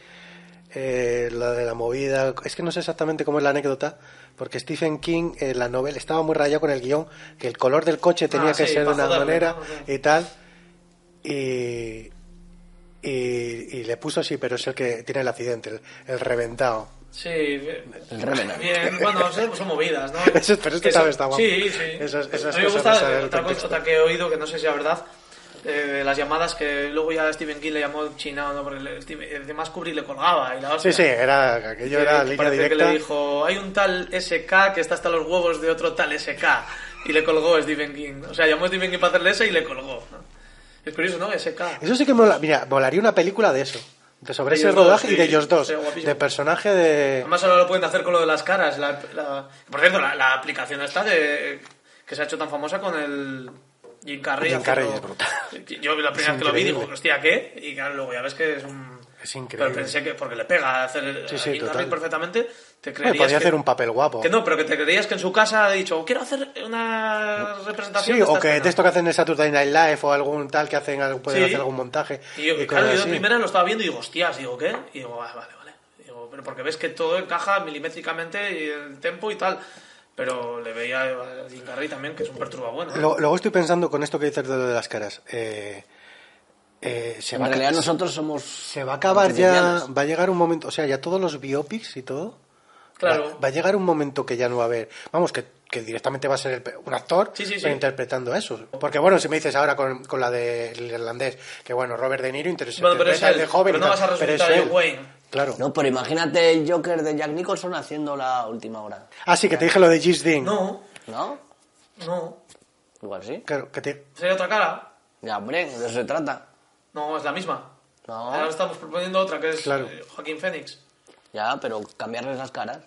eh, lo de la movida. Es que no sé exactamente cómo es la anécdota, porque Stephen King en la novela estaba muy rayado con el guión, que el color del coche tenía que
Ah, sí,
ser de
para
una
joderlo,
manera
¿no? Sí.
y tal. Y, y, y le puso así, pero es el que tiene el accidente, el, el reventado.
Sí, bien.
El Revenant.
Bien, bueno, pues son, son movidas, ¿no?
Eso- pero esto
Eso-
también está guapo.
Sí, sí.
Esas- esas
a mí
cosas
me gusta
de saber el
otra
contexto.
cosa que he oído, que no sé si es verdad, eh, de las llamadas que luego ya Stephen King le llamó chinado, ¿no? Porque el, Steve- el demás Kubrick le colgaba. Y la
Sí,
hostia.
sí, era, aquello
Que
era línea
parece que le
directa.
dijo, hay un tal SK que está hasta los huevos de otro tal SK. Y le colgó Stephen King. O sea, llamó a Stephen King para hacerle ese y le colgó. ¿no? Es curioso, ¿no? SK.
Eso sí que mola, mira, volaría una película de eso, de sobre
De
ese
ellos dos,
rodaje y
sí,
de ellos dos,
sería guapísimo.
de personaje de...
Además ahora lo pueden hacer con lo de las caras. la- la- Por cierto, la, la aplicación esta de... que se ha hecho tan famosa con el... Jim Carrey.
Jim Carrey
haciendo-
es brutal.
Yo la primera
Es
vez que lo vi digo,
increíble.
hostia, ¿qué? Y claro, luego ya ves que es un...
Es increíble.
Pero pensé que porque le pega hacer el-
Sí,
a
sí,
Jim Carrey
total.
perfectamente, te
Bueno,
creerías
podría
que-
hacer un papel guapo.
Que no, pero que te creías que en su casa ha dicho, quiero hacer una representación.
Sí,
de
o
esta
que
escena".
de este esto que hacen en Saturday Night Live o algún tal que hacen, al- pueden
Sí.
hacer algún montaje.
Y yo,
y cosas
claro, yo de
así.
primera lo estaba viendo y digo, hostias, digo, ¿qué? Y digo, "Ah, vale, vale. Digo, pero porque ves que todo encaja milimétricamente y el tempo y tal. Pero le veía a Jim Carrey también, que es un perturbabueno. ¿eh?
Lo- Luego estoy pensando con esto que dices de lo de las caras. eh, eh, se,
En
va a,
realidad
ca-
nosotros somos...
se va a acabar ya,
artificiales.
va a llegar un momento, o sea, ya todos los biopics y todo,
Claro.
va, va a llegar un momento que ya no va a haber, vamos, que, que directamente va a ser el pe- un actor
Sí, sí, sí.
pero interpretando a eso. Porque bueno, si me dices ahora con, con la del irlandés, que bueno, Robert De Niro interesa
Bueno, pero es
interpreta el
él,
de joven,
pero
y
no
tal,
vas a
pero es
resultar
él.
el Wayne.
Claro.
No, pero imagínate el Joker de Jack Nicholson haciendo la última hora.
Ah, sí, que te dije lo de Gis Dean.
No,
¿No?
no.
Igual sí.
Claro, que te...
¿Sería otra cara?
Ya, hombre, de eso se trata.
No, es la misma.
No,
Ahora estamos proponiendo otra, que es
Claro.
eh, Joaquín Phoenix.
ya, pero cambiarles las caras.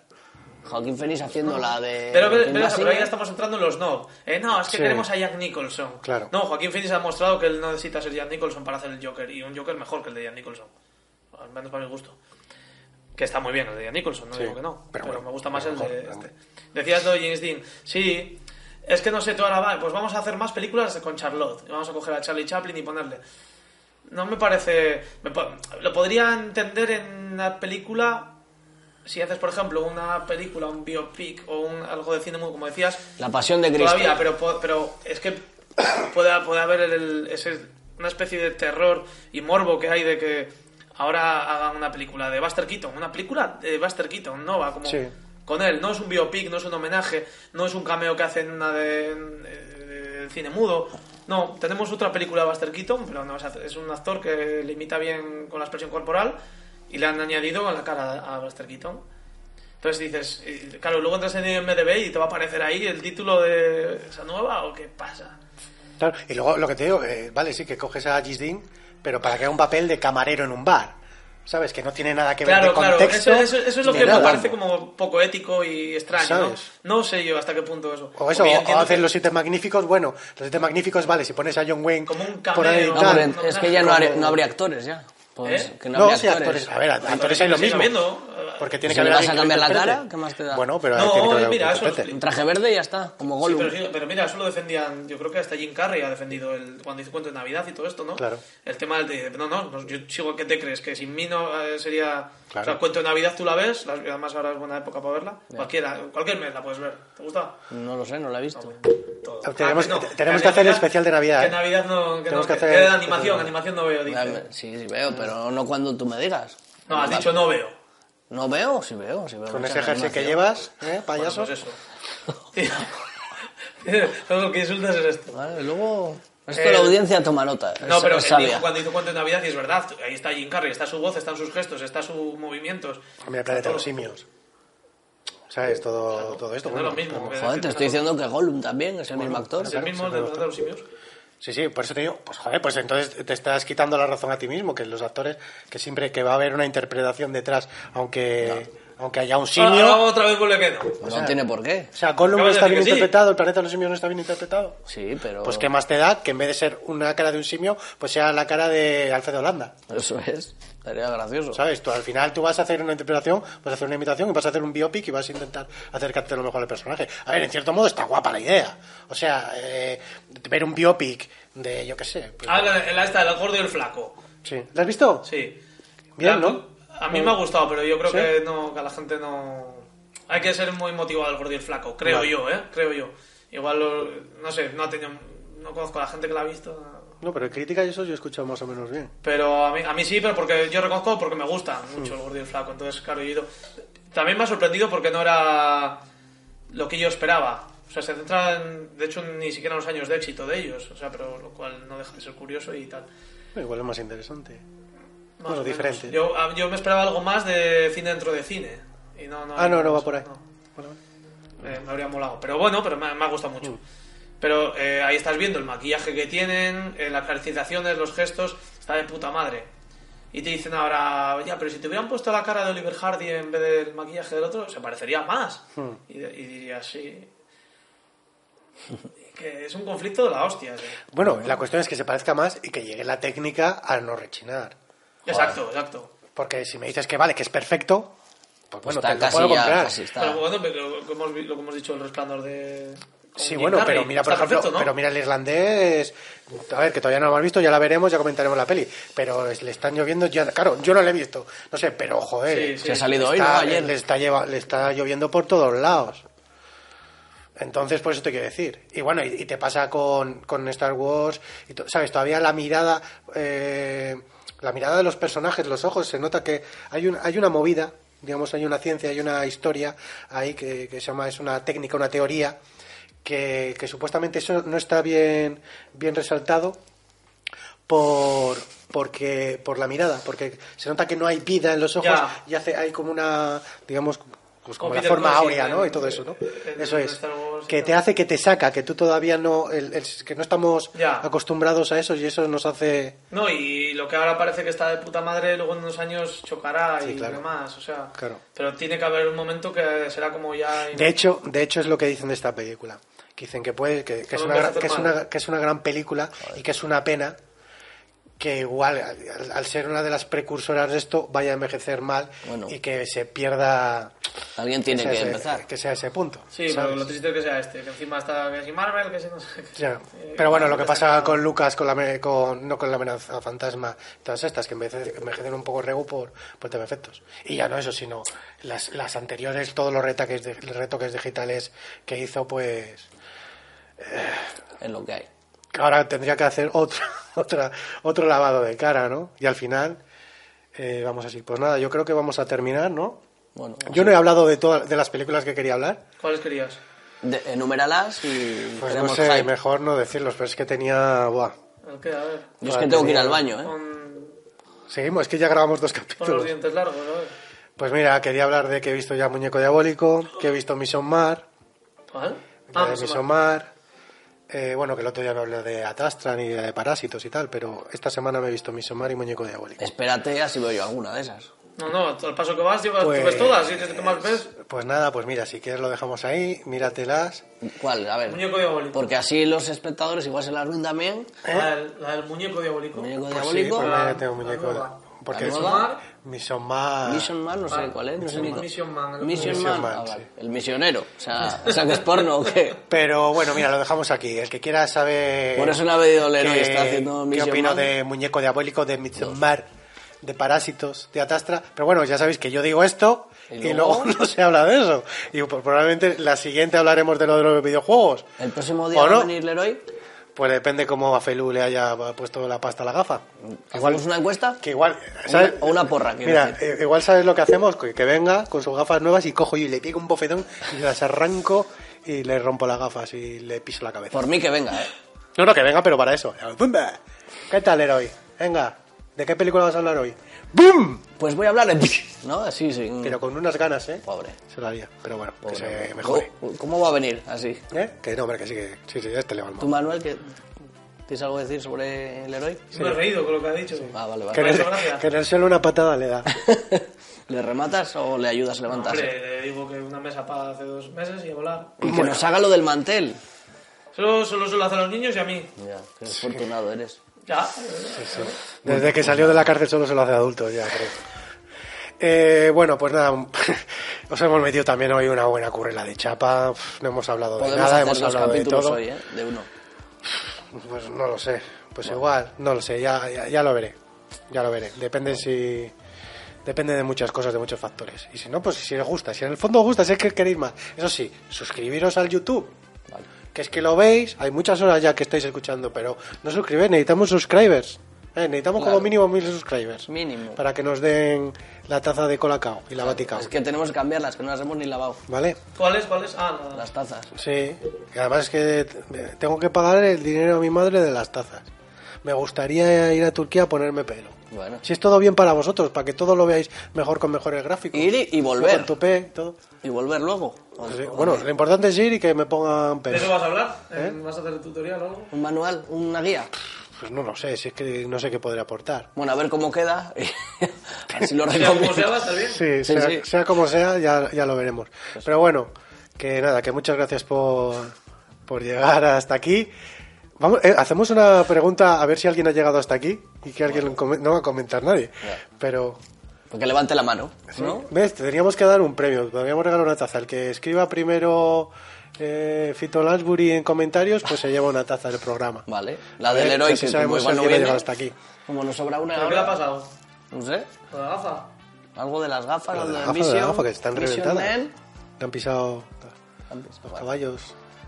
Joaquín Phoenix haciendo la
Eh,
de...
Pero, pero,
Kim
pero, pero ahí
Basinger.
ya estamos entrando en los no. Eh, no, es que
Sí.
queremos a Jack Nicholson.
Claro.
No, Joaquín Phoenix ha demostrado que él no necesita ser Jack Nicholson para hacer el Joker. Y un Joker mejor que el de Jack Nicholson. Al menos para mi gusto. Que está muy bien el de Jack Nicholson, no
Sí,
digo que no.
pero
Pero,
bueno,
me gusta más el
mejor,
de
pero
este.
bueno.
Decías lo de James Dean. Sí, es que no sé, tú ahora va. Pues vamos a hacer más películas con Charlotte. Y Vamos a coger a Charlie Chaplin y ponerle. No me parece. me po- lo podría entender en una película si haces, por ejemplo, una película, un biopic o un, algo de cine mudo, como decías,
La pasión de Cristo.
todavía, pero, po- pero es que puede, puede haber el- el- ese, una especie de terror y morbo que hay de que ahora hagan una película de Buster Keaton. Una película de Buster Keaton, no va como
Sí.
con él. No es un biopic, no es un homenaje, no es un cameo que hacen una de, de- de cine mudo. No, tenemos otra película de Buster Keaton, pero no, es ac- es un actor que le imita bien con la expresión corporal y le han añadido con la cara a Buster Keaton. Entonces dices, y, claro, luego entras en IMDB y te va a aparecer ahí el título de esa nueva o qué pasa.
Claro, y luego lo que te digo, eh, vale, sí que coges a Gisdin, pero para que haga un papel de camarero en un bar, ¿sabes? Que no tiene nada que ver
Claro,
de
claro,
contexto.
eso, eso- eso es lo
ni
que me
nada.
parece como poco ético y extraño. ¿no?
¿Sabes?
no sé yo hasta qué punto eso.
O eso,
Porque yo
o,
entiendo
haces
que
los siete magníficos, bueno, los siete magníficos, vale, si pones a John Wayne
Como un
por ahí
cameo,
y
No,
tal.
hombre,
no,
es que ya no,
como-
haré- no habría actores ya. Pues,
¿Eh?
que no,
No,
habría
sí, actores. A ver, actores hay lo
sigue
mismo.
habiendo, eh,
Porque tiene
Si
que
le
haber
vas a
alguien que
cambiar la cara,
interprete.
¿qué más te da?
Bueno, pero
No,
tiene que haber alguien
mira,
que
eso
interprete.
explica.
Un traje verde y ya está, como
Sí,
Gollum.
pero, sí, pero mira, eso lo defendían, yo creo que hasta Jim Carrey ha defendido el, cuando hizo cuento de Navidad y todo esto, ¿no?
Claro.
El tema de, no, no, no, yo sigo que te crees, que sin mí no eh, sería...
Claro.
O sea, cuento de Navidad tú la ves, la- además ahora es buena época para verla, cualquiera, cualquier mes la puedes ver, ¿te gusta?
No lo sé, no lo he visto.
Todo.
Tenemos-
Ah, no,
tenemos que hacer el
Navidad-
especial de Navidad,
Que
¿eh?
Navidad no, que no,
Tenemos que
que-
hacer-
que animación, animación no veo, dice.
Dame- Sí, sí veo, pero no cuando tú me digas.
No, has dicho no veo.
No veo, sí veo, sí veo.
Con
mucha
ese jersey que
animación.
llevas, ¿eh,
Bueno,
payaso?
pues eso. pues Todo lo que insultas es esto.
Vale, luego... Esto
Eh,
la audiencia toma nota.
No,
es-
pero
es
él
sabia.
dijo cuando hizo cuento de Navidad, y es verdad, ahí está Jim Carrey, está su voz, están sus gestos, está sus movimientos.
Mira, planeta de los
Todo.
simios. ¿Sabes? Todo, todo esto.
No es lo
bueno, pero-
mismo. que
Joder, te
decir,
estoy
no,
diciendo que Gollum también es el mismo actor.
Es el mismo de Planeta de los simios.
Sí, sí, por eso te digo, pues joder, pues entonces te estás quitando la razón a ti mismo, que los actores, que siempre que va a haber una interpretación detrás, aunque, aunque haya un simio.
Ah, otra vez vuelve que no.
No tiene por qué.
O sea, Gollum no
Acabas de
está
decir
bien
que sí.
interpretado, el planeta de los simios no está bien interpretado.
Sí, pero...
Pues qué más te da que en vez de ser una cara de un simio, pues sea la cara de Alfredo Holanda.
Eso es. Estaría gracioso.
¿Sabes? Tú al final tú vas a hacer una interpretación, vas a hacer una imitación y vas a hacer un biopic y vas a intentar acercarte lo mejor al personaje. A ver, en cierto modo está guapa la idea. O sea, eh, ver un biopic de, yo qué sé. pues-
Ah, la, la esta, el gordo y el flaco.
sí. ¿La has visto?
Sí.
Bien,
La-
¿no? Mm.
A mí me ha gustado, pero yo creo
¿Sí?
que no, que a la gente no. Hay que ser muy motivado al gordo y el flaco, creo
Vale.
yo, ¿eh? Creo yo. Igual, lo- no sé, no ha tenido. No conozco a la gente que la ha visto. no.
No, pero en crítica y eso yo he escuchado más o menos bien.
Pero a mí, a mí sí, pero porque yo reconozco porque me gusta
Mm.
mucho el gordo y el flaco. Entonces, claro, yo he ido- También me ha sorprendido porque no era lo que yo esperaba. O sea, se centra, en- de hecho, ni siquiera en los años de éxito de ellos. O sea, pero lo cual no deja de ser curioso y tal.
Igual es más interesante.
Más
Bueno,
o menos.
diferente.
Yo, a- yo me esperaba algo más de cine dentro de cine. Y no, no,
Ah, no, no va por ahí. Bueno,
Eh, me habría molado. Pero bueno, pero me, me ha gustado mucho.
Mm.
Pero eh, ahí estás viendo el maquillaje que tienen, eh, las caracterizaciones, los gestos, está de puta madre. Y te dicen ahora, ya, pero si te hubieran puesto la cara de Oliver Hardy en vez del maquillaje del otro, se parecería más.
Hmm.
Y, y dirías, sí. que es un conflicto de la hostia. sí.
Bueno, la cuestión es que se parezca más y que llegue la técnica a no rechinar.
Exacto, exacto.
Porque si me dices que vale, que es perfecto, pues bueno,
está
te lo
casi
puedo
ya,
comprar.
casi está.
Pero bueno, pero lo, que hemos, vi- lo que hemos dicho, el resplandor de. con
Sí,
Jim
bueno,
Carrey,
pero mira, por
está
ejemplo,
perfecto, ¿no?
pero mira el irlandés, a ver, que todavía no lo hemos visto, ya la veremos, ya comentaremos la peli, pero es- le están lloviendo, ya, claro, yo no la he visto, no sé, pero joder,
Sí,
Se ha
sí.
salido hoy, ¿no?
está-
Ayer.
le, está lleva- le está lloviendo por todos lados. Entonces, por eso te quiero decir. Y bueno, y, y te pasa con, con Star Wars, y to- ¿sabes? Todavía la mirada, eh, la mirada de los personajes, los ojos, se nota que hay, un, hay una movida, digamos, hay una ciencia, hay una historia ahí que, que se llama, es una técnica, una teoría, que, que supuestamente eso no está bien, bien resaltado por porque por la mirada porque se nota que no hay vida en los ojos
Ya.
y hace hay como una digamos pues como
Como
la
Peter
forma
Cushing
áurea,
en-
¿no? Y todo eso, ¿no?
en
Eso es.
Star Wars y
Que
tal.
te hace que te saca, que tú todavía no. el- el- que no estamos
Ya.
acostumbrados a eso y eso nos hace.
No, y lo que ahora parece que está de puta madre, luego en unos años chocará
Sí,
y
claro.
demás, o sea.
Claro.
Pero tiene que haber un momento que será como ya.
De hecho, de hecho es lo que dicen de esta película. Que dicen que puede, que, que es, una,
Solo me
gran-
hace
que, es
mal.
una, que es una gran película y que es una pena que igual, al, al ser una de las precursoras de esto, vaya a envejecer mal
Bueno.
y que se pierda...
Alguien tiene
sea
que
ese-
empezar.
Que sea ese punto.
Sí,
¿sabes?
pero lo triste es que sea este, que encima está que si Marvel, que si no sé qué.
Ya.
Eh,
Pero bueno, lo que
está
pasa
claro.
con Lucas, con la, me- con, no con la amenaza fantasma, todas estas, que envejece- envejecen un poco regu por, por tema efectos. Y ya no eso, sino las, las anteriores, todos los retaques de- retoques digitales que hizo, pues
Es lo que hay.
ahora tendría que hacer otra, otra, otro lavado de cara, ¿no? Y al final, eh, vamos así. Pues nada, yo creo que vamos a terminar, ¿no?
Bueno,
Yo no he hablado de todas de las películas que quería hablar.
¿Cuáles querías?
de- enuméralas y
Pues no
tenemos
sé,
hype.
mejor no decirlos, pero es que tenía. Buah.
El que, a ver,
Yo es que tengo que ir al
Tenía-
baño, ¿eh?
con,
Seguimos, es que ya grabamos dos
con los
capítulos.
dientes largos, a ver.
Pues mira, quería hablar de que he visto ya Muñeco Diabólico, que he visto Mission Mar,
¿Cuál?
la de
pues,
Mission
vale.
Mar. Eh, bueno, que el otro día no hablé de Atastra ni de Parásitos y tal, pero esta semana me he visto Mission Mar y Muñeco Diabólico.
Espérate, así veo yo alguna de esas.
No, no, al paso que vas, llevas,
Pues-
tú ves todas, y es el que más ves,
Pues nada, pues mira, si quieres lo dejamos ahí, míratelas.
¿Cuál? A ver.
muñeco diabólico.
Porque así los espectadores igual se las ven también.
La, del, la del muñeco diabólico.
Muñeco
Pues sí,
diabólico.
pues
la-
mírate un
la
muñeco.
nueva.
Porque
La
es
nueva.
Mission Mar.
Mission Man, no sé
Ah,
cuál es. No sé ni
Mission- Mission Man, el-
Mission
Mission
Man.
Man,
ah,
sí.
vale. El misionero. O sea, o sea, que es porno o qué.
Pero bueno, mira, lo dejamos aquí. El que quiera saber.
Por eso no ha venido Leroy,
Eh, qué-
está haciendo
¿Qué
Mission
opino
Man.
de Muñeco Diabólico, de Midsommar, de Parásitos, de Atastra? Pero bueno, ya sabéis que yo digo esto
¿Y
y luego
luego?
no se habla de eso. Y pues, probablemente la siguiente hablaremos de lo de los videojuegos.
El próximo día
¿O
va
no?
a venir Leroy.
Pues depende cómo a Felú le haya puesto la pasta a la gafa.
¿Hacemos una encuesta?
Que igual, ¿sabes?
o una porra, quiero
Mira,
decir.
eh, igual sabes lo que hacemos, que que venga con sus gafas nuevas y cojo yo y le pego un bofetón y las arranco y le rompo las gafas y le piso la cabeza.
Por mí que venga, ¿eh?
No, no, que venga, pero para eso. ¡Bumba! ¿Qué tal, Leroy? Venga, ¿de qué película vas a hablar hoy? ¡Bum!
Pues voy a hablar de... ¿No? Así, sin...
Pero con unas ganas, ¿eh?
Pobre.
Se la haría, pero bueno,
pobre.
que se mejore.
¿Cómo, cómo va a venir así?
¿Eh? Que no, hombre, que sí, que sí, sí, este le va al
¿Tú,
mal.
Manuel, que tienes algo que decir sobre Leroy?
Me he reído con lo que ha dicho.
Ah, vale,
Que en,
vale.
el,
Muchas gracias.
que en el suelo una patada le da.
¿Le rematas o le ayudas a levantarse?
Hombre, le digo que una mesa para hace dos meses y a volar.
Y que nos haga lo del mantel.
Solo, solo se lo hace a los niños y a mí.
Ya, qué afortunado eres.
Ya.
Desde que salió de la cárcel solo se lo hace adulto, ya creo. Eh, bueno, pues nada, os hemos metido también hoy una buena currela de chapa. Uf, No hemos hablado de
Podemos
Pues nada,
hacer
hemos
dos
hablado de
capítulos
todo.
hoy, ¿eh? De uno.
Pues no lo sé. Pues igual, no lo sé. Ya, ya, ya lo veré. Ya lo veré. Depende si. Depende de muchas cosas, de muchos factores. Y si no, pues si os gusta. Si en el fondo os gusta, si es que queréis más. Eso sí, suscribiros al YouTube.
Vale.
Que es que lo veis. Hay muchas horas ya que estáis escuchando, pero no suscribís. Necesitamos subscribers. Eh, necesitamos
Claro.
como mínimo mil subscribers.
Mínimo.
Para que nos den la taza de colacao y la vaticao.
Es que tenemos que cambiarlas, que no las hemos ni lavado.
¿Vale?
¿Cuáles? ¿Cuáles? Ah, nada.
Las tazas.
Sí, y además es que t- tengo que pagar el dinero a mi madre de las tazas. Me gustaría ir a Turquía a ponerme pelo.
Bueno.
Si es todo bien para vosotros, para que todo lo veáis mejor con mejores gráficos.
Ir y- y volver.
Con tupé y todo.
¿Y volver luego? ¿O-
Pues sí,
o-
bueno, lo importante es ir y que me pongan
¿De eso
pelo.
vas a hablar? ¿Eh? ¿Vas a hacer el tutorial o algo?
¿Un manual? ¿Una guía?
Pues no lo sé, si es que no sé qué podré aportar.
Bueno, a ver cómo queda. Así lo
Sea como sea,
recomiendo.
va a estar bien.
Sí,
Sí,
sea,
sí.
sea como sea, ya, ya lo veremos. Pero bueno, que nada, que muchas gracias por, por llegar hasta aquí. Vamos, eh, hacemos una pregunta a ver si alguien ha llegado hasta aquí y que alguien come- no va a comentar nadie.
Ya.
Pero
Porque levante la mano, ¿no?
¿Ves? Teníamos que dar un premio, podríamos regalar una taza. El que escriba primero eh, Fito Lansbury en comentarios, pues se lleva una taza del programa.
Vale. La del
Eh,
héroe
así
que como
sabemos
igual
si
no
alguien ha
viene,
llegado hasta aquí.
Como nos sobra una
¿Pero qué le ha
hora,
pasado?
no sé,
¿Con la gafa?
algo de las gafas,
Lo de
algo de
la
la
gafa, lo de la gafa, que están reventadas. Le han pisado
Vale.
caballos.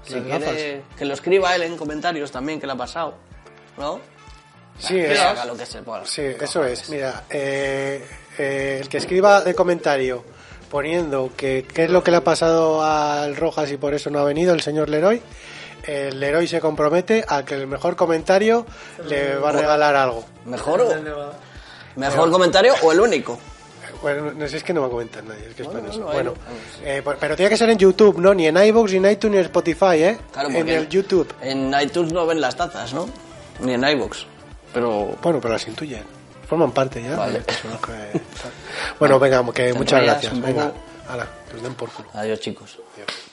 Si
las gafas.
quiere que lo escriba él en comentarios también, que le ha pasado, ¿no?
Sí,
Que
es-
haga lo que se pueda.
sí, eso es. Mira, eh, eh, el que escriba el comentario poniendo que qué es lo que le ha pasado al Rojas y por eso no ha venido el señor Leroy, el Leroy se compromete a que el mejor comentario le va a regalar algo.
Mejor,
Del
o,
Nevada.
mejor comentario o el único.
Bueno, no sé, es que no va a comentar nadie, es que es
Bueno,
penoso.
bueno,
Bueno,
ahí- ahí
eh, por- pero tiene que ser en YouTube, ¿no? Ni en iVoox, ni en iTunes, ni en Spotify, ¿eh?
Claro,
en
porque
el YouTube.
En iTunes no ven las tazas, ¿no? Ni en iBox. Pero
Bueno, pero las intuyen. Forman parte ya.
Vale.
Eso es lo que- bueno, venga, que muchas
enrollas
gracias.
un
Venga,
poco.
Hala, que os den por culo.
adiós, chicos.
Adiós.